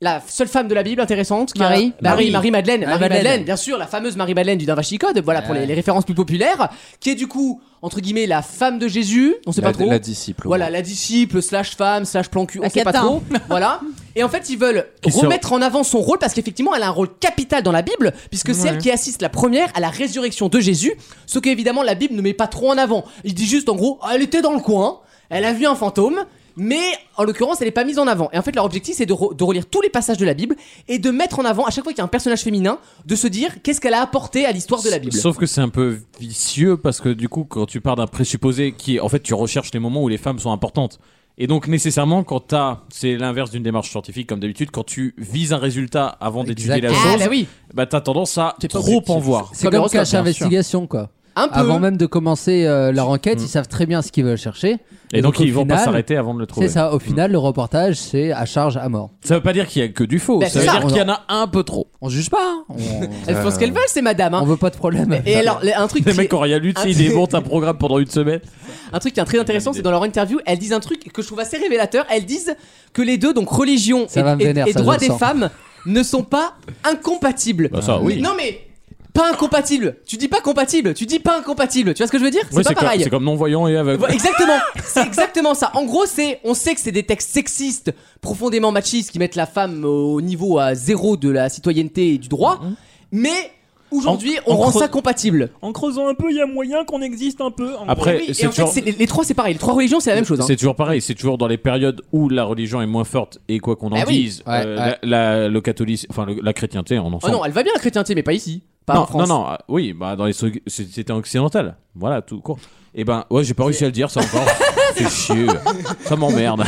La seule femme de la Bible intéressante, qui a- Marie. Marie, Marie. Marie Madeleine, Ah, Marie Madeleine. Madeleine, bien sûr, la fameuse Marie Madeleine du Davachi Code. Voilà pour les, les références plus populaires, qui est du coup entre guillemets la femme de Jésus. On sait La- pas trop. la disciple, Voilà, la disciple slash femme slash plan cul. On La sait pas catin. trop. voilà. Et en fait, ils veulent Qui se- remettre en avant son rôle parce qu'effectivement, elle a un rôle capital dans la Bible, puisque c'est Ouais. elle qui assiste la première à la résurrection de Jésus, ce qu'évidemment la Bible ne met pas trop en avant. Il dit juste en gros, Ah, elle était dans le coin, elle a vu un fantôme. Mais en l'occurrence, elle n'est pas mise en avant. Et en fait, leur objectif, c'est de, re- de relire tous les passages de la Bible et de mettre en avant, à chaque fois qu'il y a un personnage féminin, de se dire qu'est-ce qu'elle a apporté à l'histoire de la Bible. Sauf que c'est un peu vicieux parce que du coup, quand tu pars d'un présupposé qui est en fait, tu recherches les moments où les femmes sont importantes. Et donc, nécessairement, quand t'as, c'est l'inverse d'une démarche scientifique comme d'habitude, quand tu vises un résultat avant d'étudier la chose, Exactement. Ah, bah oui. bah, t'as tendance à trop objectif. en voir. C'est comme, hein, cache investigation, quoi. Un peu. Mm. Avant même de commencer euh, leur enquête, ils savent très bien ce qu'ils veulent chercher. Et donc, au ils vont pas final- s'arrêter avant de le trouver. C'est Mm. ça. Au final, le reportage, c'est à charge à mort. Ça veut pas dire qu'il y a que du faux, Bah, ça c'est veut ça. dire qu'il y en a un peu trop. On juge pas. hein. Elles font ce Euh, qu'elles veulent, ces madames. hein. On veut pas de problème. Et alors, les- un truc Les qui mecs est- ont rien lu, tu sais, ils démontent un programme pendant une semaine. Un truc qui est très intéressant, c'est dans leur interview, elles disent un truc que je trouve assez révélateur. Elles disent que les deux, donc religion Ça et, va me et- vénère, et ça, je droits le des sens. femmes, ne sont pas incompatibles. Bah ça, oui. Non mais pas incompatibles. Tu dis pas compatible, tu dis pas incompatible. Tu vois ce que je veux dire C'est Ouais, pas comme, pareil. c'est comme non-voyant et aveugle. Ouais, Exactement, c'est exactement ça. En gros, c'est, on sait que c'est des textes sexistes, profondément machistes, qui mettent la femme au niveau à zéro de la citoyenneté et du droit. Mhm. Mais aujourd'hui, En- on en rend creux- ça compatible. En creusant un peu, il y a moyen qu'on existe un peu. en Après, gros. Oui, c'est et en fait, toujours- c'est- les, les trois, c'est pareil. Les trois religions, c'est la même chose. hein. C'est toujours pareil, c'est toujours dans les périodes où la religion est moins forte et quoi qu'on en Ah oui. dise, Ouais, euh, ouais. La, la- le catholicisme, enfin le- la chrétienté en Oh ensemble. non, elle va bien la chrétienté, mais pas ici. Pas en non, non, France. non, ah, oui, bah dans les soci- sociétés occidentales, voilà, tout court. Et ben, ouais, j'ai pas réussi à le dire, ça encore. C'est chier, ça m'emmerde.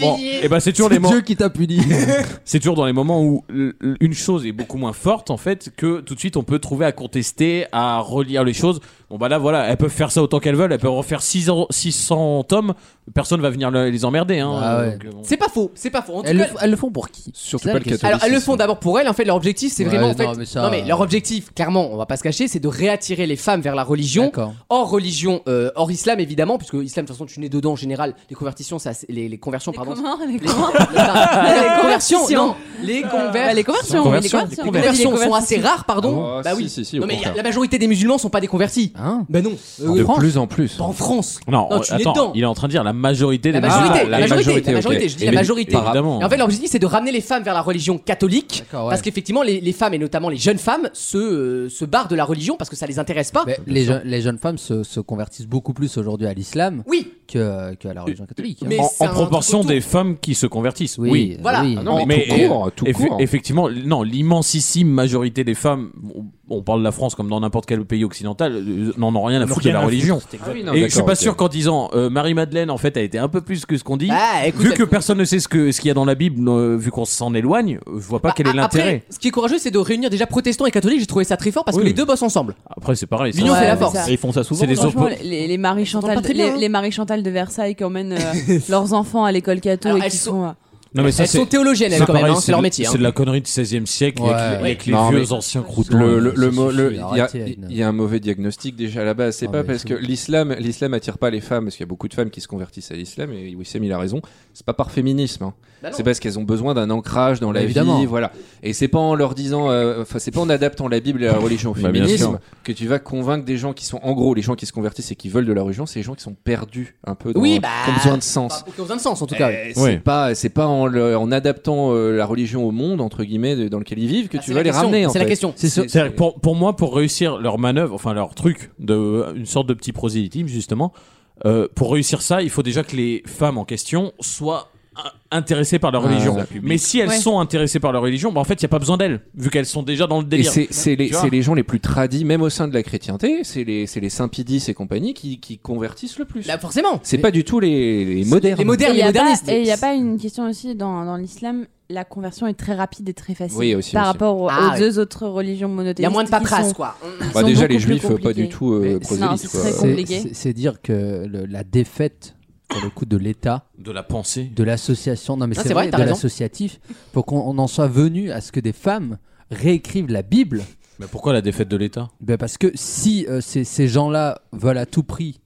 Bon, eh eh et ben c'est toujours les C'est mo- Dieu qui t'a puni. c'est toujours dans les moments où l- l- une chose est beaucoup moins forte en fait que tout de suite on peut trouver à contester, à relire les choses. Bon bah là voilà, elles peuvent faire ça autant qu'elles veulent, elles peuvent refaire 600, 600 tomes, personne va venir le- les emmerder. Hein, Ah ouais. Donc, euh, bon. C'est pas faux, c'est pas faux. En tout Elles le, cas, font- elles le font pour qui Surtout C'est pas la le question. alors elles le font d'abord pour elles. En fait, leur objectif, c'est Ouais, vraiment. en non, fait- mais ça- euh, non mais leur objectif, clairement, on va pas se cacher, c'est de réattirer les femmes vers la religion. D'accord. Hors religion, euh, hors islam évidemment, puisque islam de toute façon tu nais dedans en général. Les conversions, ça, c'est- les, les conversions, pardon. Comment les les conversions, non. Les, Euh, conver- bah, les conversions, oui, les conversions. Les conversions Les sont conversions. assez rares, pardon. Oh, bah si, oui. si, si, au non mais y a- contraire. la majorité des musulmans sont pas des convertis. Hein Ben non. En de France. plus en plus. hein. Pas en France. Non, Non, tu l'es attends, dedans. il est en train de dire la majorité des La majorité, musulmans. la majorité, la ok. majorité, je dis la Et- majorité. Évidemment. Et en fait, leur objectif, c'est de ramener les femmes vers la religion catholique, ouais. parce qu'effectivement, les, les femmes et notamment les jeunes femmes se, euh, se barrent de la religion parce que ça les intéresse pas. les, je- les jeunes femmes se, se convertissent beaucoup plus aujourd'hui à l'islam Oui. que, que à la religion catholique. hein. En- en, proportion des femmes qui se convertissent. Oui, euh, euh, Voilà. oui. Ah non, mais tout court, tout court. Effectivement, non, l'immensissime majorité des femmes, on on parle de la France comme dans n'importe quel pays occidental, euh, n'en ont rien à N'en ont foutre de rien la à foutre, religion. c'est exact. Ah oui, non, Et je suis d'accord, pas ok. sûr qu'en disant euh, Marie-Madeleine, en fait, a été un peu plus que ce qu'on dit, Bah, écoute, vu elle- que personne ne sait ce qu'il ce qu'il y a dans la Bible, euh, vu qu'on s'en éloigne, euh, je vois pas quel est Bah, A- l'intérêt. Après, ce qui est courageux, c'est de réunir déjà protestants et catholiques. J'ai trouvé ça très fort parce que les deux bossent ensemble. Après, c'est pareil. ça, L'union c'est- fait la force. Et ils font ça souvent. C'est des Franchement, oppos- les- les, les Marie Chantal, pas très bien, les, hein. les Marie Chantal de Versailles qui emmènent euh, leurs enfants à l'école catho Alors, et elles qui sont- sont. euh, Non, mais ça, Elles c'est- sont théologiennes, elles, quand même, pareil, hein, c'est leur de- métier, hein. C'est de la connerie du 16e siècle Ouais, avec, les- ouais. avec les Non, mais vieux anciens croutons. Le, le- euh, le ça mot- le- suffit, il y a- arrêtez avec il y, a un mauvais diagnostic déjà là-bas. C'est Ah, pas mais parce c'est que bon. l'islam, l'islam attire pas les femmes, parce qu'il y a beaucoup de femmes qui se convertissent à l'islam. Et Wissem, il a raison. C'est pas par féminisme. hein. Bah non. c'est parce qu'elles ont besoin d'un ancrage dans la Bah Évidemment. vie, voilà. Et c'est pas en leur disant, euh, enfin, c'est pas en adaptant la Bible et la religion au Bah, bien féminisme sûr. que tu vas convaincre des gens qui sont, en gros, les gens qui se convertissent et qui veulent de la religion, c'est les gens qui sont perdus un peu, dans, Oui, bah, qui ont besoin de sens. Qui ont besoin de sens, en tout cas. Euh, oui. c'est pas, c'est pas en, le- en adaptant euh, la religion au monde entre guillemets de- dans lequel ils vivent que tu c'est vas la les question, ramener. en c'est la fait. question. C'est sûr. C'est-à-dire que pour, pour moi, pour réussir leur manœuvre, enfin leur truc, de, une sorte de petit prosélytisme, justement, euh, pour réussir ça, il faut déjà que les femmes en question soient in- intéressées par leur Ah, religion. ça. Mais si elles Ouais. sont intéressées par leur religion, bah, en fait, il n'y a pas besoin d'elles, vu qu'elles sont déjà dans le délire. Et c'est- c'est les, Tu vois c'est les gens les plus tradis, même au sein de la chrétienté, c'est les, c'est les Saint-Pidis et compagnie qui, qui convertissent le plus. Là, forcément. C'est pas du tout les, les modernes. hein. Et y a pas- Et il n'y a pas une question aussi dans, dans l'islam, la conversion est très rapide et très facile Oui, aussi, par aussi. rapport aux, Ah, aux ouais. deux autres religions monothéistes. Il y a moins de qui paperasse, sont- quoi. qui Bah, sont beaucoup déjà, les plus juifs, pas compliquées. du tout euh, prosélytes, c'est quoi. très C'est- compliqué. C'est- C'est dire que le- la défaite, pour le coup, de l'État, de la pensée, de l'association, non mais Non, c'est c'est vrai, vrai, t'as de raison. l'associatif, pour qu'on on en soit venu à ce que des femmes réécrivent la Bible. Mais pourquoi la défaite de l'État Ben parce que si euh, ces, ces gens-là veulent à tout prix,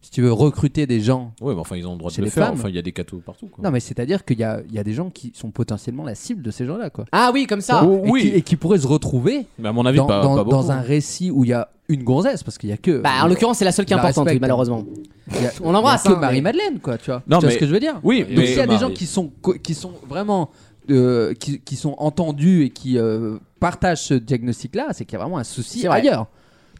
si tu veux recruter des gens, Ouais, mais enfin, ils ont le droit Chez de le les faire. femmes. Enfin, il y a des cathos partout. Quoi. non mais c'est-à-dire qu'il y a, il y a des gens qui sont potentiellement la cible de ces gens-là quoi. Ah oui, comme ça. Et qui- et qui pourraient se retrouver Oh, Mais à mon avis, dans, pas, dans- pas beaucoup. dans un récit où il y a une gonzesse parce qu'il y a que. Bah, en l'occurrence, c'est la seule qui est importante, oui, malheureusement. On l'embrasse, Que hein, Marie Madeleine, quoi, tu vois. tu vois ce que je veux dire. Oui, Donc mais- s'il y a des Marie. gens qui sont co- qui sont vraiment euh, qui, qui sont entendus et qui euh, partagent ce diagnostic-là, c'est qu'il y a vraiment un souci vrai. ailleurs.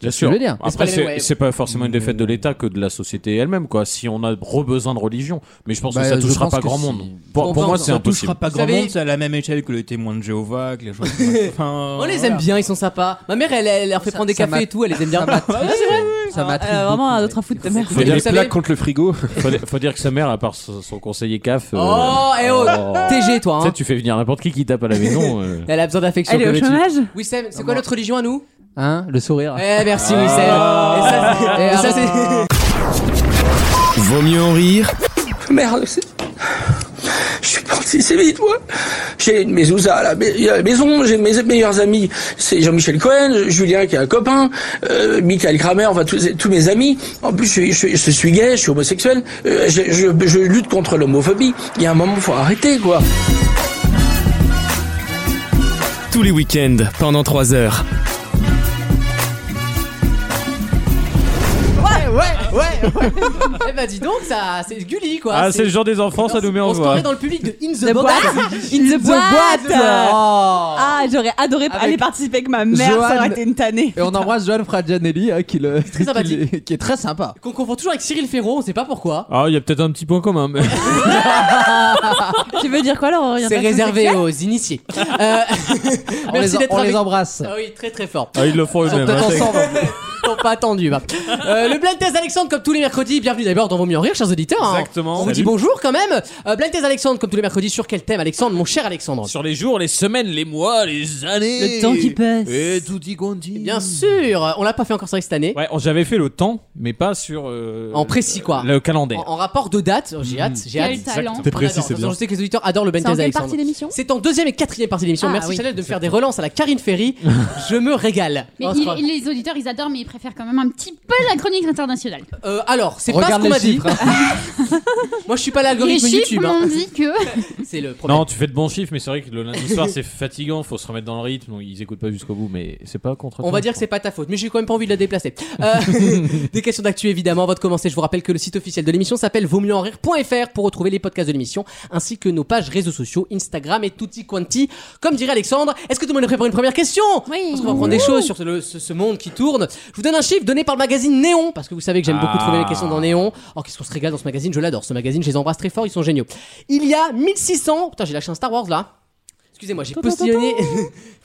Tu Bien vois ce que sûr. Ah, je veux dire. Après, c'est c'est pas forcément une défaite de l'État que de la société elle-même, quoi. Si on a re-besoin de religion, mais je pense Bah, que ça je touchera pense pas que grand si- monde. Pour, pour moi, c'est impossible. touchera pas Vous grand savez- monde, c'est à la même échelle que le témoin de Jéhovah, que les gens. enfin, On les voilà. aime bien, ils sont sympas. Ma mère, elle, elle leur fait prendre des ça cafés m'a- et tout, elle les aime bien. Ouais, c'est vrai. Ça m'attriste. euh, vraiment un autre à foutre de merde. Faut dire, vous savez- contre le frigo. faut, dire- faut dire que sa mère, à part son, son conseiller CAF. euh, Oh, eh oh, TG, toi, hein. Tu sais, tu fais venir n'importe qui qui tape à la maison. euh. Elle a besoin d'affection. Elle est que au veux-tu chômage Oui, Sam, Ah c'est quoi notre religion à nous Hein, le sourire. Eh, merci, oui, Sam. Ah. Et ça, c'est. et ça, c'est- Vaut mieux en rire. Merde, c'est- je suis parti, c'est vite, moi. J'ai une mezouza à la, mai- à la maison, j'ai mes meilleurs amis, c'est Jean-Michel Cohen, Julien qui est un copain, euh, Michael Kramer, enfin tous, tous mes amis. En plus, je, suis- je suis- je suis gay, je suis homosexuel, euh, je, je- je lutte contre l'homophobie. Il y a un moment, faut arrêter, quoi. Tous les week-ends pendant 3 heures. Ouais, ouais, ouais, ouais. eh bah, dis donc, ça, c'est Gulli, quoi. Ah, c'est le genre des enfants, ça nous met en On se croirait joie. dans le public de In the, The Box. Boîte. In the Oh. boîte. Ah, j'aurais adoré aller participer avec ma mère, ça aurait Johan. été une tannée. Et on embrasse Johan Fragianelli hein, qui, le, qui, sympathique. le- qui est très sympa. Qu'on confond toujours avec Cyril Ferro, on sait pas pourquoi. Ah, il y a peut-être un petit point commun. mais- tu veux dire quoi leur C'est orientation réservé sexuelle aux initiés. Euh, On merci les, d'être on les avec- bah, embrasse. Ah oui, très très fort. Ah, ils le font Ils sont eux-mêmes. peut-être hein, c'est- ensemble. Ils n'ont pas attendu. va. Euh, le blind test d'Alexandre, comme tous les mercredis, bienvenue d'abord dans Vos mieux en rire, chers auditeurs. hein. Exactement. On vous dit Salut. bonjour quand même. Euh, blind test d'Alexandre, comme tous les mercredis, sur quel thème, Alexandre, mon cher Alexandre Sur les jours, les semaines, les mois, les années. Le temps qui passe. Et tout y continue. Bien sûr, on l'a pas fait encore ça cette année. Ouais, on- j'avais fait le temps, mais pas sur. euh, En précis, quoi. Le calendrier. En, en rapport de date, j'ai hâte, j'ai hâte. Quel talent. T'es précis, Hmm. c'est On adore. De toute façon, bien. Je sais que les auditeurs adorent le Ben blind C'est en quelle test d'Alexandre. partie d'émission C'est en deuxième et quatrième partie d'émission. Ah, Merci oui. Chanel de me faire des relances à la Karine Ferry. Je me régale. Oh, Mais On se il- croit- les auditeurs, ils adorent, mais ils préfère quand même un petit peu la chronique internationale. Euh, alors, c'est pas ce qu'on m'a dit. Moi, je suis pas Les l'algorithme chiffres YouTube. hein. m'ont dit que. C'est le problème. Non, tu fais de bons chiffres, mais c'est vrai que le lundi soir c'est fatigant, faut se remettre dans le rythme, donc ils écoutent pas jusqu'au bout, mais c'est pas contre On va dire que c'est pas ta faute, mais j'ai quand même pas envie de la déplacer. Euh, des questions d'actu évidemment avant de commencer. Je vous rappelle que le site officiel de l'émission s'appelle vautmieuxenrire.fr pour retrouver les podcasts de l'émission ainsi que nos pages réseaux sociaux Instagram et tutti quanti. Comme dirait Alexandre, est-ce que tout le monde est prêt pour une première question Oui. Parce qu'on va prendre des choses sur le- ce, ce monde qui tourne. Je vous donne un chiffre donné par le magazine Néon parce que vous savez que j'aime beaucoup Ah. trouver les questions dans Néon. Or qu'est-ce qu'on se régale dans ce magazine Je l'adore. Ce magazine, je les embrasse très fort, ils sont géniaux. Il y a 1600. Putain, j'ai lâché un Star Wars là. Excusez-moi, j'ai postillonné. Faut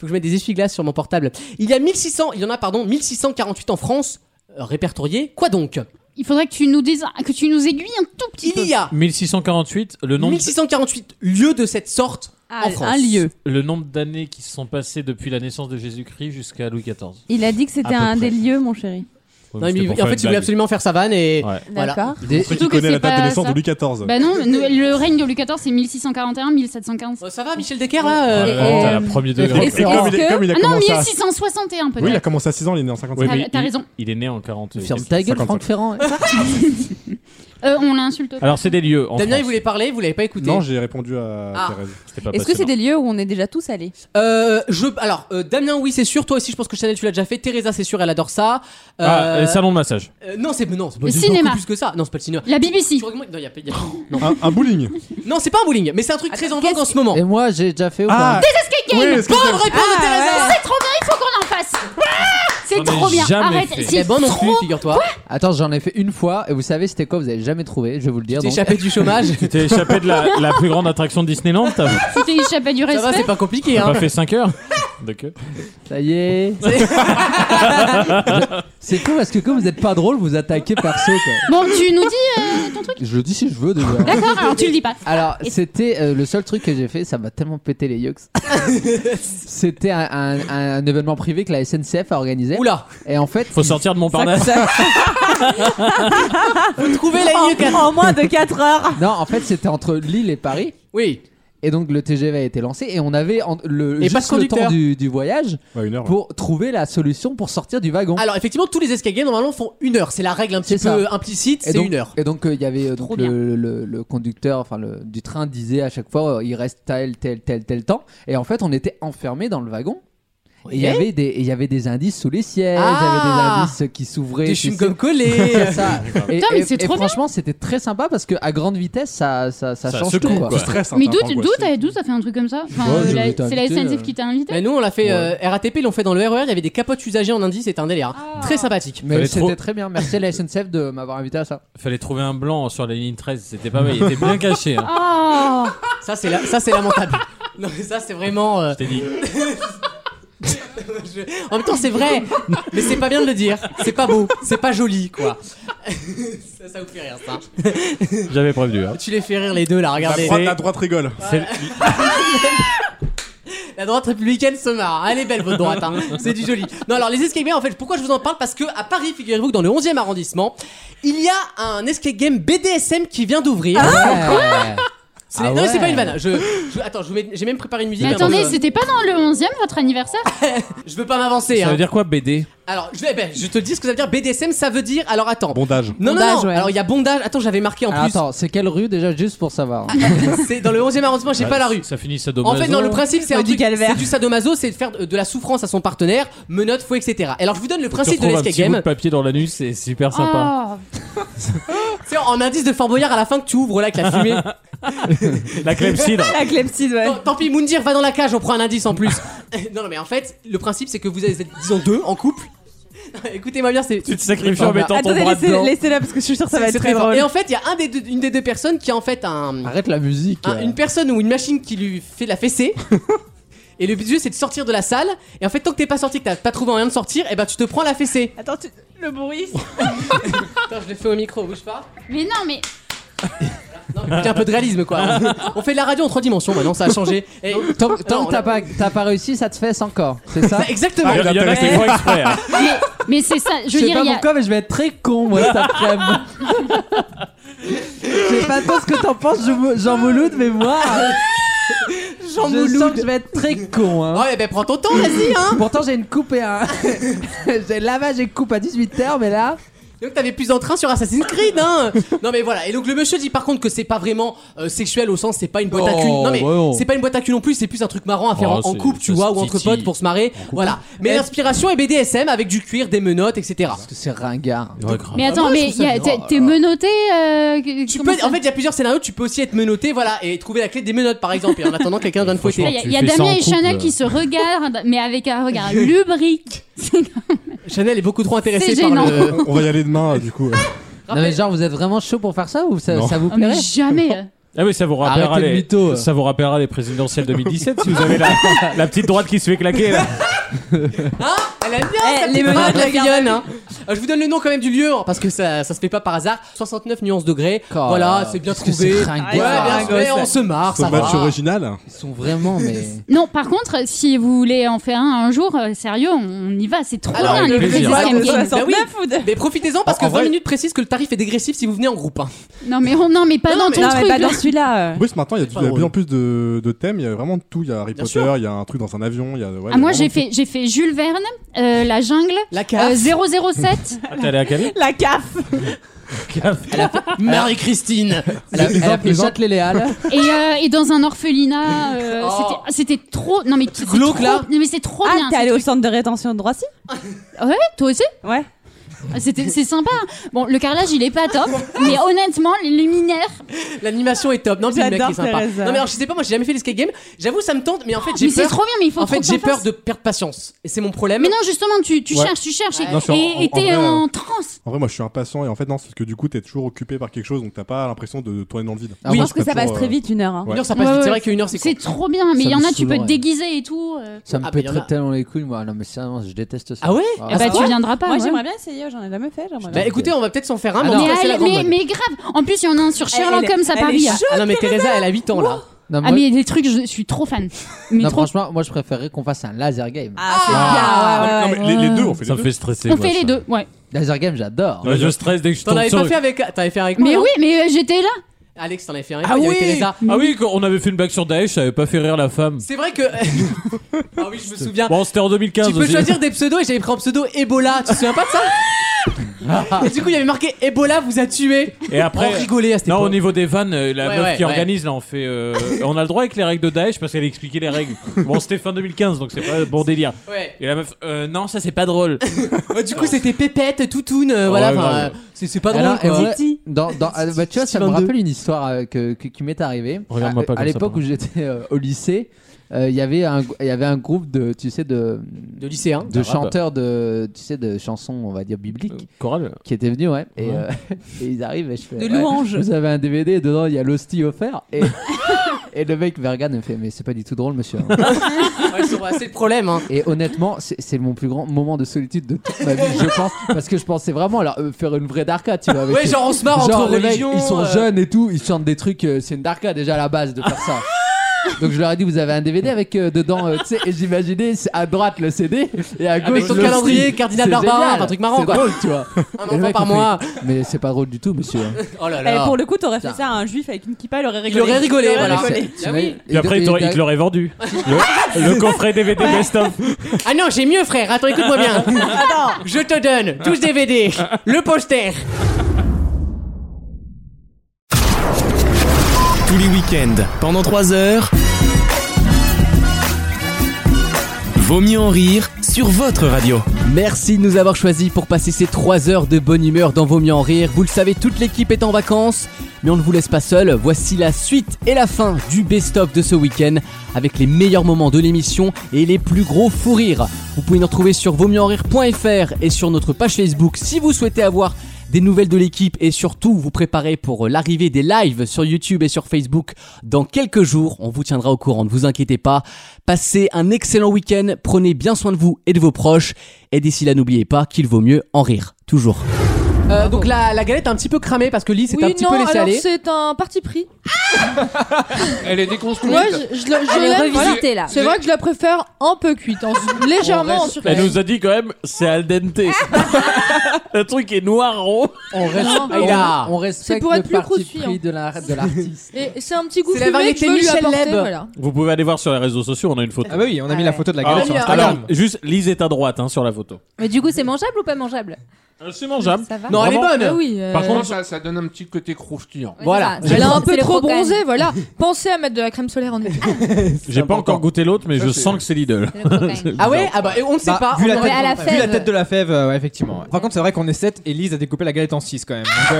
que je mette des essuie-glaces sur mon portable. Il y a 1600, il y en a pardon, 1648 en France euh, répertoriés. Quoi donc Il faudrait que tu nous dises, que tu nous aiguilles un tout petit peu. Il y a 1648, le nombre 1648 lieux de cette sorte Ah, en France. un lieu. le nombre d'années qui se sont passées depuis la naissance de Jésus-Christ jusqu'à Louis XIV. Il a dit que c'était À peu un des près. lieux, mon chéri. Ouais, mais Non, mais c'était il- pour en faire fait, une il voulait blague. absolument faire sa vanne et voilà. D'accord. Des- Surtout qui qu'il connaît la date de naissance de Louis XIV. Ben Bah non, nous- le règne de Louis XIV, c'est 1641, 1715. Oh, ça va, Michel Decker là euh, Ah là là, t'as la premier degré. Et- et- et- comme il est- comme il a ah non, commencé à- 1661 peut-être. Oui, il a commencé à 6 ans, il est né en 55. Oui, mais T'as- t'as il- raison. Il est né en 40. Ferme ta gueule, Franck Ferrand. Euh, on l'insulte. Alors c'est des lieux. En Damien, il France. voulait parler, vous l'avez pas écouté. euh, Non, j'ai répondu à Ah. Thérèse. C'était pas Est-ce que c'est des lieux où on est déjà tous allés Euh, je, alors, euh, Damien, oui, c'est sûr. Toi aussi, je pense que Chanel, tu l'as déjà fait. Teresa, c'est sûr, elle adore ça. Euh, Ah, euh, salon de massage. euh, non, c'est non, c'est pas Le c'est cinéma. beaucoup plus que ça. Non, c'est pas le cinéma. La BBC. Non, y a- y a- Un, un bowling. non, c'est pas un bowling, mais c'est un truc très en vogue en ce moment. Et moi, j'ai déjà fait. au Ah. bar. Des escape games Oui, escape Bonne games. réponse de Ah, Teresa. ouais. C'est trop bien, il faut qu'on en fasse Ah, C'est J'en ai trop bien, jamais arrête fait. c'est Eh ben non trop- Plus, figure-toi. Attends, j'en ai fait une fois et vous savez c'était quoi Vous avez jamais trouvé, je vais vous le dire. t'es donc. échappé du chômage Tu t'es échappé de la, la plus grande attraction de Disneyland T'as Tu t'es échappé du Ça va, respect c'est pas compliqué. t'as Hein. pas fait 5 heures De queue Ça y est. C'est tout parce que comme vous êtes pas drôle, vous attaquez perso. Quoi. Bon, tu nous dis euh, ton truc Je le dis si je veux déjà. D'accord, alors tu le dis pas. Alors, Et- c'était euh, le seul truc que j'ai fait, ça m'a tellement pété les yeux. c'était un, un- un événement privé que la SNCF a organisé. Oula Et en fait. Faut sortir de Montparnasse. Ça- Vous trouvez la ligne 4 En moins de 4 heures Non, en fait, c'était entre Lille et Paris. Oui. Et donc le TGV a été lancé et on avait en- le, Et juste pas de le conducteur. temps du, du voyage heure, pour trouver la solution pour sortir du wagon. Alors, effectivement, tous les escape games normalement font une heure. C'est la règle un petit C'est peu ça. implicite, Et c'est donc- une heure. Et donc, euh, il y avait euh, donc, Trop le, le- le conducteur enfin, le- du train disait à chaque fois euh, il reste tel, tel, tel, tel temps. Et en fait, on était enfermés dans le wagon. Et il y Ouais. avait des- et il y avait des indices sous les sièges, il Ah y avait des indices qui s'ouvraient. Des qui se- chewing-gums collés. C'est ça. Et, Putain, mais et- c'est et trop bien. franchement, c'était très sympa parce que à grande vitesse, ça, ça, ça Ça change secoue, tout. Quoi. quoi. Tu stresses, Mais d'où d'où t'as d'où t'as fait un truc comme ça Enfin, Ouais, euh, je la- m'étais C'est la invité, SNCF euh. qui t'a invité Mais nous, on l'a fait euh, RATP, ils l'ont fait dans le RER. Il y avait des capotes usagées en indice, c'était un délire. Très sympathique. Mais Fallait c'était trop- très bien. Merci à la SNCF de m'avoir invité à ça. Fallait trouver un blanc sur la ligne 13, c'était pas mal, il était bien caché. hein. Ah, Oh Ça, c'est la- ça, c'est lamentable. Non, mais ça, c'est vraiment. euh, Je t'ai dit. Je- En même temps, c'est vrai, mais c'est pas bien de le dire. C'est pas beau, c'est pas joli, quoi. ça, ça vous fait rire, ça. J'avais prévenu. hein. Tu les fais rire les deux, là, regardez. La droite, la droite rigole. C'est- La droite républicaine se marre. Elle est belle, votre droite. hein. C'est du joli. Non, alors, les escape games, en fait, pourquoi je vous en parle Parce que à Paris, figurez-vous que dans le 11e arrondissement, il y a un escape game BDSM qui vient d'ouvrir. Ah, Ouais. Ah, C'est- Ah non, mais c'est ouais. pas une vanne. Je, je- attends, je vous mets- j'ai même préparé une musique. Mais hein, attendez, parce que- c'était pas dans le 11 e votre anniversaire je veux pas m'avancer. Ça hein. veut dire quoi BD Alors, je, vais- ben, je te dis ce que ça veut dire. BDSM, ça veut dire. Alors, attends. Bondage. Non, non, Bondage, non. ouais. Alors, il y a bondage. Attends, j'avais marqué en Alors, plus. attends, c'est quelle rue déjà juste pour savoir C'est dans le 11e arrondissement, Ah, j'ai Bah, pas la rue. Ça finit sadomaso. En fait, non, le principe, c'est Faut un du truc- c'est du sadomaso, c'est de faire de la souffrance à son partenaire, menottes, fouet, etc. Alors, je vous donne le Tu principe de retrouves un l'escape petit bout de game. Oh. papier dans l'anus, c'est super sympa. C'est en indice de Fort Boyard à la fin que tu ouvres là avec la fumée. La clepsydre. clepside, ouais. Tant pis, Moundir va dans la cage, on prend un indice en plus. non, non, mais en fait, le principe, c'est que vous êtes, disons, deux en couple. Écoutez-moi bien, c'est. Ah, Tu te sacrifies en mettant ton Attendez, bras laissez- dedans. laissez- Ah, Laissez-la parce que je suis sûre que ça C'est- va c'est être très fort. drôle. Et en fait, il y a un des deux- une des deux personnes qui a en fait un. Arrête la musique. un- une personne ou une machine qui lui fait la fessée. et le but du jeu, c'est de sortir de la salle. Et en fait, tant que t'es pas sorti, que t'as pas trouvé moyen de sortir, et ben tu te prends la fessée. Attends, tu- le bruit. Attends, je le fais au micro, bouge pas. Mais non, mais Non, mais écoutez, un peu de réalisme quoi. on fait de la radio en trois dimensions maintenant, ça a changé. Et... Tant, tant Non, que t'as là- pas, t'as pas réussi, ça te fesse encore, c'est ça Ça, exactement. Ah, Il y en a- il y en a qui font exprès. hein. mais, mais c'est ça, je Je veux sais dire, pas il y a- Ah, pourquoi, mais je vais être très con moi cet après-midi. je sais pas trop ce que t'en penses, Jean Jean Mouloud, mais moi, Jean je Mouloud. sens que je vais être très con. Hein. Ouais, ben prends ton temps, vas-y, hein. Pourtant, j'ai une coupe et un. j'ai lavage et coupe à 18h, mais là. Donc t'avais plus d'entrain sur Assassin's Creed, hein Non mais voilà. Et donc le monsieur dit par contre que c'est pas vraiment euh, sexuel au sens c'est pas une boîte à cul. Oh, Non mais bah non. c'est pas une boîte à cul non plus. C'est plus un truc marrant à faire Oh, en- en c'est- couple, tu vois, ou entre potes pour se marrer. Voilà. Mais l'inspiration est BDSM avec du cuir, des menottes, Ah, etc. Parce que c'est ringard. Mais attends, mais y a- t'es- t'es menotté euh, que- Tu comment peux- ça- en fait, il y a plusieurs scénarios. Tu peux aussi être menotté, voilà, et trouver la clé des menottes, par exemple, et en attendant que quelqu'un vienne fouetter. Il y a, il y a Damien et euh. euh. Chanel qui se regardent, mais avec un regard lubrique. Chanel est beaucoup trop C'est intéressée par gênant. le. On va y aller demain, du coup. Non, mais genre, vous êtes vraiment chaud pour faire ça ou ça, ça vous Oh, mais plairait jamais. Ah oui, ça vous rappellera Arrêtez le les, mytho. ça vous rappellera les présidentielles 2017 si vous avez la, la petite droite qui se fait claquer. Là. Elle aime bien Eh, sa petite les phrase, menottes, la la garde fillonne, à hein. Euh, Je vous donne le nom quand même du lieu hein, parce que ça, ça se fait pas par hasard. 69 nuances degrés. voilà, c'est bien qu'est-ce que trouvé. c'est ringard. Ouais, bien sûr, Ringard, mais on ça. se marre, Son ça match va. original. Ils sont vraiment, mais. Non, par contre, si vous voulez en faire un un jour, euh, sérieux, on y va, c'est trop bien. les BDSM games. Ben oui, Mais profitez-en parce que bah En 20 vrai- minutes précisent que le tarif est dégressif si vous venez en groupe. hein. Non, mais, on- non, mais pas dans ton truc. hein. Ah, là. Oui, ce matin, il y a du- il y a de plus en plus de, de thèmes. Il y a vraiment de tout. Il y a Harry Bien Potter, il y a un truc dans un avion. Il y a, ouais, il y a Ah, moi, vraiment j'ai tout. fait, j'ai fait Jules Verne, euh, La Jungle, euh, 007. Ah, t'es allé à Calais La CAF. Marie-Christine Elle a, Eh, elle a fait Châtelet-Léal. Et, euh, et dans un orphelinat, euh, c'était- c'était trop. Non mais c'est glauque, trop- là Non mais c'est trop Ah, bien. t'es c'est allé trop- au centre de rétention de Droissy Ouais, toi aussi Ouais. C'était, c'est sympa. hein. Bon, le carrelage il est pas top, mais honnêtement, les luminaires. L'animation est top. Non, mais le mec J'adore est sympa. Teresa. Non, mais alors, je sais pas, moi, j'ai jamais fait l'escape game. J'avoue, ça me tente, mais en fait, j'ai Mais c'est peur. trop bien, mais il faut En trop fait, que t'en j'ai peur fasses. de perdre patience. Et c'est mon problème. Mais non, justement, tu, tu Ouais. cherches, tu cherches, et- Non, je suis en- en- et et t'es en vrai, en euh, transe. En vrai, moi, je suis impatient et en fait, non, c'est parce que du coup, t'es toujours occupé par quelque chose, donc t'as pas l'impression de, de tourner dans le vide. Ah, Je pense que ça passe euh, euh, très vite, une heure. hein. Ouais. Une heure, ça passe Ouais, vite. ouais. C'est vrai qu'une heure, c'est C'est trop bien, mais Ça il y me en a, tu peux te saoulerait. déguiser et tout. euh. Ça me Ah, bah, pèterait y en a- tellement les couilles, moi. Non, mais sérieusement, je déteste ça. Ah ouais Ah bah, tu viendras pas. Moi, ouais. j'aimerais bien essayer, j'en ai jamais fait. j'aimerais Bah bien. écoutez, on va peut-être s'en faire un, mais Ah on non. Mais, va passer la elle- grande mais, bonne. mais grave, en plus il y en a un sur Sherlock elle est- Holmes à elle est Paris. chaude, Ah non, mais Teresa, elle a 8 ans là. Non, Ah moi- mais les trucs, je suis trop fan. Mais Non, trop. franchement, moi, je préférerais qu'on fasse un laser game. Ah, ouais, ouais, ouais. les, deux, on fait Ça me fait stresser. On moi, fait les ça. deux, ouais. Laser game, j'adore. Ouais, je stresse dès que je T'en tombe avais sur- pas fait avec. T'en avais fait avec moi Mais non oui, mais euh, j'étais là. Alex, t'en avais fait un. Ah il y oui avait Teresa. Ah oui, quand on avait fait une blague sur Daesh, ça avait pas fait rire la femme. Mm. C'est vrai que. ah oui, je me souviens. Bon, c'était en 2015. Tu peux aussi. choisir des pseudos et j'avais pris en pseudo Ebola. Tu te souviens pas de Ah. ça Et du coup, il y avait marqué Ebola vous a tué. Oh, Et après, On rigolait à cette non, époque. au niveau des vannes, euh, la Ouais, meuf ouais, qui ouais. organise, là, on fait. euh, on a le droit avec les règles de Daesh parce qu'elle expliquait les règles. Bon, c'était fin 2015, donc c'est pas bon délire. Ouais. Et la meuf, euh, non, ça c'est pas drôle. Ouais, du coup, c'était Pépette, Toutoune. euh, voilà, Ouais, enfin, ouais, euh, ouais. c'est c'est pas Et drôle alors, et quoi. voilà, dans, dans- ah, bah, tu vois, ça me 22. rappelle une histoire euh, que, que- qui m'est arrivée. Regarde-moi À- pas à comme ça, l'époque où j'étais euh, au lycée, euh, il y avait un il y avait un groupe de tu sais de de lycéens, de bah. Ah, chanteurs de tu sais de chansons on va dire bibliques Euh, chorale qui étaient venus ouais et, Ouais. euh, et ils arrivent et je fais De ouais, louanges. vous avez un DVD dedans il y a l'hostie offert et, et le mec me regarde et me fait mais c'est pas du tout drôle monsieur hein. Ouais, ils ont assez de problèmes. hein. et honnêtement, c'est c'est mon plus grand moment de solitude de toute ma vie, je pense. Parce que je pensais vraiment alors, euh, faire une vraie darka, tu vois. avec- Ouais, genre, on se marre Genre, entre les mecs, religions, Ils sont euh. jeunes et tout, ils chantent des trucs. euh, c'est une darka déjà à la base de faire ça. Donc je leur ai dit, vous avez un DVD avec euh, dedans, euh, tu sais, et j'imaginais c'est à droite le CD et à gauche Avec Ah, ton Ah, le calendrier, style. Cardinal C'est Barbarin, génial, un truc marrant, c'est quoi. drôle, tu vois. Et Un le enfant mec par me fait, mois. Mais c'est pas drôle du tout, monsieur. hein. Oh là Eh, là. pour le coup, t'aurais fait Tiens. ça à un juif avec une kippa, il aurait Il rigolé. aurait rigolé, Il aurait voilà. rigolé. Bah Ah oui. Puis après, il t'aurait- il te l'aurait vendu. Le, le coffret DVD best-of. Ah non, j'ai mieux, frère. Attends, écoute-moi bien. Attends. Je te donne 12 DVD, le poster. Tous les week-ends, pendant 3 heures. Vaut mieux en rire sur votre radio. Merci de nous avoir choisis pour passer ces 3 heures de bonne humeur dans Vos mieux en rire. Vous le savez, toute l'équipe est en vacances, mais on ne vous laisse pas seul. Voici la suite et la fin du best-of de ce week-end avec les meilleurs moments de l'émission et les plus gros fous rires. Vous pouvez nous retrouver sur vosmieuxenrire.fr et sur notre page Facebook si vous souhaitez avoir des nouvelles de l'équipe et surtout vous préparer pour euh, l'arrivée des lives sur YouTube et sur Facebook dans quelques jours. On vous tiendra au courant, ne vous inquiétez pas. Passez un excellent week-end, prenez bien soin de vous et de vos proches. Et d'ici là, n'oubliez pas qu'il vaut mieux en rire, toujours. Euh, donc la, la galette est un petit peu cramée parce que Lise s'est Oui, un petit non, peu laissée alors aller. c'est un parti pris. Elle est déconstruite. Moi, je, je, la- je Elle est l'aime, revisitée, là. C'est vrai que je la préfère un peu cuite, en- légèrement en sucre. Elle nous a dit quand même, c'est al dente. le truc est noir rond. On reste- Non. on- Là. on respecte C'est pour être le plus parti croustillant. pris de la- hein. de l'artiste. Et c'est un petit goût C'est la fumé que variété je veux lui Michel apporter, Leb. voilà. Vous pouvez aller voir sur les réseaux sociaux, on a une photo. Ah bah oui, on a mis la photo de la Alors, galette sur alors, Instagram. juste, Lise est à droite hein, sur la photo. Mais du coup, c'est mangeable ou pas mangeable C'est mangeable. Ça va Non, elle est Vraiment bonne. Ah oui, euh, Par contre, ça, ça donne un petit côté croustillant. Voilà. Elle est un peu les trop crocanes. bronzée, voilà. Pensez à mettre de la crème solaire en été. J'ai pas encore goûté l'autre, mais Ça, je c'est- sens que c'est Lidl. Ah ouais Ah bah et on ne sait Bah, pas. Vu, on la aurait- tête, vu la tête de la fève, euh, ouais, effectivement. ouais. Par contre, c'est vrai qu'on est 7 et Lise a découpé la galette en 6 quand même. Donc,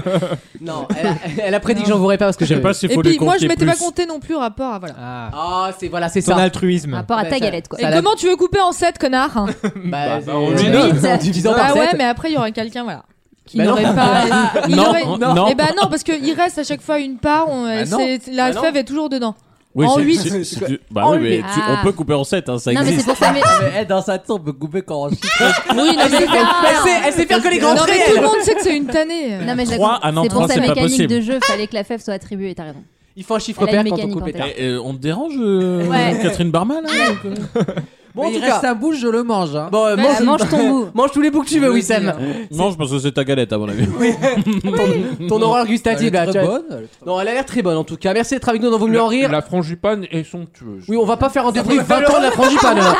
euh, Non, elle a, elle a prédit que j'en voudrais pas parce que Je sais je- pas s'il Et puis moi, je m'étais pas compté non plus rapport à voilà. Ah, c'est voilà, c'est Ton ça. altruisme. Rapport à Ouais, ta ça- galette, quoi. ça Et la- comment tu veux couper en 7, connard hein Bah, on c'est- lui euh, donne. en divisant Bah par ouais, sept. mais après, il y aurait quelqu'un, voilà. Qui Bah non. n'aurait pas. il Non, aurait- non. Eh ben non, parce qu'il reste à chaque fois une part, on- non. c'est- la Bah non. fève est toujours dedans. Oui, en c'est- 8. c'est- c'est du- Bah En oui, mais huit. tu- Ah. on peut couper en 7, hein, ça Non, mais existe. c'est pour ça, mais- Eh, dans sa tête, on peut couper quand on chie. Oui, non, mais c'est ça. Elle sait- elle sait faire que les grands Non, mais traits, tout elle. le monde sait que c'est une tannée. Non, mais je la Trois, comprends. ah non, c'est pour trois, sa c'est pas mécanique possible. de jeu, fallait que la fève soit attribuée, t'as raison. Il faut un chiffre Elle a une pair quand on mécanique coupe en les tête. hein. tartes. Eh, euh, on te dérange, euh, Ouais. Ah Catherine Barma, là Bon, en euh. il tout reste cas- sa bouche, je le mange. hein. Bon, euh, Mais- mange, mange ton goût. mange tous les bouts que tu veux, Wissem. Non, je pense que c'est ta galette, à mon avis. Ton- Ton horreur gustative, Elle est là, très tu vois. bonne, elle Non, elle a l'air très bonne en tout cas. Merci d'être avec nous dans Vaut mieux en rire. La frangipane est somptueuse. Oui, on va pas faire un débrief 20 ans de la frangipane. là.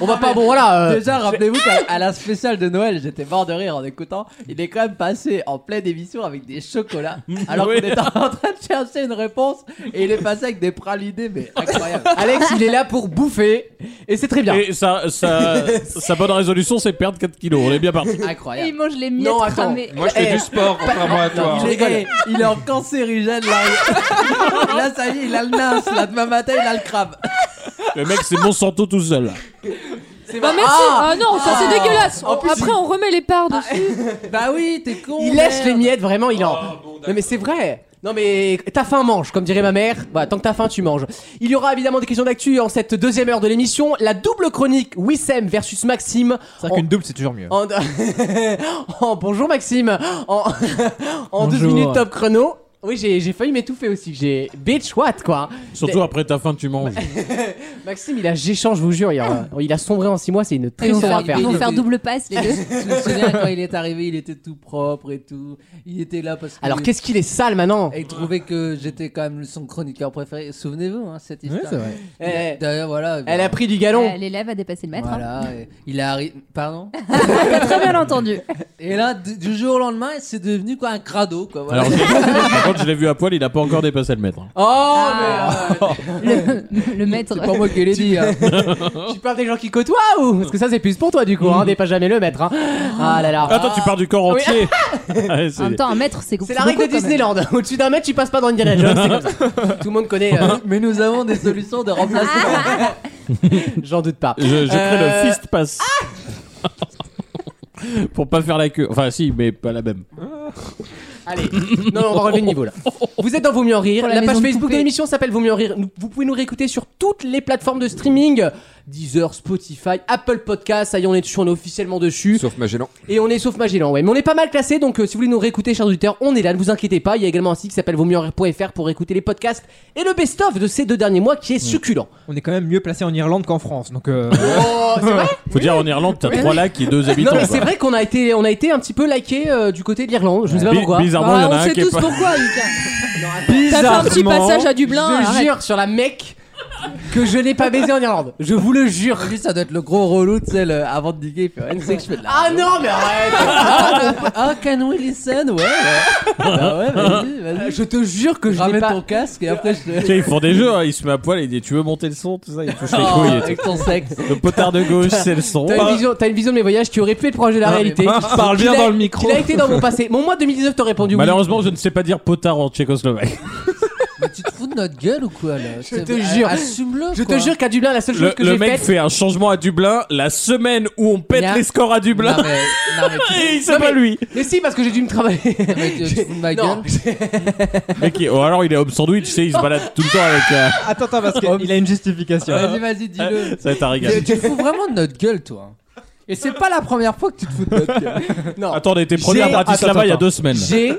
On va pas, bon voilà. euh, Déjà, rappelez-vous qu'à à la spéciale de Noël, j'étais mort de rire en écoutant. Il est quand même passé en pleine émission avec des chocolats, alors Oui. qu'on était en train de chercher une réponse, et il est passé avec des pralidés, mais incroyable. Alex, il est là pour bouffer et c'est très bien. Et sa, sa, sa bonne résolution, c'est perdre 4 kilos. On est bien parti. Incroyable. Et il mange les miettes Non, attends. cramées. Moi, je fais du sport, contrairement à toi. Il est, eh, il est en cancérigène là. Il- là, ça y est, il a le nas. Là, demain matin, il a le crabe. Le mec, c'est Monsanto tout seul. C'est Bah vrai. merci Ah, non, ça c'est Ah. dégueulasse En plus, Après, on remet les parts dessus. Bah oui, t'es con. Il lèche merde. les miettes, vraiment, il en. non, mais c'est vrai. Non, mais ta faim mange, comme dirait ma mère. Voilà, tant que t'as faim, tu manges. Il y aura évidemment des questions d'actu en cette deuxième heure de l'émission. La double chronique Wissem versus Maxime. c'est vrai qu'une double, c'est toujours mieux. En... en- bonjour Maxime. En, en 12 Bonjour. minutes top chrono. Oui, j'ai j'ai failli m'étouffer aussi. J'ai bitch what quoi. Surtout après ta faim, tu manges. Maxime, il a j'échange, je vous jure. Il a, il a sombré en 6 mois, c'est une très Ils vont sombre faire, affaire. ils vont faire double passe les deux. Tu te souviens quand il est arrivé, il était tout propre et tout. Il était là parce que. Alors qu'est-ce qu'il est sale maintenant Et il trouvait que j'étais quand même son chroniqueur préféré. Souvenez-vous, hein, cette histoire. c'est vrai. Eh, eh, D'ailleurs, voilà. Elle a pris du galon. Bah, Euh, L'élève a dépassé le maître. hein. Voilà, et il est arrivé. Pardon T'as très bien entendu. Et là, du du jour au lendemain, c'est devenu quoi un crado, quoi. voilà. Alors, je- par contre, je l'ai vu à poil, il a pas encore dépassé le mètre. hein. Oh, Ah. euh, Le, le maître. C'est pas moi qui l'ai dit. hein. mais euh, tu parles des gens qui côtoient ou Parce que ça, c'est plus pour toi du coup. Hein, Dépasse jamais le maître. Hein. Ah là là. Attends, tu pars du corps Oui. entier. Ouais, c'est- En même temps, un maître, c'est C'est la règle de beaucoup, quand même. Disneyland. Au-dessus d'un mètre, tu passes pas dans Indiana Jones. c'est comme ça. Tout le monde connaît. euh, Mais nous avons des solutions de remplacement. J'en doute pas. Je, je crée Euh, ah le fist pass. Pour pas faire la queue. Enfin, si, mais pas la même. Allez, non, on va relever le niveau là. Vous êtes dans Vaut mieux en rire. Pour la La, page maison de Facebook de poupée. l'émission s'appelle Vaut mieux en rire. Nous- Vous pouvez nous réécouter sur toutes les plateformes de streaming Deezer, Spotify, Apple Podcast. Ça y est, on est dessus, on est officiellement dessus. Sauf Magellan. Et on est sauf Magellan, ouais. Mais on est pas mal classé, donc euh, si vous voulez nous réécouter, chers auditeurs, on est là, ne vous inquiétez pas. Il y a également un site qui s'appelle vaut mieux en rire.fr pour écouter les podcasts et le best-of de ces deux derniers mois qui est succulent. On est quand même mieux placé en Irlande qu'en France. Donc, euh, Oh, c'est vrai Faut dire, en Irlande, t'as trois lacs et deux habitants. Non, mais quoi. c'est vrai qu'on a été, on a été un petit peu liké euh, du côté de l'Irlande. Je ne sais pas Bi- pourquoi. Bizarrement, il Bah, y en a on un sait qui est tous pas. pourquoi, Lucas. T'as fait Bizarrement, un petit passage à Dublin. Je arrête. jure sur la mec que je n'ai pas baisé en Irlande. Je vous le jure. Lui, ça doit être le gros relou, tu sais, le- avant de diguer. il fait, ouais, tu sais que je fais de la Ah non, mais arrête Ah, can we listen Ouais, ouais. Bah ouais, vas-y, vas-y. Je te jure que je n'ai Ramène pas. ton casque et après je Tu te. sais, ils font des jeux, hein, ils se mettent à poil et ils disent Tu veux monter le son Tout ça, ils touchent les Oh, couilles et avec ton sexe. tout. Le potard de gauche, c'est le son. T'as une, vision- t'as une vision Ah, de mes voyages qui aurait pu être proche de la mais réalité. moi, Qui- parle qui bien l'a- dans le micro. Qui l'a été dans mon passé. Mon mois 2019, t'aurais répondu oui. Malheureusement, je ne sais pas dire potard en tchécoslovaque. Mais tu te fous de notre gueule ou quoi là Ah, Je te jure. Assume-le. Je te quoi. jure qu'à Dublin, la seule chose Le, que le j'ai mec faite. fait un changement à Dublin la semaine où on pète Y a- les scores à Dublin. Non, mais, non, mais tu- Et il Non, sait pas lui. Mais si, parce que j'ai dû me travailler. non, mais tu, tu te fous de ma Non. gueule. Mais qui- ou alors il est homme sandwich, tu sais, il se balade tout le temps avec. euh, Attends, attends, parce qu'il a une justification. Oh, Vas-y, vas-y, dis-le. Ça va être un régal. Tu, tu te fous vraiment de notre gueule, toi. Et c'est pas la première fois que tu te fous de notre gueule. Non. Attendez, t'es premier à J'ai- Bratislava attends, il y a attends. deux semaines. J'ai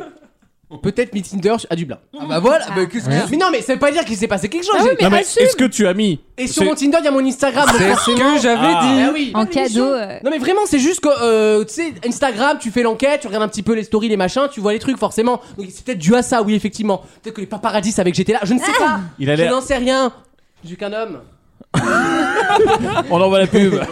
peut-être mis Tinder à Dublin. Ah bah voilà, bah qu'est-ce que- Ouais. Mais non, mais ça veut pas dire qu'il s'est passé quelque chose. Ah oui, J'ai- mais Non, mais assume. Est-ce que tu as mis Et sur C'est- mon Tinder, il y a mon Instagram. donc C'est ce forcément- que j'avais Ah. dit. Ah oui. En Mais bien cadeau, sûr. euh. Non, mais vraiment, c'est juste que, euh, tu sais, Instagram, tu fais l'enquête, tu regardes un petit peu les stories, les machins, tu vois les trucs, forcément. Donc c'est peut-être dû à ça, oui, effectivement. Peut-être que les paparazzi savaient que j'étais là, je ne sais pas. Il a je l'air- n'en sais rien. Je suis qu'un homme. On envoie la pub. Merde.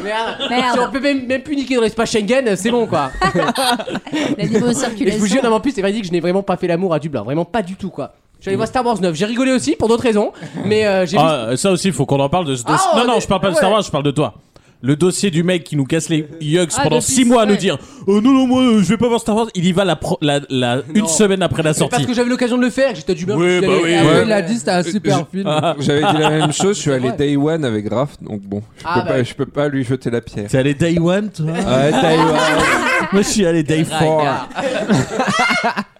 Merde. Si on peut même, même plus niquer dans l'espace Schengen, euh, c'est bon quoi. La libre Et je vous circulation. jure, non, mais en plus, c'est vrai dit que je n'ai vraiment pas fait l'amour à Dublin. Vraiment pas du tout quoi. J'allais voir Star Wars 9. J'ai rigolé aussi pour d'autres raisons. Mais euh, j'ai Ah, ça aussi, il faut qu'on en parle de ce dossier. Ah, non, non, mais- je parle pas de Star Wars, je parle de toi. Le dossier du mec qui nous casse les yugs Ah, pendant depuis- 6 mois à nous ouais. dire Oh non, non, moi euh, je vais pas voir Star Wars. Il y va la pro- la- la- une semaine après la vu. C'est parce sortie. que j'avais l'occasion de le faire. J'étais à Dublin. Oui, je suis bah allé- oui, Ah, ouais. Ah, Il a dit c'était un super film. J'avais dit la même chose, je suis allé day one avec Raph, donc bon, je, Ah peux, bah pas, oui. je peux pas lui jeter la pierre. T'es allé day one, toi Ouais, day one. Moi je suis allé day four. Regarde.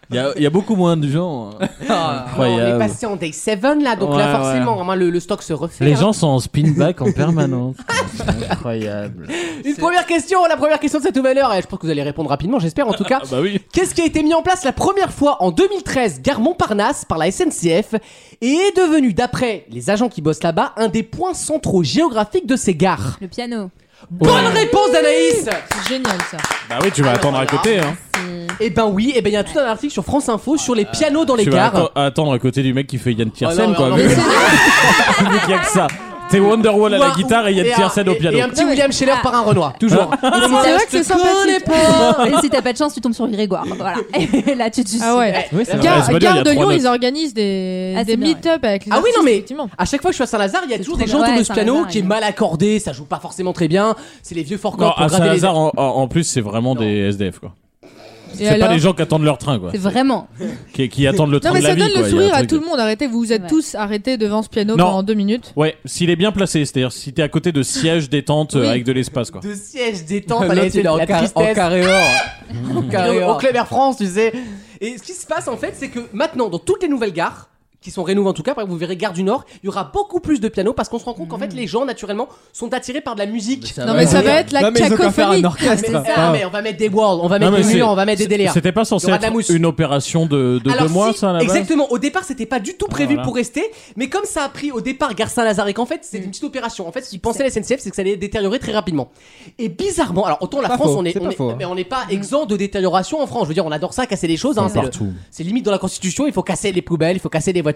Il y, a- il y a beaucoup moins de gens. hein. Oh, On est Incroyable. passé en day 7 là, donc là Ouais, forcément, hein, le, le stock se refait. Les hein. gens sont en spin-back en permanence. C'est incroyable. Une première question, la première question de cette nouvelle heure, et je pense que vous allez répondre rapidement, j'espère en tout cas. bah oui. Qu'est-ce qui a été mis en place la première fois en 2013 gare Montparnasse par la SNCF et est devenu, d'après les agents qui bossent là-bas, un des points centraux géographiques de ces gares Le piano. Bonne réponse d'Anaïs C'est génial ça. Bah oui, tu vas attendre à côté. Hein. Eh ben oui, eh ben il y a tout un article sur France Info sur les pianos dans les tu vas gares. atten- attendre à côté du mec qui fait Yann Ah Tiersen, non, quoi. non, vu mais- vu qu'il y a que ça. T'es Wonderwall à Ou la un- guitare et Yann et un- Tiersen au et- piano. Et un petit William Scheller par un Renoir, toujours. Et si Moi, t'as- je te connais pas. Et si t'as pas de chance, tu tombes sur Grégoire. Voilà. Et là, tu te Ah ouais. Eh, Oui, c'est Gare, vrai. Gare Il y a de trois Lyon, notes. ils organisent des, Ah, des c'est bien, meet-up avec les Ah oui, artistes, non, mais effectivement. à chaque fois que je suis à Saint-Lazare, il y a toujours des trop gens bien. autour Ouais, de ce piano Saint-Lazare, qui est mal accordé, ça joue pas forcément très bien. C'est les vieux forts Non, ah, cordes pour à graver les. Saint-Lazare, en, en- en plus, c'est vraiment des SDF, quoi. C'est pas alors des gens qui attendent leur train, quoi. C'est vraiment. Qui, qui attendent le train Non, mais de la ça vie, donne quoi. le Il y a sourire un à truc- tout le monde. Arrêtez, vous vous êtes tous arrêtés devant ce piano Non. pendant deux minutes. Ouais, s'il est bien placé, c'est-à-dire si t'es à côté de sièges détente euh, Oui. avec de l'espace, quoi. De siège détente, L'autre, la, il est en la car- tristesse. en carré or. En carré au, or. au Club Air France, tu sais. Et ce qui se passe en fait, c'est que maintenant, dans toutes les nouvelles gares, qui sont rénovées en tout cas, par exemple, vous verrez Gare du Nord, il y aura beaucoup plus de pianos parce qu'on se rend compte qu'en fait, les gens naturellement sont attirés par de la musique. Non, Mmh. mais ça va être la Non, mais ils ont qu'à faire cacophonie. un orchestre. Mais ça, Ah. mais on va mettre des walls, on va Non, mais mettre des murs, c'est- on va mettre des délires. C'était pas censé Il y aura de la être mousse. une opération de, de Alors deux mois, si, ça, à la base Exactement. Au départ, c'était pas du tout prévu voilà. pour rester, mais comme ça a pris au départ Gare Saint-Lazare et qu'en fait, c'est une petite opération. En fait, ce qu'ils pensaient la SNCF, c'est que ça allait détériorer très rapidement. Et bizarrement, alors autant la pas France, faux, on est, c'est on pas est- faux, hein. mais on n'est pas exempt de détérioration en France. Je veux dire, on adore ça, casser les choses. hein, c'est le- Partout. c'est limite dans la Constitution. Il faut casser les poubelles, il faut casser les voitures.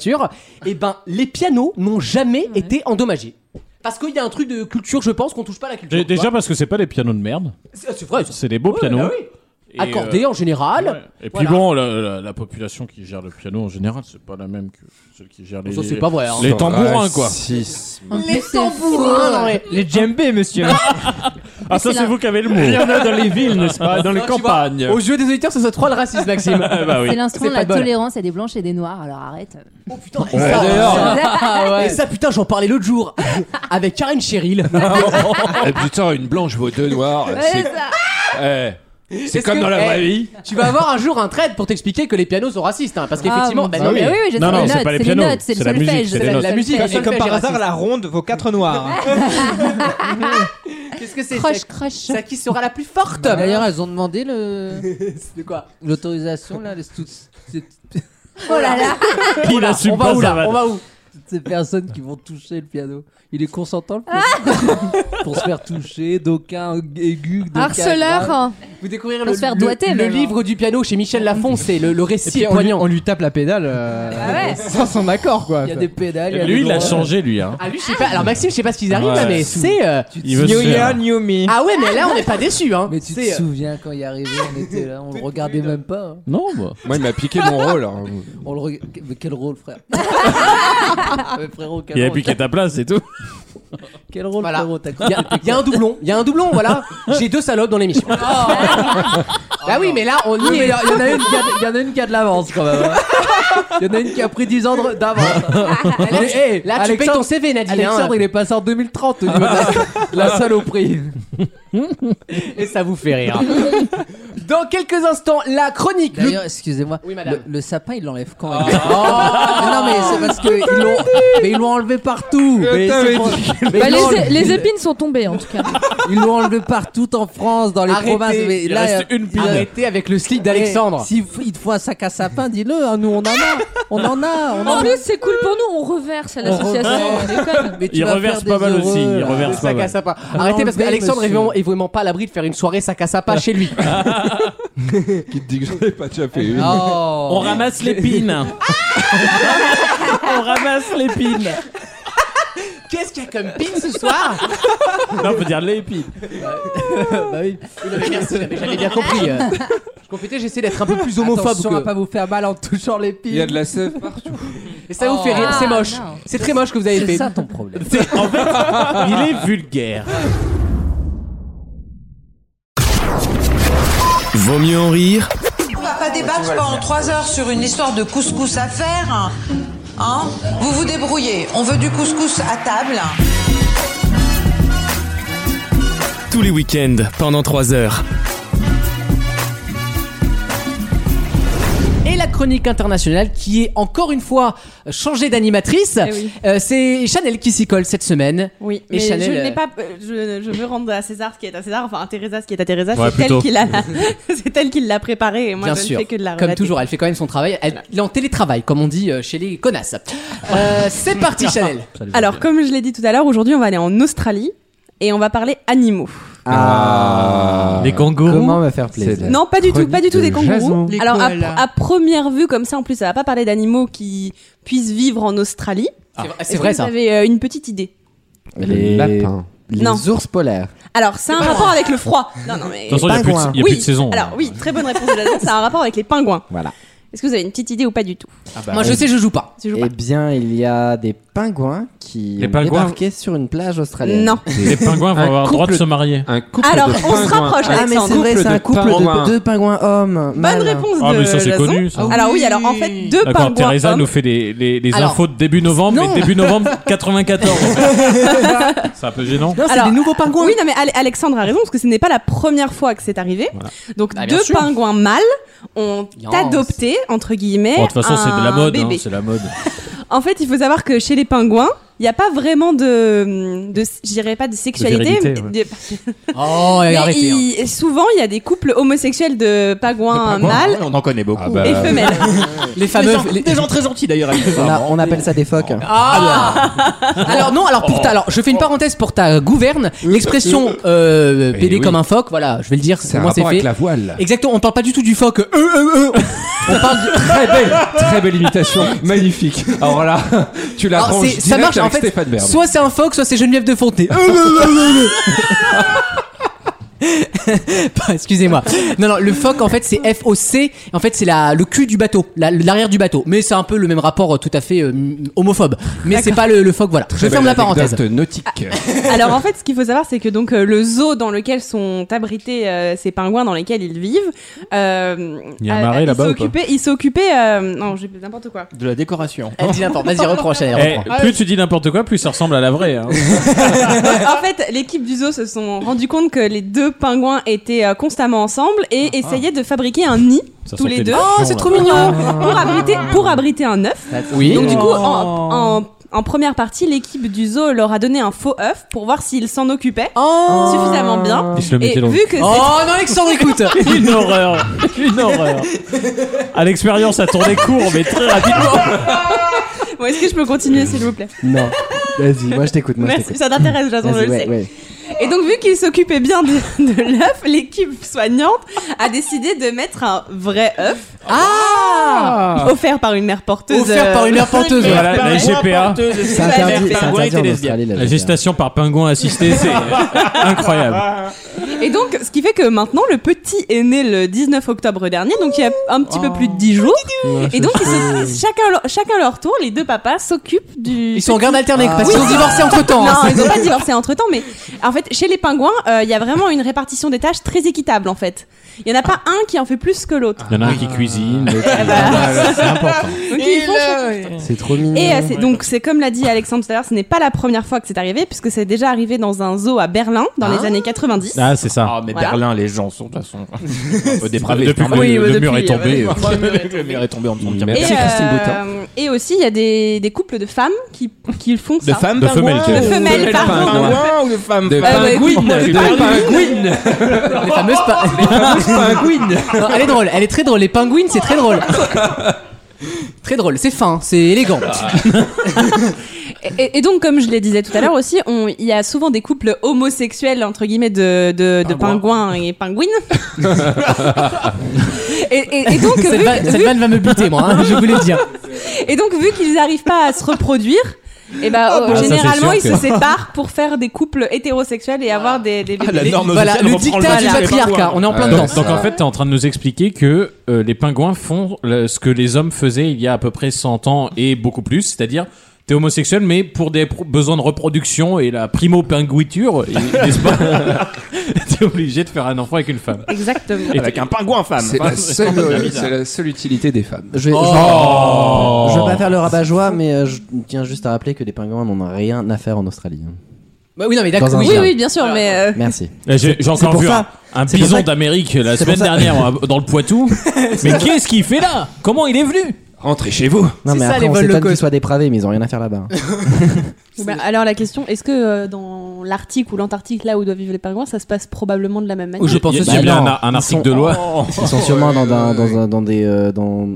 Et ben, les pianos n'ont jamais été endommagés. Parce qu'il y a un truc de culture, je pense, qu'on touche pas à la culture. Dé- tu vois. Déjà parce que c'est pas des pianos de merde. c'est c'est vrai. C'est des beaux pianos. bah oui. Et, Accordé euh, en général. Et puis Voilà. bon, la, la- la population qui gère le piano en général, c'est pas la même que celle qui gère les, Ça, c'est pas vrai, hein. les tambourins, quoi. Racisme. Les Ah, tambourins, non, mais- Les djembés, monsieur. Ah, ça, c'est c'est la- vous qui avez le mot. Il y en a dans les villes, n'est-ce pas Dans les Non, Ah, tu vois, campagnes. Ah, Aux yeux des auditeurs, ça soit trop le racisme, Maxime. bah oui. C'est l'instrument de pas la de bol. tolérance, il y a des blanches et des noirs, alors arrête. Oh putain, et Ouais, ça, d'ailleurs. Ah ouais. ouais. Et ça, putain, j'en parlais l'autre jour avec Karen Cheryl. Ah, Eh, putain, une blanche vaut deux noirs. c'est c'est- Eh, c'est Est-ce comme que- dans la eh, vraie vie. Tu vas avoir un jour un trade pour t'expliquer que les pianos sont racistes, hein, parce qu'effectivement, Ah, bah bon, non, bah mais- oui, oui, je Non, sais, non, les c'est notes, pas les c'est pianos, notes, c'est c'est le la musique, solfège, c'est c'est les la- notes. la musique. Et Et comme par hasard, la ronde vaut 4 noirs. Qu'est-ce que c'est Croche, c'est- croche. C'est à qui sera la plus forte Bah, Ah, D'ailleurs, elles ont demandé le- C'est Ah. quoi l'autorisation là, de toutes ces- Oh là là. Il on assume va pas où sa là vanne. On va où Toutes ces personnes qui vont toucher le piano. Il est consentant le piano Ah. pour se faire toucher, d'aucun aigu, d'aucun grave. Harceleur. Vous découvrirez Faut le, se faire le- doigter, le même, hein. livre du piano chez Michel Lafon, c'est le, le Et récit puis est on lui, poignant. on lui tape la pédale hein. euh, Ah ouais. sans son accord quoi. Il y a des pédales. il y a Lui, des il a droits. changé, lui. Hein. Ah lui, je sais pas. Alors Maxime, je sais pas ce qu'ils arrivent Ouais. là, mais c'est. euh, Il veut se New Year, faire. New Me. Ah ouais, mais là, on n'est pas déçu, hein. Mais tu te C'est, euh, souviens quand il est arrivé, on était là, on le regardait même pas. hein. Non, bah. Moi, il m'a piqué mon rôle. hein. On le rega- Mais quel rôle, frère Mais hein. frérot, quel Il a rôle, piqué ta place, c'est tout. quel rôle, Voilà. frérot t'as Il y, a- y a un doublon, il y a un doublon, voilà. J'ai deux salopes dans l'émission. bah oui, mais là, on Ah, Oui, Ah, mais y est. il y, en a une qui a- il y en a une qui a de l'avance quand même. hein. Il y en a une qui a pris 10 ans de- d'avance. Là, tu- Hey, là, tu Alexandre- payes ton CV, Nadine. hein. Alexandre, il est passé en 2030 au niveau de la, la saloperie. Et ça vous fait rire. Dans quelques instants, la chronique. le- D'ailleurs, excusez-moi, Oui, madame. le, le sapin, il l'enlève quand même. Ah, Non, mais c'est parce que ils l'ont- mais ils l'ont enlevé partout. Mais t'avais c'est pour- mais Bah, les, ils l'ont é- enlevé- les épines sont tombées en tout cas. Ils l'ont enlevé partout en France, dans les Arrêtez. provinces. Ah, Mais Il là, reste une pile. Arrêtez avec le slip d'Alexandre. S'il faut- il te faut un sac à sapin, dis-le. hein, nous, on en a. On en a. On En a. plus, c'est cool pour nous, on reverse à On l'association. reverse. on déconne. Mais tu Il vas reverse faire des pas mal aussi, heureux, il là. reverse Des pas sacs à mal. sapin. Arrêtez parce Enlevez, qu'Alexandre est monsieur. vraiment, est vraiment pas à l'abri de faire une soirée sac à sapin chez lui. Qui te dit que j'en ai pas déjà fait une On ramasse l'épine. On ramasse l'épine. Qu'est-ce qu'il y a comme pin ce soir Non, on peut dire l'épine. Bah oui. Non, mais merci, j'avais j'avais bien compris. euh. Je compétais, j'essaie d'être un peu plus homophobe. Attention à que- pas vous faire mal en touchant les piles. Il y a de la seuf partout. Et ça vous fait rire, c'est moche. C'est très moche que vous avez fait. C'est ça ton problème. Il est vulgaire. Vaut mieux en rire On va pas débattre pendant trois heures sur une histoire de couscous à faire. Hein vous vous débrouillez. On veut du couscous à table. tous les week-ends pendant 3 heures. Et la chronique internationale qui est encore une fois euh, changée d'animatrice. Euh, c'est Chanel qui s'y colle cette semaine. Eh Oui, Et mais Chanel, je euh, n'ai pas. euh, Je, je veux rendre à César ce qui est à César, enfin à Teresa ce qui est à Teresa. Ouais, c'est elle plutôt. qui l'a. c'est elle qui l'a préparé. Et moi, Bien je sûr, ne fais que de la comme relater. toujours, elle fait quand même son travail. Elle elle est en télétravail, comme on dit euh, chez les connasses. Euh, c'est parti, Chanel. Alors, comme je l'ai dit tout à l'heure, aujourd'hui, on va aller en Australie et on va parler animaux. Ah. Les kangourous. Ah. Comment me faire plaisir Non, pas du tout, pas du tout des kangourous. Les Alors, à, koalas. à première vue, comme ça, en plus, ça va pas parler d'animaux qui puissent vivre en Australie. C'est vrai- Est-ce Ah, c'est que vrai, vous ça. avez euh, une petite idée. Les lapins. Les Non. ours polaires. Alors, Ah. c'est un rapport avec le froid. Non, non, mais. De toute façon, il y a plus de- il y a Oui, plus de saison. hein. Alors, oui, très bonne réponse de la dame, c'est un rapport avec les pingouins. Voilà. Est-ce que vous avez une petite idée ou pas du tout bah, Moi, je oui. sais, je joue pas. Je joue Eh bien, il y a des pingouins qui Les ont pingouins- débarqué sur une plage australienne. Non. Les pingouins vont Un avoir le droit de couple- se marier. Un couple Alors, de on se pingouins. rapproche, Ah, mais Alexandre. c'est vrai, Couple c'est de un couple pingouins. de deux pingouins Euh, hommes. Bonne réponse Ah, de mais ça, c'est Jason. connu, ça. Alors oui, alors en fait, deux D'accord, pingouins Teresa hommes- nous fait les, les, les Alors- infos de début novembre, Non. mais début novembre 94. c'est un peu gênant. Alors, Oui, non, mais Ale- Alexandre a raison, parce que ce n'est pas la première fois que c'est arrivé. Donc, Ah, bien deux sûr. pingouins mâles ont Yes. adopté, entre guillemets, Bon, de toute façon, c'est de la un mode. hein, bébé. c'est la mode. En fait, il faut savoir que chez les pingouins, il n'y a pas vraiment de, de je dirais pas de sexualité. virilité, mais- de- Oh, mais arrêtez, il- souvent, il y a des couples homosexuels de pingouins mâles. On en connaît beaucoup. Ah bah Et femelles. Les fameux. gens- les... gens très gentils d'ailleurs. On, a- on appelle ça des phoques. Ah, Oh. Alors non, alors pour ta, alors je fais une parenthèse pour ta gouverne. L'expression euh, Eh BD oui. comme un phoque, voilà, je vais le dire. C'est un moi c'est rapport fait. avec la voile. Exactement. On parle pas du tout du phoque. euh, euh, euh. On parle du- Très belle, très belle imitation, magnifique. Alors là, tu la Alors, branches c'est- ça direct marche en avec fait. Stéphane Bern. Soit c'est un phoque, soit c'est Geneviève de Fontenay. Euh, euh, euh, euh, euh. Pas- Excusez-moi. Non, non, le phoque en fait c'est FOC. En fait c'est la, le cul du bateau, la- l'arrière du bateau. Mais c'est un peu le même rapport euh, tout à fait euh, homophobe. Mais c'est pas le, le phoque, voilà. Je Très ferme belle la parenthèse. anecdote nautique. Alors en fait, ce qu'il faut savoir, c'est que donc euh, le zoo dans lequel sont abrités euh, ces pingouins, dans lesquels ils vivent, euh, Il y a un euh, marais ils là-bas ou pas s'occupaient- Ils s'occupaient, euh, non, j'ai n'importe quoi. De la décoration. Elle dit n'importe- vas-y, reprends, Chanel, Eh, reprends. plus tu dis n'importe quoi, plus ça ressemble à la vraie. hein. en fait, l'équipe du zoo se sont rendu compte que les deux pingouins étaient euh, constamment ensemble et essayaient de fabriquer un nid. Ah, Ça tous les sentait deux. le Oh, c'est trop mignon pour, abriter, pour abriter un œuf. Oui. Donc, du coup, Oh. en, en- en première partie, l'équipe du zoo leur a donné un faux œuf pour voir s'ils s'en occupaient Oh. suffisamment bien. Ils se le Et mettaient dans le vu cul. que c'est- Oh non, Alexandre, écoute. Une horreur. Une horreur. À l'expérience, ça tournait court, mais très rapidement. Bon, est-ce que je peux continuer, s'il vous plaît Non. Vas-y, moi je t'écoute. moi, je Merci, t'écoute. ça t'intéresse, Jason, Vas-y, je le ouais, sais. ouais. Et donc, vu qu'ils s'occupaient bien de, de l'œuf, l'équipe soignante a décidé de mettre un vrai œuf. Ah Offert par une mère porteuse. Offert par une mère porteuse, euh, voilà, la GPA. C'est interdit, c'est interdit en Australie, la La gestation par pingouin assistée, c'est incroyable. Et donc, ce qui fait que maintenant, le petit est né le 19 octobre dernier, donc il y a un petit peu plus de 10 jours. Et donc, ils se- chacun, leur- chacun leur tour, les deux papas s'occupent du. Ils sont en garde alternée, parce Oui, qu'ils ont c'est divorcé ça. entre-temps, Non, hein. ils n'ont pas divorcé entre temps, mais en fait, chez les pingouins, euh, il y a vraiment une répartition des tâches très équitable en fait. Il n'y en a pas un qui en fait plus que l'autre. Il y en a un qui cuisine, l'autre Eh qui- ben. Ah. Ah, bah, c'est important. Donc, ils font chacun- C'est trop mignon. et euh, c'est- donc c'est comme l'a dit Alexandre tout à l'heure, ce n'est pas la première fois que c'est arrivé puisque c'est déjà arrivé dans un zoo à Berlin dans les années 90. Ah, c'est ça. mais Voilà. Berlin, les gens sont de toute façon un peu dépravés. Depuis c'est normal. euh, que le- Oui, le depuis, mur est tombé. Le mur est tombé en dessous. Et, euh, Et aussi, il y a des, des couples de femmes qui, qui font ça. femmes De pingouins. femelles, tu veux De dire. femelles, De pardon. Ah, pingouins ou de femmes Euh, bah, pingouines, écoute, moi, de les pingouines. Les fameuses, pa- les fameuses pingouines. Non, elle est drôle, elle est très drôle. Les pingouines, c'est très drôle. Très drôle, c'est fin, c'est élégant. Et- Et, et donc, comme je le disais tout à l'heure aussi, on- il y a souvent des couples homosexuels, entre guillemets, de, de, Ah de pingouins et pingouines. Ah. Et, et- et donc, cette vu, vanne, cette vu- vanne va me buter, moi, hein, je vous le dire. Euh, et donc, vu qu'ils n'arrivent pas à se reproduire, et ben, euh, bah. Ah, ça, c'est généralement, sûr ils que- se séparent pour faire des couples hétérosexuels et avoir des, Ah, des bébés. voilà, le dictat du patriarcat, on est en plein dedans. Donc, Euh, donc en fait, t'es en train de nous expliquer que euh, les pingouins font le- ce que les hommes faisaient il y a à peu près 100 ans et beaucoup plus, c'est-à-dire t'es homosexuel mais pour des pro- besoins de reproduction et la primo pinguiture, et- n'est-ce pas T'es obligé de faire un enfant avec une femme. Exactement. Et Avec un pingouin femme. C'est Enfin, la, seule, c'est euh, bizarre. c'est la seule utilité des femmes. Je vais, Oh. je- Oh. je vais pas faire le rabat-joie, mais euh, je tiens juste à rappeler que les pingouins n'en ont rien à faire en Australie. Bah oui, non, mais Dans d'accord. un Oui, jardin. oui, bien sûr, mais. euh, Merci. Là, Eh, J'ai j'ai C'est encore pour vu un, ça. un C'est pour bison ça- d'Amérique la c'est pour semaine ça- dernière euh, dans le Poitou. mais qu'est-ce qu'il fait là Comment il est venu Rentrez chez vous. Non, mais ça, après, les on vols s'étonne low qu'ils soient dépravés, mais ils ont rien à faire là-bas. Bah, alors la question, est-ce que euh, dans l'Arctique ou l'Antarctique, là où doivent vivre les pingouins, ça se passe probablement de la Oh, même manière que Il y a bien un, un article de loi. Ils sont sûrement dans, un- dans, un- dans des. euh, dans...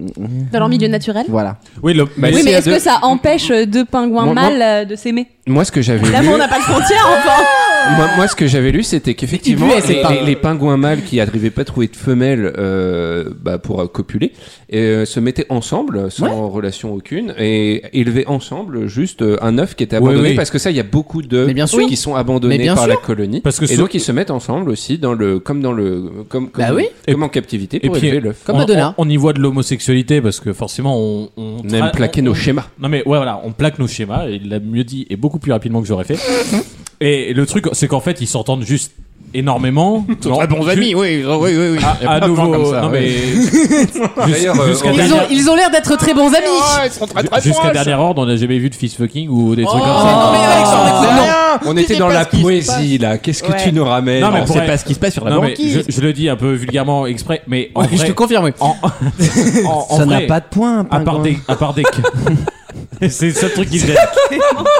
Dans leur milieu naturel Voilà. Oui, Bah, Oui, mais est-ce que ça empêche euh, deux pingouins Moi- moi- mâles euh, de s'aimer Moi, ce que j'avais Là, lu. on n'a pas de frontières encore Moi, moi, ce que j'avais lu, c'était qu'effectivement, Il buait, c'est les, pas- les- les pingouins mâles qui n'arrivaient pas à trouver de femelles euh, bah, pour euh, copuler euh, se mettaient ensemble, sans relation aucune, et élevaient ensemble juste euh, un œuf qui était Oui, abandonné, oui. parce que ça, il y a beaucoup de Mais bien sûr. qui sont abandonnés Mais bien par la sûr. colonie. Parce que et sou- donc, ils se mettent ensemble aussi, dans le, comme, dans le, comme, comme, Bah oui. comme en captivité, pour élever l'œuf. on, on- on y voit de l'homosexualité parce que forcément, on, on aime plaquer nos schémas. Non mais ouais, voilà, on plaque nos schémas. et Il l'a mieux dit et beaucoup plus rapidement que j'aurais fait. et le truc, c'est qu'en fait, ils s'entendent juste énormément. Ah, sont très bons amis, oui, Oh, oui, oui, oui. Il y a À, à plein de gens nouveau, comme ça, non mais oui. D'ailleurs, euh, jusqu'à Ils ont, dernière- ils ont l'air d'être très bons amis. jusqu'à dernière ordre, on n'a jamais vu de fist fucking ou des trucs comme Oh. ça. non, mais Alexandre, écoute, non. On était dans la poésie, là. Qu'est-ce que Ouais. tu nous ramènes Non, mais pour sait vrai- Non, mais Je, je le dis un peu vulgairement exprès, mais en Ouais, je vrai- te confirme, oui. En, en- en Ça n'a vrai, pas de point, un À part pingouin. des, à part des. c'est le seul truc qui me gêne.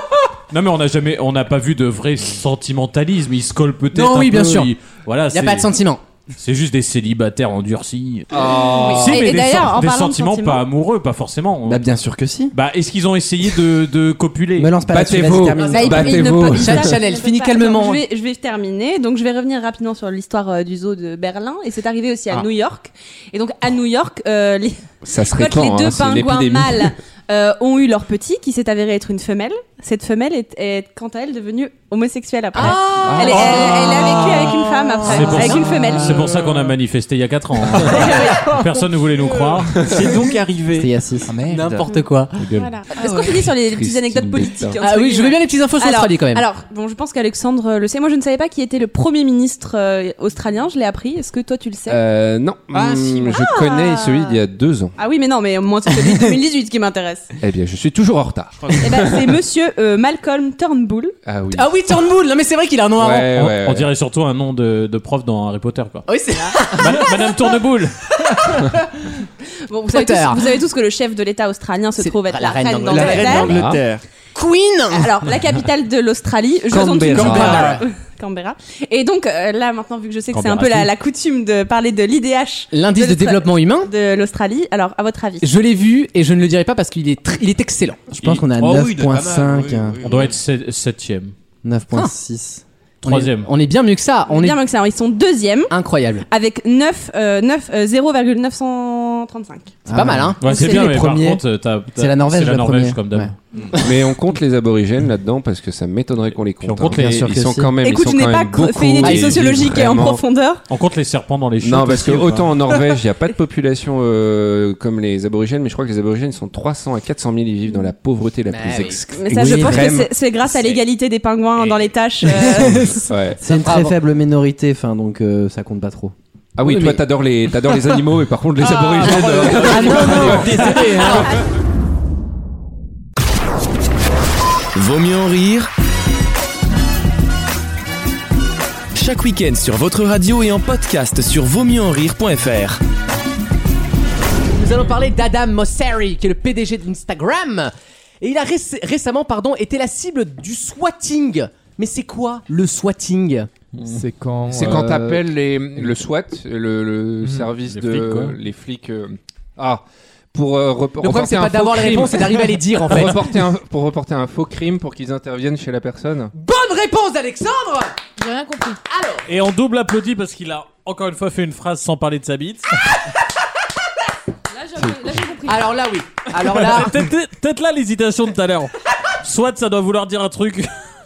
Non mais on n'a jamais, on n'a pas vu de vrai sentimentalisme. Ils se collent peut-être. Non, un oui, peu, bien sûr. ils- voilà. Y a c'est- pas de sentiment. C'est juste des célibataires endurcis. Oh. Ah. Si, Oui. mais Et- et des, d'ailleurs, sen- en des parlant de sentiments sentiments- pas amoureux, pas forcément. Bah, bien sûr que si. Bah, est-ce qu'ils ont essayé de, de copuler Me lance pas là-dessus, vas-y, termine. Bah, il- il ne peut- il ne peut- il Chanel, ne peut finis pas. calmement. Donc, je, vais, je vais terminer. Donc, je vais revenir rapidement sur l'histoire euh, du zoo de Berlin. Et c'est arrivé aussi à Ah. New York. Et donc, à New York, euh, les... Ça se quand répand, les deux hein, c'est une pingouins épidémie. mâles euh, ont eu leur petit, qui s'est avéré être une femelle, cette femelle est, est, quant à elle devenue homosexuelle après. Ah. elle, est- elle- elle a vécu avec une femme C'est après, pour avec ça- une femelle. C'est pour ça qu'on a manifesté il y a 4 ans. hein. Personne ne voulait nous croire. C'est donc arrivé. C'était il y a Ah, six. N'importe quoi. Est-ce qu'on finit sur les petites Christine anecdotes politiques Bétain. entre Ah oui, je veux guillemets bien les petites infos sur Alors- l'Australie, quand même. Alors, bon, je pense qu'Alexandre euh, le sait. Moi, je ne savais pas qui était le premier ministre euh, australien. Je l'ai appris. Est-ce que toi, tu le sais Euh, non, Ah, si, Hmm, moi. je Ah. connais celui d'il y a deux ans. Ah oui, mais non, mais moi, c'est celui de 2018 qui m'intéresse. Eh bien, je suis toujours en retard. Eh ben, c'est monsieur euh, Malcolm Turnbull. Ah oui. Ah oui, Turnbull. Non, mais c'est vrai qu'il a un nom avant. on, ouais, on ouais. dirait surtout un nom de, de prof dans Harry Potter, quoi. Oui, c'est Madame, Madame Tourneboule Bon, vous, savez Potter. tous, vous savez tous que le chef de l'État australien se trouve être la, reine d'Angleterre. d'Angleterre. La reine d'Angleterre. Queen Alors, la capitale de l'Australie, je raison de- Canberra. Canberra. Et donc, euh, là, maintenant, vu que je sais que c'est un peu Canberra la, la City. coutume de parler de l'IDH. L'indice de l'Austra- développement humain. De l'Australie, alors, à votre avis Je l'ai vu et je ne le dirai pas parce qu'il est, tr- il est excellent. Je pense qu'on est à Oh oui, il est pas mal, 9.5. hein. On doit être 7ème. 9.6. Troisième. On est bien mieux que ça. On est bien mieux que ça. hein, Ils sont deuxième. Incroyable. Avec 9, euh, 9, euh, 0,935. C'est Ah. pas mal, hein Ouais, c'est C'est bien, les mais premiers. par contre, euh, t'as- t'as- C'est la Norvège, c'est la le Norvège premier. comme d'hab. Ouais. Mais on compte les aborigènes là-dedans parce que ça m'étonnerait qu'on les compte. on compte hein. les- Bien sûr ils que sont si. quand même. Écoute, je ils sont n'ai quand pas même cr- fait une beaucoup étude et sociologique et en vraiment- profondeur. On compte les serpents dans les chutes. Non, parce aussi, que ou pas autant en Norvège, il n'y a pas de population euh, comme les aborigènes, mais je crois que les aborigènes sont 300 à 400 000, ils vivent dans la pauvreté Bah la plus ex- extrême. Mais ça, je pense que c'est- c'est grâce à l'égalité des pingouins dans les tâches. euh, Ouais. C'est une très Bravo. faible minorité, enfin, donc euh, ça compte pas trop. Ah oui, Oui, toi, mais- t'adores les, t'adores les animaux, mais par contre, Ah, Ah. les Ah, aborigènes. euh, hein. Vaut mieux en rire. Chaque week-end sur votre radio et en podcast sur vautmieuxenrire.fr. Nous nous allons parler d'Adam Mosseri, qui est le PDG d'Instagram. Et il a réc- récemment pardon, été la cible du swatting. Mais c'est quoi le swatting C'est quand C'est euh, quand t'appelles les, le SWAT, le, le service Euh, Mhm. les de flics, quoi. les flics. euh, ah, pour euh, rep- problème, reporter c'est un pas faux d'avoir les crime. réponses, c'est d'arriver à les dire, en fait. Pour reporter un, pour reporter un faux crime, pour qu'ils interviennent chez la personne. Bonne réponse d'Alexandre J'ai rien compris. Alors, Et on double applaudit parce qu'il a encore une fois fait une phrase sans parler de sa bite. alors là, oui. Alors là, Peut-être- peut-être peut-être là l'hésitation de tout à l'heure. Soit ça doit vouloir dire un truc.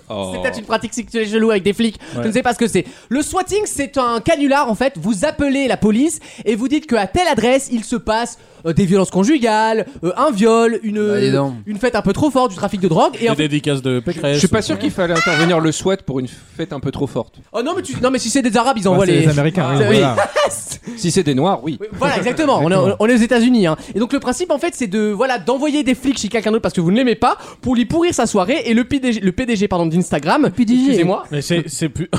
Oh. Oh. C'est peut-être une pratique sexuelle chelou avec des flics. Je Ouais. ne sais pas ce que c'est. Le swatting, c'est un canular en fait. Vous appelez la police et vous dites qu'à telle adresse, il se passe euh, des violences conjugales, euh, un viol, une, Bah, dis donc. une fête un peu trop forte, du trafic de drogue. Et en fait- dédicaces de Pécresse. Je suis pas sûr qu'il fallait intervenir le SWAT pour une fête un peu trop forte. Oh non mais, tu- non, mais si c'est des Arabes, ils Bah, envoient c'est les... hein, les Américains, oui, C'est- oui. voilà. Si c'est des noirs, oui. Voilà, exactement. On est- on est, aux États-Unis. hein. Et donc le principe, en fait, c'est de voilà d'envoyer des flics chez quelqu'un d'autre parce que vous ne l'aimez pas pour lui pourrir sa soirée. Et le PDG, le PDG pardon d'Instagram. Excusez-moi. Mais c'est c'est plus.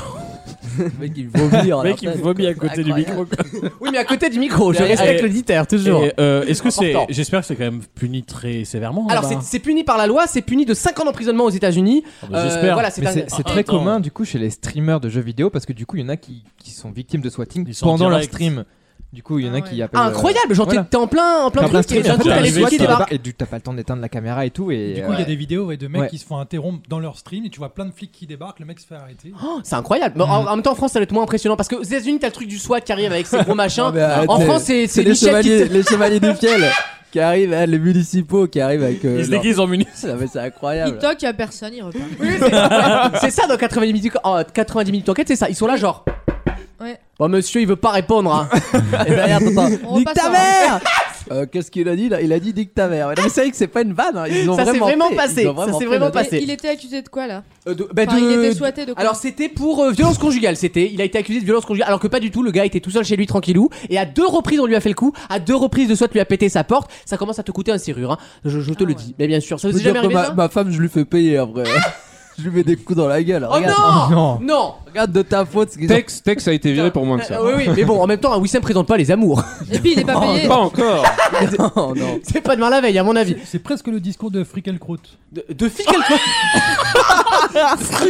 mec, il vomit, alors, mec, il après, vomit à côté du incroyable. micro. Oui, mais à côté du micro, je respecte Et- l'auditeur toujours. et, euh, Est-ce que c'est. Important. J'espère que c'est quand même puni très Oh sévèrement. Alors là-bas. c'est- c'est puni par la loi, c'est puni de 5 ans d'emprisonnement aux États-Unis. Ah bah, Euh, j'espère. Voilà, Mais un- c'est c'est un- très un- commun du coup chez les streamers de jeux vidéo parce que du coup il y en a qui, qui sont victimes de swatting sont en pendant leur direct. stream. Du coup il y en a qui appellent. Ah, euh, incroyable, genre t'es- voilà. t'es en plein en plein T'as plein truc et stream, d'un en fait, coup, t'as les t'arrives, flics qui tu vas- débarquent. et tu- t'as pas le temps d'éteindre la caméra et tout et. Du coup, il y a ouais. des vidéos ouais, de mecs Ouais. qui se font interrompre dans leur stream et tu vois plein de flics qui débarquent, le mec se fait arrêter. Oh, C'est incroyable. Mais Mm. en, en même temps, en France, ça doit être moins impressionnant parce que aux États-Unis, t'as le truc du SWAT qui arrive avec ses gros machins. Non, mais arrêtez. en France, c'est C'est c'est les Michel qui. chevaliers, te- les chevaliers du fiel qui arrivent, hein, les municipaux qui arrivent avec. euh, Ils se déguisent en munis. C'est incroyable. TikTok, il y a personne, il repart. C'est ça dans 90 minutes, en 90 minutes d'enquête, c'est ça. Ils sont là, genre. Ouais. Bon, monsieur, il veut pas répondre. Hein. Et derrière, t'entends, On Nique repasse ta en- mère Euh, Qu'est-ce qu'il a dit là Il a dit nique ta mère. Non, mais c'est vrai que c'est pas une vanne. hein, Ils ont Ça s'est vraiment, vraiment fait, passé, ils ont Ah, ça s'est fait vraiment le- passé. Et Il était accusé de quoi là Euh, de- bah, Enfin, de- il était souhaité de quoi Alors c'était pour euh, violence conjugale, c'était. Il a été accusé de violence conjugale, alors que pas du tout. Le gars était tout seul chez lui, tranquillou. Et à deux reprises, on lui a fait le coup. À deux reprises, de soit lui a pété sa porte. Ça commence à te coûter un serrure. hein. Je, Ah je te le dis. Mais bien sûr, ça Je vous peux est jamais dire que arrivé ma, ça ma femme, je lui fais payer après. je lui mets des coups dans la gueule. Oh regarde. non Non Regarde de ta faute ce qu'ils ont- Tex, Tex a été viré pour moins que ça. Ah, oui, oui, mais bon, en même temps, un Wissem présente pas les amours. Et puis il est pas payé. Pas encore. Oh, non, non. C'est pas demain la veille, à mon avis. C'est presque le discours de Frickelkraut. De, de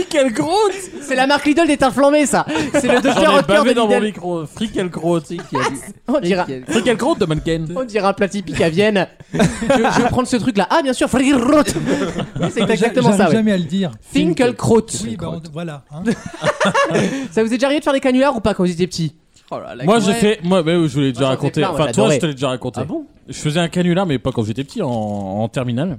quelle grotte C'est la marque Lidl des teintes flammées, ça C'est le docteur J'en ai Rutger de bavé dans mon Lidl. micro. Frickelkraut. On dira, Frickelkraut de Manken. on dira un plat typique à Vienne. je, je vais prendre ce truc-là. Ah, bien sûr, Frierrot Oui, C'est exactement J'arrive ça, ouais. jamais à le dire. Finkelkraut. Oui, bah, on- voilà. hein. Ça vous est déjà arrivé de faire des canulars ou pas quand vous étiez petit Oh Moi j'ai fait, moi mais oui, je vous l'ai déjà j'en ai raconté. plein, moi, enfin toi j'adorais. je te l'ai déjà raconté. Ah bon Je faisais un canular mais pas quand j'étais petit, en, en terminale.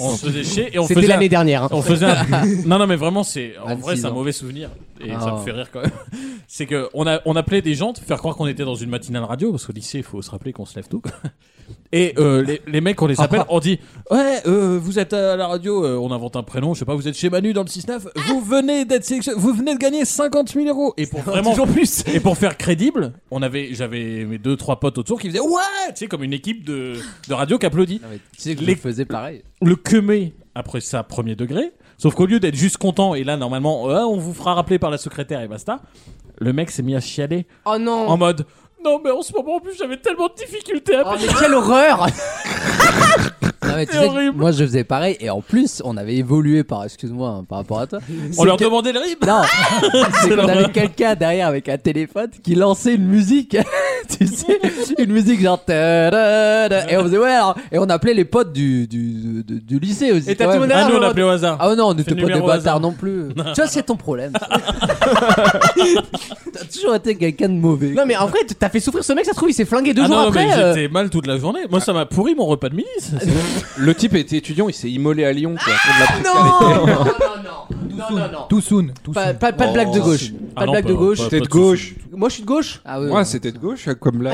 on se faisait chier et on C'était faisait un- l'année dernière, hein. On faisait un- non non mais vraiment c'est en 26 vrai c'est un ans. mauvais souvenir et Ah. ça me fait rire quand même. C'est que on a on appelait des gens pour faire croire qu'on était dans une matinale radio parce qu'au lycée il faut se rappeler qu'on se lève tôt. Et euh, les, les mecs, on les appelle, on dit Ouais, euh, vous êtes à la radio, euh, on invente un prénom, je sais pas, vous êtes chez Manu dans le 6-9, vous venez d'être sélectionné, vous venez de gagner 50 000 euros. Et pour vraiment. Toujours plus Et pour faire crédible, on avait, j'avais mes deux, trois potes autour qui faisaient Ouais Tu sais, comme une équipe de, de radio qui applaudit. Tu sais que je Les- le faisais pareil. le quemer après ça premier degré. Sauf qu'au lieu d'être juste content, et là normalement, Ah, on vous fera rappeler par la secrétaire et basta, le mec s'est mis à chialer. Oh non En mode Non, mais en ce moment en plus j'avais tellement de difficultés à. Oh, mais quelle horreur Non, mais tu C'est sais, horrible. moi je faisais pareil et en plus on avait évolué par excuse-moi hein, par rapport à toi. On leur C'est que- demandait le rythme Non, C'est c'est qu'on l'horreur. avait quelqu'un derrière avec un téléphone qui lançait une musique, tu sais, une musique genre ta-da-da. et on faisait ouais alors et on appelait les potes du du, du, du lycée aussi. Et t'as quand tout même. le monde Ah, derrière, nous, on genre, appelait au hasard. Ah non, on Fais n'était le pas des numéro au bâtards hasard. non plus. tu vois c'est ton problème. ça. T'as toujours été quelqu'un de mauvais. Non, mais en vrai, t'as fait souffrir ce mec, ça se trouve, il s'est flingué deux Ah jours non, après. mais euh. j'étais mal toute la journée. Moi, ça m'a pourri mon repas de midi. ça, c'est- Ah Le type était étudiant, il s'est immolé à Lyon. Quoi, non Tout non, non. Tout soon. tout Pas, soon. pas- pas de blague de gauche. Pas Ah Ah de blague de gauche. Oh, C'était de gauche. Moi, je suis de gauche. Ah Moi, c'était de gauche comme là.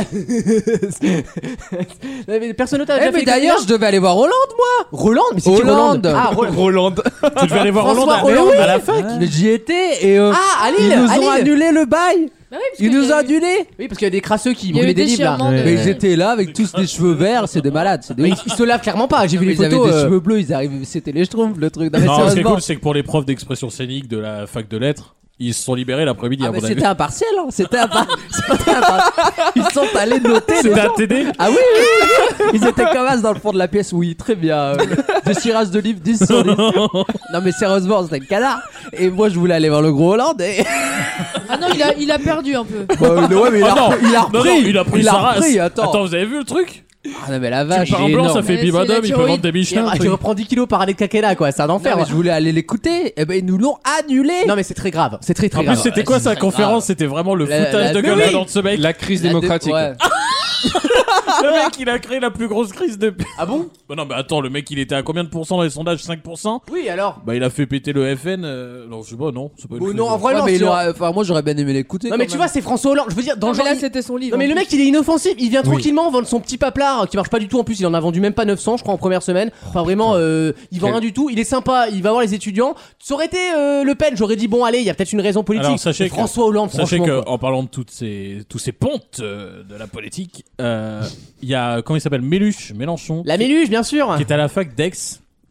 Personne d'autre a Eh, déjà mais fait d'ailleurs je devais aller voir Hollande moi. Roland, mais c'est qui, Roland Hollande. Ah, Roland. Tu devais aller voir François Hollande à- Hollande. à la fac. Mais J'y étais et euh, Ah, à Lille, ils nous à ont Lille. annulé le bail. ils nous ont annulé. Oui, parce qu'il y a des crasseux qui Il y a eu brûlaient des livres là. déchirement de- Mais ils étaient là avec tous des cheveux verts, c'est des malades, c'est des. Mais ils ils se lavent clairement pas, j'ai vu les ils avaient photos. des euh, cheveux bleus, ils arrivaient, c'était les schtroumpfs, le truc. Non, mais Non, ce qui est sérieusement. cool, c'est que pour les profs d'expression scénique de la fac de lettres, Ils se sont libérés l'après-midi. Ah, à mais mon c'était avis. impartial, hein. c'était impar- c'était impartial. Ils sont allés noter. les C'était un gens. TD Ah oui, oui, oui. Ils étaient comme as dans le fond de la pièce. Oui, très bien. De tirage de livre 10 sur 10. Non, mais sérieusement, c'était le canard. Et moi, je voulais aller voir le gros Hollande. Et... Ah non, il a, il a perdu un peu. Bah, mais ouais, mais il a Ah non, repris- il a non, repris. non, il a pris Il a sa race. repris, attends. vous avez vu le truc Ah non, mais la vache. Tu pars en c'est blanc, ça énorme. fait Mais Bibadom, c'est la il peut thyroïde. vendre des Michelin, Et un Tu truc. reprends 10 kilos par année de quinquennat, quoi. C'est un enfer. mais je voulais aller l'écouter. Et ben, ils nous l'ont annulé. Non, mais c'est très grave. C'est très, très En plus, grave. c'était quoi sa conférence C'était vraiment le La- foutage la- de mais gueule oui. allant de ce mec. La crise démocratique. ouais. le mec, il a créé la plus grosse crise depuis. Ah bon Bah non, mais attends, le mec, il était à combien de pourcents dans les sondages 5% Oui, alors Bah, il a fait péter le FN. euh, Non, je sais pas, non. c'est pas une Ou crise non, de- en vrai, Ouais, non, mais il c'est- aura- enfin, moi, j'aurais bien aimé l'écouter. Non, mais tu vois, c'est François Hollande. Je veux dire, dans le genre. mais là, il- c'était son livre. Non, mais en le plus. mec, il est inoffensif. Il vient Oui. tranquillement vendre son petit paplard euh, qui marche pas du tout. En plus, il en a vendu même pas 900, je crois, en première semaine. Oh, Enfin, vraiment, euh, il vend Quel- rien du tout. Il est sympa. Il va voir les étudiants. Ça aurait été euh, Le Pen. J'aurais dit, bon, allez, il y a peut-être une raison politique. Alors, sachez Mais que- François Hollande, sachez franchement. que, quoi. en parlant de toutes ces, tous ces pontes euh, de la politique, euh, il y a, comment il s'appelle Méluche, Mélenchon. La Méluche, bien sûr Qui est à la fac d'Aix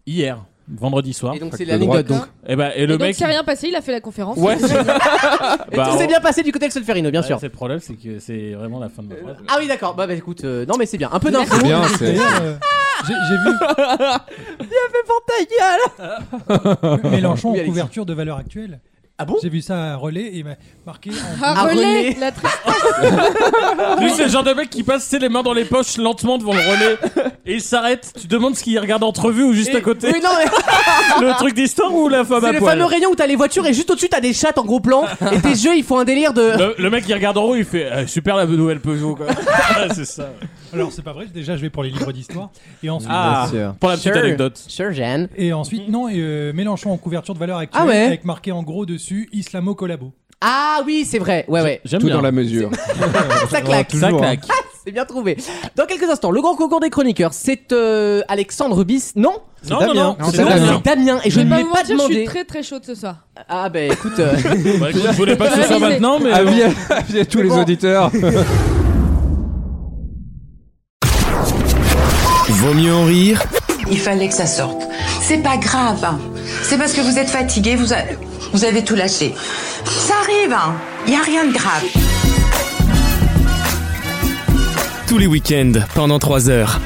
hier, vendredi soir. Et donc, c'est hein l'anecdote, donc. Et, bah, et Et le donc, mec. c'est rien passé, il a fait la conférence. Ouais, c'est Et Bah, tout s'est on- bien passé du côté de Solferino, bien Ouais, sûr. C'est le problème, c'est que c'est vraiment la fin de ma phrase. Ah oui, d'accord. Bah, bah, écoute, euh, non, mais c'est bien. Un peu d'info. Bien, c'est- J'ai vu. Bien fait pour ta gueule Mélenchon en Oui, Alexis. couverture de valeur actuelle. Ah bon J'ai vu ça à relais et ben, il m'a marqué. en- Ah, Ah, relais, relais. la tristesse. Lui, c'est le genre de mec qui passe tu sais, les mains dans les poches lentement devant le relais et il s'arrête. Tu demandes ce qu'il regarde entrevue ou juste à côté. Oui, non, mais. Le truc d'histoire ou la femme C'est à le poil fameux rayon où t'as les voitures et juste au-dessus t'as des chattes en gros plan et tes jeux ils font un délire de. le, le mec il regarde en haut, il fait Ah, super la nouvelle Peugeot quoi. Ah, c'est ça. Alors, c'est pas vrai, déjà, je vais pour les livres d'histoire. Et ensuite. Ah, pour la petite Sure. anecdote. Sure, Jeanne. Et ensuite, non, et, euh, Mélenchon en couverture de valeur actuelle Ah ouais. avec marqué en gros dessus Islamo-collabo. Ah oui, c'est vrai. Ouais, ouais. J'aime Tout bien. hein. dans la mesure. Ça claque. Ça claque. Ah, c'est bien trouvé. Dans quelques instants, le grand concours des chroniqueurs, c'est euh, Alexandre Bis. Non Non, non, non, C'est Damien. Et je vais ne pas l'ai vous pas mentir, je suis demandé. très très chaude ce soir. Ah bah écoute. euh, Bah, écoute, je voulais pas que ce soit Révisé. maintenant, mais. Avis bon. à, avis à Ah, tous les auditeurs. Vaut mieux en rire Il fallait que ça sorte. C'est pas grave. hein. C'est parce que vous êtes fatigué, vous, a- vous avez tout lâché. Ça arrive, hein. Il y a rien de grave. tous les week-ends pendant 3 heures.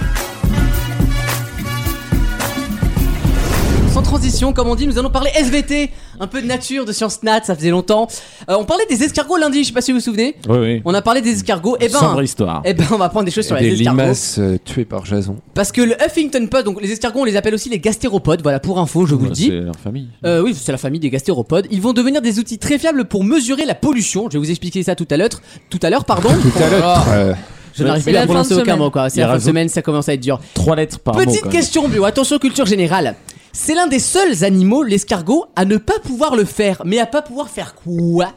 Sans transition, comme on dit, nous allons parler SVT, un peu de nature, de sciences nat, ça faisait longtemps. Euh, on parlait des escargots lundi, je sais pas si vous vous souvenez. Oui, oui. On a parlé des escargots. Et ben, Sombre histoire. Eh ben, on va prendre des choses sur Des les escargots. limaces euh, tuées par Jason. Parce que le Huffington Post, donc les escargots, on les appelle aussi les gastéropodes. Voilà pour info, je vous le dis. leur famille. Euh, oui, c'est la famille des gastéropodes. Ils vont devenir des outils très fiables pour mesurer la pollution. Je vais vous expliquer ça tout à l'heure. Tout à l'heure, pardon. Tout à l'heure. euh, oh Je n'arrive C'est plus la fin à de prononcer aucun semaine. mot, quoi. Il C'est la fin de rajoute- semaine, ça commence à être dur. Trois lettres par mot. Petite quand même. question bio, attention culture générale. C'est l'un des seuls animaux, l'escargot, à ne pas pouvoir le faire. Mais à pas pouvoir faire quoi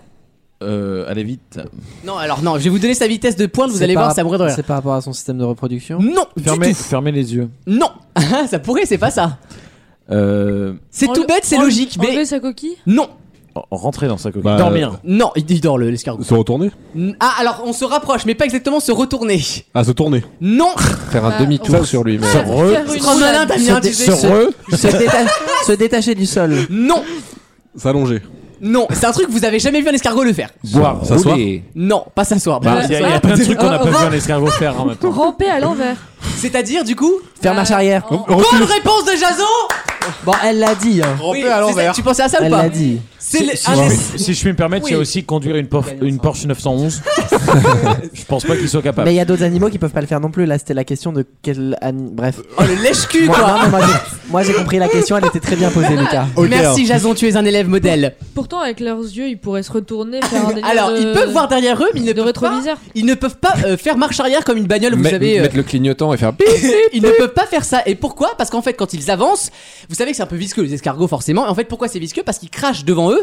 Euh, allez vite. Non, alors non, je vais vous donner sa vitesse de pointe, vous C'est allez par voir, rap- ça mourrait de rire. C'est par rapport à son système de reproduction Non, du Fermez, tout. fermez les yeux. Non, ça pourrait, c'est pas ça. Euh, C'est tout Enle- bête, c'est enle- logique, mais Enlever sa coquille non, rentrez dans sa coquille. Bah, Dormir. non, il il dort le- l'escargot. Se retourner N- Ah, alors on se rapproche, mais pas exactement se retourner. Ah, se tourner. Non, Faire un Bah, demi-tour on- sur lui-même. Ah, re- faire une trop malin, roulade. Damien, tu dé- sais. se ce- re- se, déta- se détacher du sol. Non, S'allonger. non, c'est un truc que vous avez jamais vu un escargot le faire. Boire. S'asseoir. rouler. Non, pas s'asseoir. Bah, Il y, a- il y a plein de trucs qu'on a pas vu un escargot faire en même temps. Ramper à l'envers. C'est-à-dire, du coup, Faire marche arrière. Oh, bonne réponse de Jason Bon, elle l'a dit. hein. Oui, c'est ça, Tu pensais à ça ou Elle pas l'a dit. C'est le- Si, un je, des- puis- si je puis me permettre, Oui. il y a aussi conduire une, Porf- une Porsche 911. je pense pas qu'il soit capable. Mais il y a d'autres animaux qui peuvent pas le faire non plus. Là, c'était la question de quel ani- Bref. Oh, le lèche-cul, Moi, non, quoi mais moi, j'ai- moi, j'ai compris la question. Elle était très bien posée, Lucas. Merci Jason, tu es un élève modèle. Pourtant, avec leurs yeux, ils pourraient se retourner, faire un délire Alors, de- ils peuvent voir derrière eux, mais ils ne Euh, de peuvent pas, rétroviseur. ils ne peuvent pas euh, faire marche arrière comme une bagnole, vous Met- savez. euh, Mettre le clignotant et faire bip. ils ne peuvent pas faire ça. Et pourquoi Parce qu'en fait, quand ils avancent, vous savez que c'est un peu visqueux les escargots forcément. Et en fait, pourquoi c'est visqueux Parce qu'ils crachent devant eux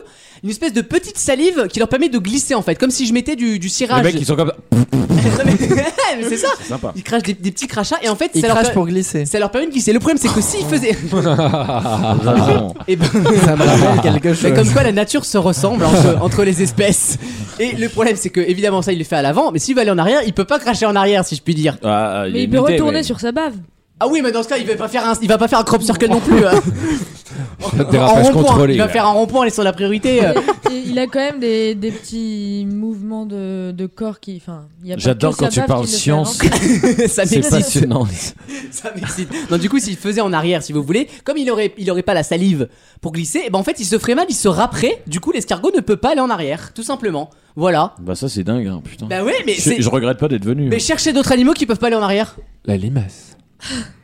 une espèce de petite salive qui leur permet de glisser en fait, comme si je mettais du, du Les cirage. mecs, ils sont comme. Non, mais- mais c'est ça. C'est sympa. Ils crachent des, des petits crachats et en fait, Il ça leur, crache per- pour glisser. ça leur permet de glisser. Le problème, c'est que s'ils Oh. faisaient, et ben, Ça me rappelle quelque chose. Mais comme quoi la nature se ressemble entre, entre les espèces. Et le problème c'est que évidemment ça il le fait à l'avant, mais s'il veut aller en arrière, il peut pas cracher en arrière si je puis dire. Ah, ah, y a Mais il une peut idée, retourner mais- sur sa bave. Ah oui, mais dans ce cas il va pas faire un, il va pas faire un crop circle non plus. hein. Dérapage rond-point. contrôlé, Il va là. faire un rond-point, aller sur la priorité. euh. Et il a quand même des, des petits mouvements de, de corps qui. Enfin, il y a pas J'adore que sa quand tu baffe parles qui le fait science. avancer. Ça C'est m'excite. passionnant. Ça m'excite. Non, du coup, s'il faisait en arrière, si vous voulez, comme il aurait, il aurait pas la salive pour glisser, eh ben en fait, il se ferait mal, il se râperait. Du coup, l'escargot ne peut pas aller en arrière, tout simplement. Voilà. Bah ça c'est dingue, hein, putain. Bah ouais, mais je, c'est- je regrette pas d'être venu. hein. Mais cherchez d'autres animaux qui peuvent pas aller en arrière. La limace.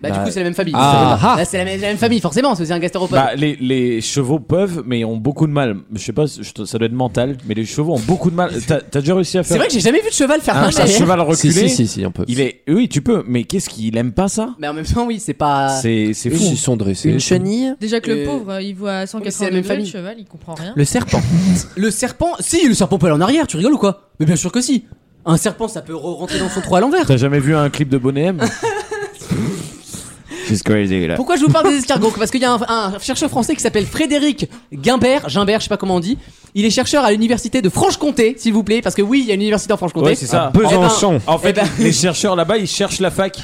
Bah, du Bah, coup, c'est la même famille. ah, Bah, ah. c'est la, même- la même famille, forcément, c'est aussi un gastéropode. Bah, les, les chevaux peuvent, mais ont beaucoup de mal. Je sais pas, je- ça doit être mental, mais les chevaux ont beaucoup de mal. T'as t'as déjà réussi à faire C'est vrai que j'ai jamais vu de cheval faire Ah, un, marche un arrière. cheval reculé. Si, si, si, on peut. Il est, oui, tu peux, mais qu'est-ce qu'il aime pas ça Mais en même temps, oui, c'est pas. C'est c'est Ils fou. se sont dressés. Une chenille. Déjà que le Euh, pauvre, il voit à mais c'est 180 la degrés même le famille. cheval, il comprend rien. Hein Le serpent. le serpent. Si, le serpent peut aller en arrière, tu rigoles ou quoi Mais bien sûr que si. Un serpent, ça peut re- rentrer dans son trou à l'envers. T'as jamais vu un clip de Bonnet M C'est crazy là. Pourquoi je vous parle des escargots Parce qu'il y a un, un chercheur français qui s'appelle Frédéric Gimbert, Gimbert, je sais pas comment on dit. Il est chercheur à l'université de Franche-Comté, s'il vous plaît, parce que oui, il y a une université en Franche-Comté. Ouais, c'est ça. Eh ben, En fait, eh ben- les chercheurs là-bas, ils cherchent la fac.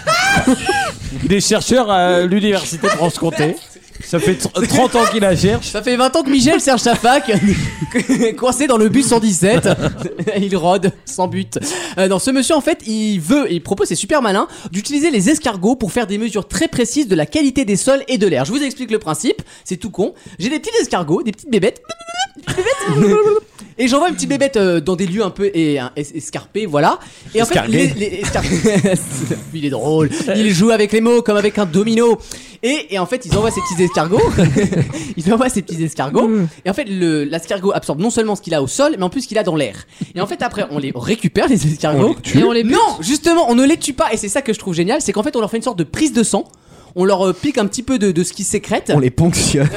des chercheurs à l'université de France-Comté. Ça fait tr- 30 ans qu'ils la cherchent. Ça fait 20 ans que Michel cherche sa fac, coincé dans le bus 117. il rôde sans but. Euh, non, ce monsieur, en fait, il veut, il propose, c'est super malin, d'utiliser les escargots pour faire des mesures très précises de la qualité des sols et de l'air. Je vous explique le principe, c'est tout con. J'ai des petits escargots, des petites bébêtes. Et j'envoie une petite bébête euh, dans des lieux un peu et, un- es- escarpés, voilà. Et en fait, les, Escargué. les- escar- il est drôle. Il joue avec les mots comme avec un domino. Et, et en fait, ils envoient ces petits escargots. ils envoient ces petits escargots. Mm. Et en fait, le- l'escargot absorbe non seulement ce qu'il a au sol, mais en plus ce qu'il a dans l'air. Et en fait, après, on les récupère les escargots. On les tue. Et on les bute. Non, justement, on ne les tue pas. Et c'est ça que je trouve génial, c'est qu'en fait, on leur fait une sorte de prise de sang. On leur euh, pique un petit peu de, de ce qui sécrète. On les ponctionne.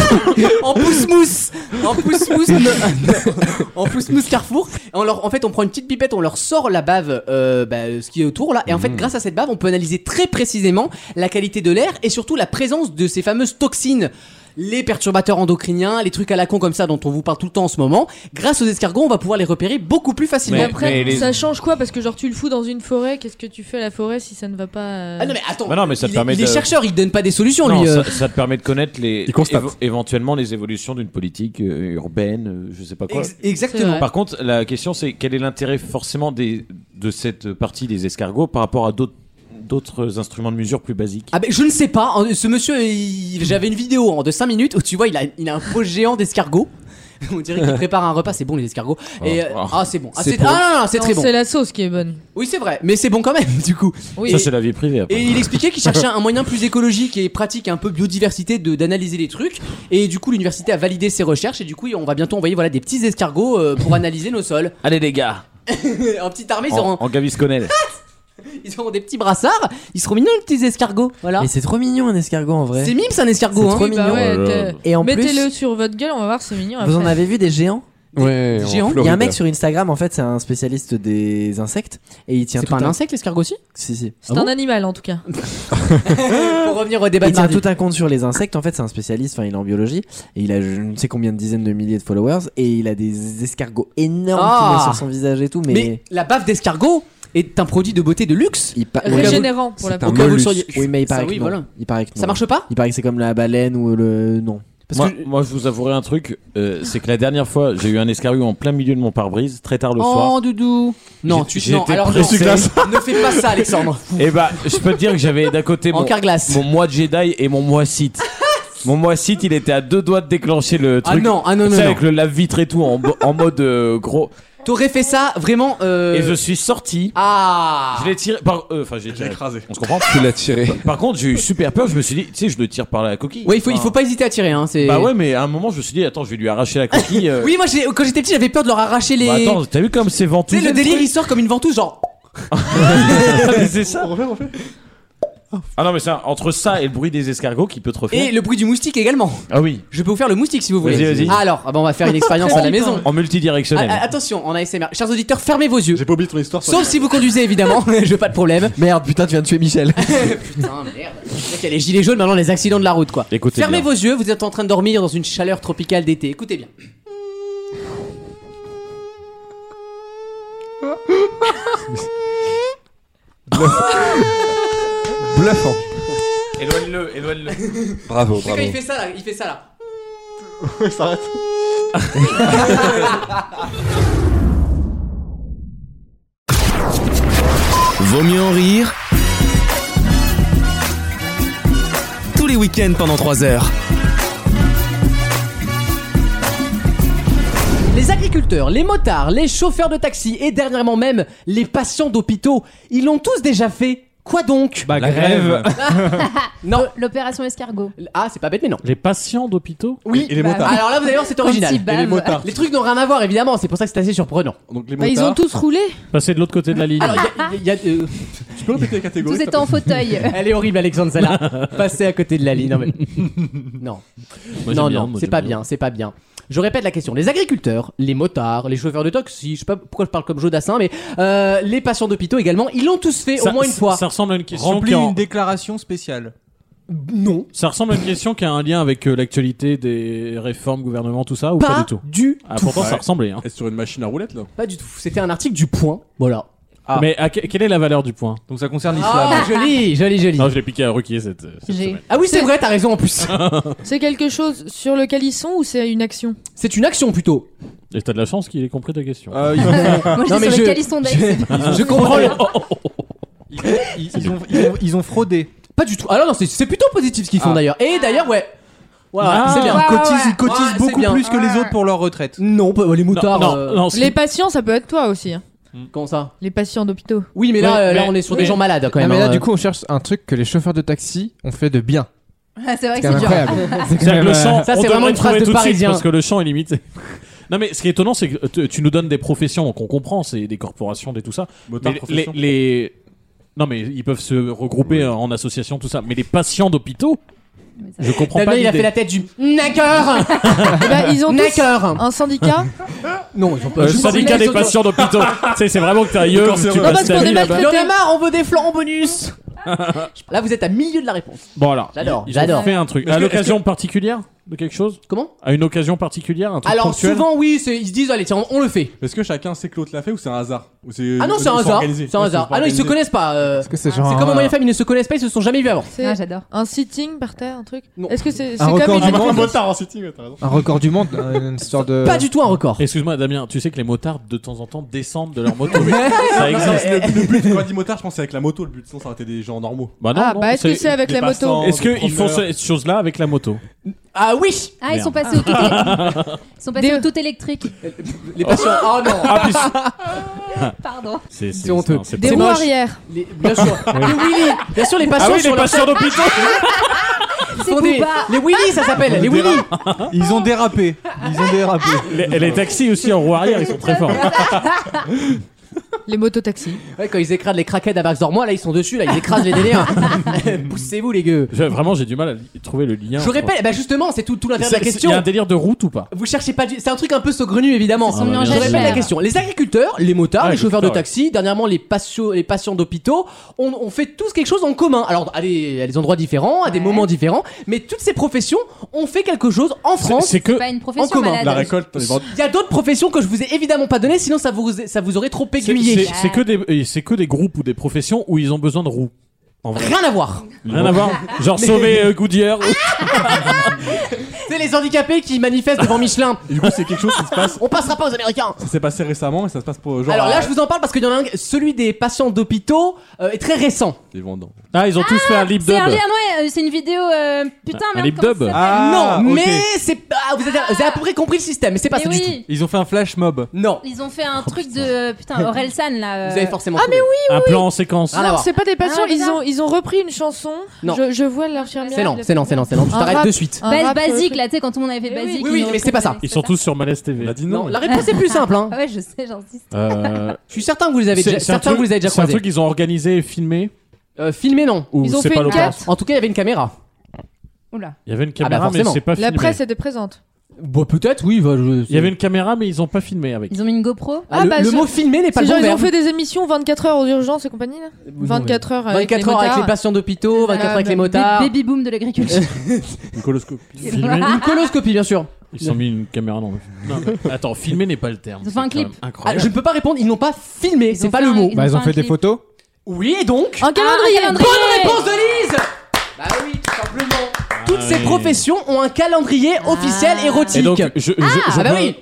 en pousse-mousse En pousse-mousse ne- En pousse-mousse Carrefour Et on leur, En fait on prend une petite pipette On leur sort la bave euh, bah, Ce qui est autour là Et en Mm. fait grâce à cette bave On peut analyser très précisément La qualité de l'air Et surtout la présence de ces fameuses toxines les perturbateurs endocriniens, les trucs à la con comme ça dont on vous parle tout le temps en ce moment, grâce aux escargots, on va pouvoir les repérer beaucoup plus facilement. Mais après, ça change quoi Parce que genre tu le fous dans une forêt, qu'est-ce que tu fais à la forêt si ça ne va pas euh Ah non mais attends, Bah non, mais ça te il, permet il est de- chercheur, il donne pas des solutions Non, lui. euh. ça, ça te permet de connaître les évo- éventuellement les évolutions d'une politique euh, urbaine, euh, je sais pas quoi. Ex- exactement. C'est vrai. Par contre, la question c'est quel est l'intérêt forcément des, de cette partie des escargots par rapport à d'autres d'autres instruments de mesure plus basiques. Ah ben je ne sais pas, hein, ce monsieur, il- j'avais une vidéo hein, de 5 minutes où tu vois il a, il a un pot géant d'escargots. On dirait qu'il prépare un repas, c'est bon les escargots. Et, euh, Oh. ah c'est bon, ah, C'est c'est pour- ah, non, non, c'est Non, très bon. C'est la sauce qui est bonne. Oui c'est vrai, mais c'est bon quand même du coup. Oui. Ça c'est la vie privée. après. Et il expliquait qu'il cherchait un moyen plus écologique et pratique, un peu biodiversité, de d'analyser les trucs. Et du coup, l'université a validé ses recherches. Et du coup, on va bientôt envoyer voilà des petits escargots euh, pour analyser nos sols. Allez les gars, Oh. en petite armée, ils auront, en, en Gavisconnel. ils auront des petits brassards. Ils seront mignons les petits escargots. Voilà. Et c'est trop mignon un escargot en vrai. C'est mime, c'est un escargot. C'est hein. trop Oui, bah mignon. Oh ouais, t'es- Et en plus, Mettez-le sur votre gueule, on va voir, c'est mignon. vous en après. avez vu des géants Ouais, en Géants Il y a un Floride. mec sur Instagram, en fait, c'est un spécialiste des insectes. Et il tient C'est tout pas un insecte, l'escargot aussi Si, si. C'est un animal en tout cas. Pour revenir au débat il de tient mardi. tout un compte sur les insectes. En fait, c'est un spécialiste. Enfin, il est en biologie et il a je ne sais combien de dizaines de milliers de followers et il a des escargots énormes Ah. qui mettent sur son visage et tout. Mais, Mais la baffe d'escargot est un produit de beauté de luxe. Il pa- Régénérant, pour la C'est peau. un Au cas où vous le mollusque. sauriez. Oui, mais il Ça, paraît, oui, que non. voilà. il paraît que non. Ça marche pas Il paraît que c'est comme la baleine ou le non. moi, moi, je vous avouerai un truc, euh, c'est que la dernière fois j'ai eu un escargot en plein milieu de mon pare-brise, très tard le soir. Oh, doudou. Non, tu J'ai- non, j'étais alors non, pressé. ne fais pas ça, Alexandre. Et bah, je peux te dire que j'avais d'un côté En mon, carglass. mon mois de Jedi et mon mois Sith. Mon mois Sith, il était à deux doigts de déclencher le Ah truc. non, ah non, Tu non, sais, non. avec le lave-vitre et tout, en, bo- en mode euh, gros. T'aurais fait ça vraiment. euh, Et je suis sorti. Ah Je l'ai tiré par. euh, Enfin, j'ai tiré. écrasé. On se comprend Tu l'as tiré. Par contre, j'ai eu super peur. Je me suis dit, tu sais, je le tire par la coquille. Ouais, il faut, il Enfin, faut pas hésiter à tirer. Hein, c'est- Bah ouais, mais à un moment, je me suis dit, attends, je vais lui arracher la coquille. euh. Oui, moi j'ai- quand j'étais petit, j'avais peur de leur arracher les. Bah attends, t'as vu comme c'est tu ventousé sais, le délire il sort comme une ventouse, genre. Mais c'est ça. Ah non, mais ça, entre ça et le bruit des escargots qui peut te refaire. Et le bruit du moustique également. Ah oui. Je peux vous faire le moustique si vous voulez. Vas-y, vas-y. Ah, alors, ah bah, on va faire une expérience à la maison. En multidirectionnel. Ah, ah, attention, en ASMR. Chers auditeurs, fermez vos yeux. J'ai pas oublié ton histoire. Sauf si vous conduisez évidemment, je veux pas de problème. Eh ben, Merde, putain, tu viens de tuer Michel. ah. Putain, merde. Le mec, Il y a les gilets jaunes, maintenant les accidents de la route quoi. Écoutez Fermez bien. vos yeux, vous êtes en train de dormir dans une chaleur tropicale d'été. Écoutez bien. Bluffant. Éloigne-le, éloigne-le. Bravo, C'est quand il fait ça là, il fait ça là. Il s'arrête. Vaut mieux en rire. Tous les week-ends pendant 3 heures. Les agriculteurs, les motards, les chauffeurs de taxi et dernièrement même les patients d'hôpitaux, ils l'ont tous déjà fait. Quoi donc Bah, La grève. Non. L'opération escargot. Ah, c'est pas bête, mais non. Les patients d'hôpitaux Oui. Bah, Et les motards. Alors là, vous allez voir, c'est Quand original. ils Et les bament. motards. Les trucs n'ont rien à voir, évidemment. C'est pour ça que c'est assez surprenant. Donc Bah, ils motards. ont tous roulé. Passer de l'autre côté de la ligne. Tu peux répéter la catégorie Tous étaient en fauteuil. euh, Elle est horrible, Alexandre Zala. Passer à côté de la ligne. Non, mais- non, Moi, non, j'aime bien, non, moi, c'est j'aime pas bien. bien, c'est pas bien. Je répète la question. Les agriculteurs, les motards, les chauffeurs de taxi, je sais pas pourquoi je parle comme Joe Dassin, mais euh, les patients d'hôpitaux également, ils l'ont tous fait Ça- au moins une ça- fois. ça ressemble à une question Remplis qui en- une déclaration spéciale. Non. Ça ressemble à une question qui a un lien avec euh, l'actualité des réformes, gouvernement, tout ça, ou pas, Pas du tout du ah, tout. Pourtant, Ouais. ça ressemblait. Hein. sur une machine à roulettes, là Pas du tout. C'était un article du Point. Voilà. Mais à que- quelle est la valeur du point Donc ça concerne Ah, joli, joli, joli. Non, je l'ai piqué à Ruquier cette. euh, J'ai- Ah oui, c'est vrai, t'as raison en plus. C'est quelque chose sur lequel ils sont ou c'est une action C'est une action plutôt. Et t'as de la chance qu'il ait compris ta question. Ah, Moi, je Non, dis mais sur je- lequel ils sont je- je comprends le- Ils, ils ont, ils ont- ils ont fraudé. Pas du tout. Alors non, c'est- c'est plutôt positif ce qu'ils font Ah. d'ailleurs. Et d'ailleurs, ouais. Ouais, Ah, c'est bien. Ils cotisent, ils Ouais, cotisent c'est beaucoup bien. plus que les autres pour leur retraite. Non, pas- les moutards. non, euh, non, ce Les patients, ça peut être toi aussi. hein. Comment ça Les patients d'hôpitaux. Oui, mais là, Ouais, euh, là, mais- on est sur mais- des gens malades quand Non, même. mais là, hein. du coup, on cherche un truc que les chauffeurs de taxi ont fait de bien. hein. Ah, c'est vrai C'est que quand même c'est dur. incroyable. C'est quand C'est-à-dire même, que le euh, champ, ça, on c'est vraiment devrait une trouver phrase de tout suite, Parisien. parce que le champ est limité. non mais ce qui est étonnant, c'est que tu- tu nous donnes des professions qu'on comprend, c'est des corporations, des tout ça. Mais Motard, les, profession. les- non mais ils peuvent se regrouper euh, en association, tout ça. Mais les patients d'hôpitaux, je comprends Damien, pas Bah, il a l'idée. fait la tête du Nacker Eh ben, ils ont tous Nacker un syndicat. Non, ils ont Euh, pas. syndicat des patients d'hôpitaux. tu sais, c'est vraiment que t'as aïeux, Encore, c'est tu vrai. passes ta vie là-bas. Il y en a marre, on veut des flancs en bonus Là, vous êtes à milieu de la réponse. Bon alors, J'adore, ils- ils ont j'adore. fait un truc. Est-ce À que- l'occasion particulière de quelque chose Comment À une occasion particulière, un truc Alors, ponctuel souvent, oui, c'est- ils se disent, allez, tiens, on- on le fait. Est-ce que chacun sait que l'autre l'a fait ou c'est un hasard Ou Ah non, ou c'est un ils sont hasard. organisés C'est un Ouais, hasard. pas Ah non, ils se organisés. connaissent pas. euh, Est-ce que c'est C'est genre comme un- au Moyen-Femme, ils ne se connaissent pas, ils se sont jamais vus avant. C'est Ah, j'adore. un sitting par terre, un truc. Non. Est-ce que c'est c'est Un comme record une du monde. Un activité motard en city, ouais, t'as raison. Un record du monde, euh, une histoire de. Pas du tout un record. Excuse-moi Damien, tu sais que les motards de temps en temps descendent de leur moto. ça Non, existe. mais le, le but, quand on dit motard, je pense que c'est avec la moto le but, sinon ça aurait été des gens normaux. Bah non, Ah, non, bah, est-ce que c'est avec des la passants, moto Est-ce des qu'ils font promeneurs. cette chose-là avec la moto Ah oui Ah, ils sont Merde. passés au tout, éle- ils sont passés Des- au tout électrique. Les patients. Oh non Ah, puis- Pardon. c'est c'est- C'est honteux. non, c'est Des C'est roues moche. arrière. Les- Bien sûr. Les Willy Bien sûr, les patients Ah oui, sur les leur- patients d'hôpitaux font des- Booba. Les Willy, ça s'appelle. Les Willy Ils ont dérapé. Ils ont dérapé. les, les taxis aussi en roue arrière, ils sont très forts. Les mototaxis. Ouais, quand ils écrasent les craquettes à Max Dormois, là, ils sont dessus, là, ils écrasent les délires. Poussez-vous, les gueux. Je- vraiment, j'ai du mal à li- trouver le lien. Je répète, bah justement, c'est tout, tout l'intérêt de la Il question. y a un délire de route ou pas Vous cherchez pas du... C'est un truc un peu saugrenu, évidemment. Ils sont mis en Je répète jachère. la question. Les agriculteurs, les motards, Ah, les les chauffeurs de agriculteurs, taxi, dernièrement les, patio- les patients d'hôpitaux, on, on fait tous quelque chose en commun. Alors, à des, à des endroits différents, à des Ouais. moments différents, mais toutes ces professions ont fait quelque chose en France. C'est que Pas une En profession commun. malade. La récolte, les ventes- Il y a d'autres professions que je vous ai évidemment pas données, sinon ça vous, ça vous aurait trop c'est aiguillé. c'est- c'est que des et c'est que des groupes ou des professions où ils ont besoin de roues. En vrai, Rien à voir. rien à voir. Genre sauver euh, Goodyear. C'est les handicapés qui manifestent devant Michelin. Et du coup, c'est quelque chose qui se passe. On passera pas aux Américains. Ça s'est passé récemment et ça se passe pour genre. Alors là, je vous en parle parce qu'il y en a un, celui des patients d'hôpitaux euh, est très récent. Les vendants. Ah, ils ont tous fait un lip C'est dub. un lien, ouais, euh, c'est une vidéo. euh, Putain, Un merde, lip comment dub. ça s'appelle Ah, non, ok. mais c'est ah, vous, avez, vous avez à peu près compris le système, mais c'est pas Mais ça du tout. oui, Ils ont fait un flash mob. Non, ils ont fait un truc de putain Orelsan là. euh, vous avez forcément. Ah mais Un plan en séquence. Rien à Non, voir. c'est pas des patients. Ah, Ils d'accord. ont ils ont repris une chanson. Non. Je, je vois l'infirmière. C'est lent, c'est lent, c'est lent, c'est lent. Tu Un t'arrêtes rap. de suite. Un base rap, basique euh, là, tu sais quand on avait fait Mais oui, basique. oui, oui, ils ont mais c'est pas ça. compris, Ils sont tous sur Malaise TV. On a dit Non, non. la réponse est plus simple. Hein. Ah ouais, je sais, j'insiste. Euh, Je suis certain que vous les avez c'est- déjà, c'est un certains truc- vous les avez déjà C'est un croisés. truc qu'ils ont organisé et filmé. Euh, filmé non. Ou Ils ont c'est fait pas une l'occasion. carte. En tout cas, il y avait une caméra. Oula. Il y avait une caméra, mais Ah bah, forcément. c'est pas La filmé. presse était présente. Bon, peut-être oui. bah, Il y avait une caméra, mais ils ont pas filmé avec. Ils ont mis une GoPro. Ah, le, bah, le c'est- mot filmé n'est pas C'est le genre bon ils ont verbe. Euh, fait des émissions 24 heures aux urgences et compagnie là 24 heures avec 24 les heures motards. avec les Ah, bah, patients d'hôpitaux, 24 heures avec les motards. Baby boom de l'agriculture. Une coloscopie. Filmé. Une coloscopie, bien sûr. Ils ont mis une caméra dans le film. Non, mais attends, filmer n'est pas le terme. Ils ont fait un C'est clip. quand même Ah, Incroyable. je ne peux pas répondre, ils n'ont pas filmé, Ils c'est ont pas fait le un- mot. ils ont Bah, ils ont fait fait un des clip. photos. Oui, et donc Ah, Un calendrier. calendrier. Bonne réponse de Lise Bah oui simplement, Ah toutes ces professions ont un calendrier Ah. officiel érotique. Et donc, je, je- ah, je bah peux- oui.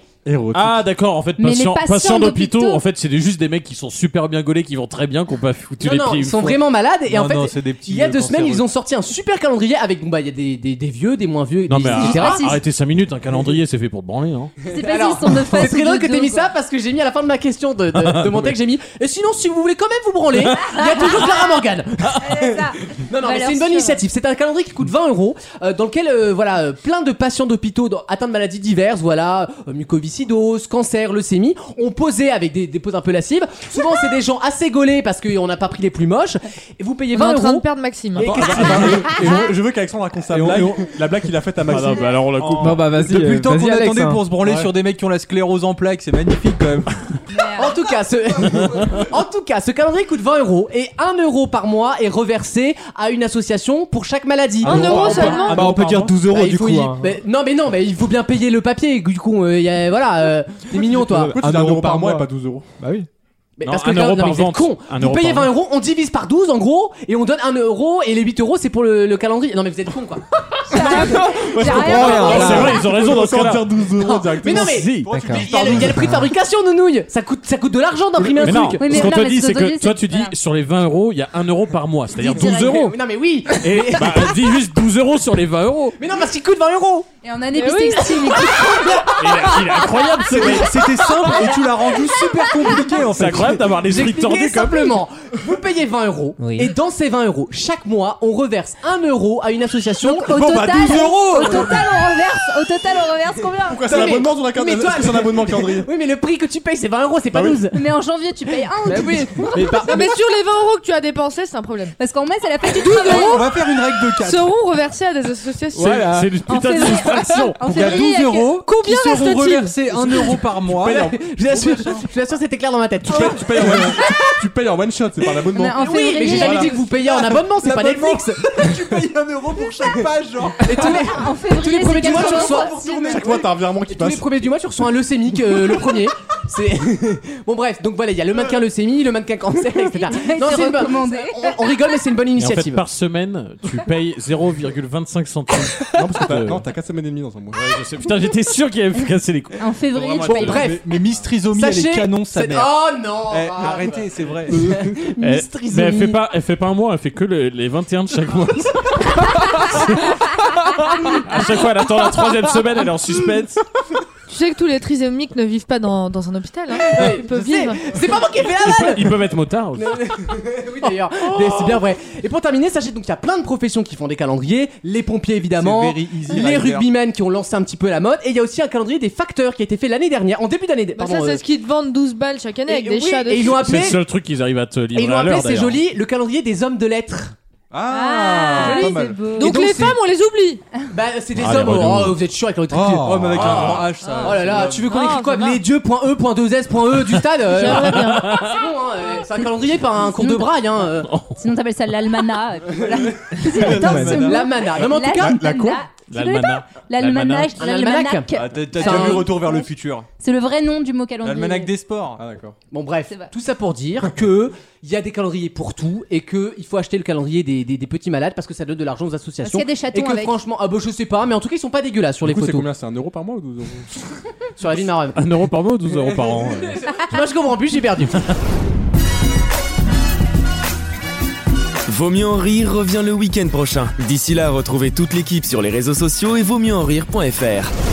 Ah d'accord, en fait, Mais les patients, patients patients d'hôpitaux, d'hôpitaux. en fait, c'est des- juste des mecs qui sont super bien gaulés, qui vont très bien, qui ont pas foutu Non, les non, pieds. ils une sont fois. vraiment malades et en Non, fait, non, c'est des petits, il y a euh, deux semaines, ils ont sorti un super calendrier avec bon bah il y a des, des, des vieux, des moins vieux, Non des, mais etc. arr- arrêtez 5 minutes, un calendrier c'est fait pour te branler. Hein. C'est pas s'ils sont de face C'est ou très de drôle que dos, t'aies mis quoi. ça parce que j'ai mis à la fin de ma question de, de, de mon texte, j'ai mis. Et sinon, si vous voulez quand même vous branler, il y a toujours Clara Morgan. Bah, Non, Bah, non, mais Valeur c'est une bonne sûre. initiative. C'est un calendrier qui coûte 20 euros, euh, dans lequel euh, voilà euh, plein de patients d'hôpitaux dans- atteints de maladies diverses, voilà euh, mucoviscidose, cancer, leucémie, ont posé avec des, des poses un peu lascives. Souvent, c'est des gens assez gaulés parce qu'on n'a pas pris les plus moches. Et vous payez On est 20 en euros. train de perdre Maxime. Et- bah, Ah, Et je, je veux qu'Alexandre raconte sa blague. La blague qu'il a faite à Maxime. non, bah alors on la coupe. Non, bah vas-y. Depuis euh, le temps vas-y, qu'on Alex, attendait hein. pour se branler Ouais. sur des mecs qui ont la sclérose en plaques, c'est magnifique quand même. En tout cas, ce, en tout cas, ce calendrier coûte 20 euros et 1 euro par mois est reversé à une association pour chaque maladie. Un euro seulement bah, on peut dire 12 euros, Bah, il du faut coup, y- hein. mais- non, mais non, mais il faut bien payer le papier. Du coup, euh, y a- voilà, euh, t'es mignon toi. Pourquoi tu dis 1 euro par mois et pas 12 euros Bah oui. Mais Non, parce que un le- euro non, par mais vous êtes vente. cons. Un Vous euro payez par 20 euros, on divise par 12 en gros, et on donne 1 euro, et les 8 euros c'est pour le, le calendrier. Non, mais vous êtes cons quoi. Ouais, je J'ai comprends rien rien. compris. C'est vrai, ils ont raison dans ce On va cas-là. sortir 12 euros Mais directement. non, mais Si, il d'accord. y, a le- il y a le prix de fabrication, nounouille. Ça coûte, ça coûte de l'argent d'imprimer un Mais non, truc. ce qu'on te dit, c'est que toi, tu dis sur les 20 euros, il y a 1 euro par mois, c'est-à-dire 12 euros. Non, mais oui. Et bah, dis juste 12 euros sur les 20 euros. Mais non, parce qu'il coûte 20 euros. Et en année bissextile. Il est, Eh il est incroyable, ce mec. C'était simple et tu l'as rendu super compliqué en fait. C'est incroyable d'avoir les trucs Expliquez tordus comme simplement, vous payez 20 euros et dans ces 20 euros, chaque mois, on reverse 1 euro à une association. Au Bon, bah, total, au total, on reverse. Au total, on reverse combien Pourquoi c'est un abonnement sur la carte Mais toi- c'est un abonnement calendrier Oui, mais le prix que tu payes, c'est 20 euros, c'est pas Bah oui. 12. Mais en janvier, tu payes Bah un ou deux. Mais par- Non, mais sur les 20 euros que tu as dépensés, c'est un problème. Parce qu'en mai, c'est la fête du 12 Bah On euros va faire une règle de 4. seront reversés à des associations. Voilà. C'est une En putain de février- distraction. en Donc, il y a 12 février, il y a que- euros qui Combien seront reste-t-il reversés 1 euro par mois. payes en- Je l'assure, je l'assure, c'était clair dans ma tête. Tu payes en one- tu payes en one shot, c'est par l'abonnement. Mais en Oui, Oh. mais j'ai jamais Voilà. dit que vous payez en abonnement, c'est pas L'abonnement. Netflix. tu payes 1 euro pour chaque page, genre. Et tous les, Ah, En février, tous les premiers c'est du mois, tu 80 reçois. Chaque mois, t'as un virement qui Tous les passe. premiers du mois, tu reçois un leucémique, euh, le premier. C'est bon, bref. Donc voilà, il y a le mannequin leucémie, le mannequin cancer, etc. Non, c'est une bonne- recommandé. On, on rigole, mais c'est une bonne Et en fait, initiative. par semaine, tu payes 0,25 centimes. Non, parce que t'as Euh, non, t'as 4 semaines et demie dans un mois. Je sais- Putain, j'étais sûr qu'il allait me casser les couilles. En février, tu Bon, payes. bref. Mais, mais Miss Trisomie, elle est canon, sa c'est- mère. Oh non Eh, ah, arrêtez, c'est vrai. Eh, Mais elle fait pas, elle fait pas un mois, elle fait que le- les 21 de chaque mois. à chaque fois, elle attend la troisième semaine, elle est en suspense. Tu sais que tous les trisomiques ne vivent pas dans, dans un hôpital. Hein. Ouais, Ils peuvent je sais. vivre. C'est pas moi Ah, qui ai fait la Ils vanne peuvent, ils peuvent être motards. aussi. Oui d'ailleurs, Mais c'est bien vrai. Et pour terminer, sachez donc qu'il y a plein de professions qui font des calendriers, les pompiers évidemment, C'est very easy les rider. rugbymen qui ont lancé un petit peu la mode, et il y a aussi un calendrier des facteurs qui a été fait l'année dernière, en début d'année. Bah, pardon, ça, euh, c'est ce qu'ils te vendent 12 balles chaque année et- avec des oui, chats dessus. et ils l'ont C'est appelé, le seul truc qu'ils arrivent à te et ils livrer l'ont à appelé, l'heure. c'est d'ailleurs. joli, le calendrier des hommes de lettres. Ah, joli, pas c'est mal. Donc, Et donc, les c'est- femmes, on les oublie. Bah c'est des Ah, les hommes, oh, relous. vous êtes chiant avec votre Oh, mais avec un grand H, Oh ça. là là, tu veux qu'on écrit Ah, quoi ça va. E, lesdieux.e.2s.e du stade euh, J'aimerais bien. C'est bon, hein, euh, c'est un calendrier, pas un cours de braille. Hein, euh. Sinon, t'appelles ça l'almanach. Ah, et puis voilà. La mana. Non, mais en tout cas, la quoi Tu connais pas L'almanach. Un almanach. L'almanach. Ah, T'as t'as Enfin, déjà vu Retour vers le futur C'est le vrai nom du mot calendrier. L'almanach des sports. Ah, d'accord. Bon bref, C'est vrai. tout ça pour dire que il y a des calendriers pour tout et que il faut acheter le calendrier des, des- des petits malades parce que ça donne de l'argent aux Parce associations. qu'il y a des et chatons que avec. franchement, ah bah je sais pas, mais en tout cas ils sont pas dégueulasses sur Du les coup, c'est photos. combien C'est 1 euro par mois ou 12 euros Sur la vie de ma rêve. 1 euro par mois ou 12 euros par an ouais. Moi je comprends plus, j'ai perdu. Vaut mieux en rire revient le week-end prochain. D'ici là, retrouvez toute l'équipe sur les réseaux sociaux et vaut mieux en rire.fr.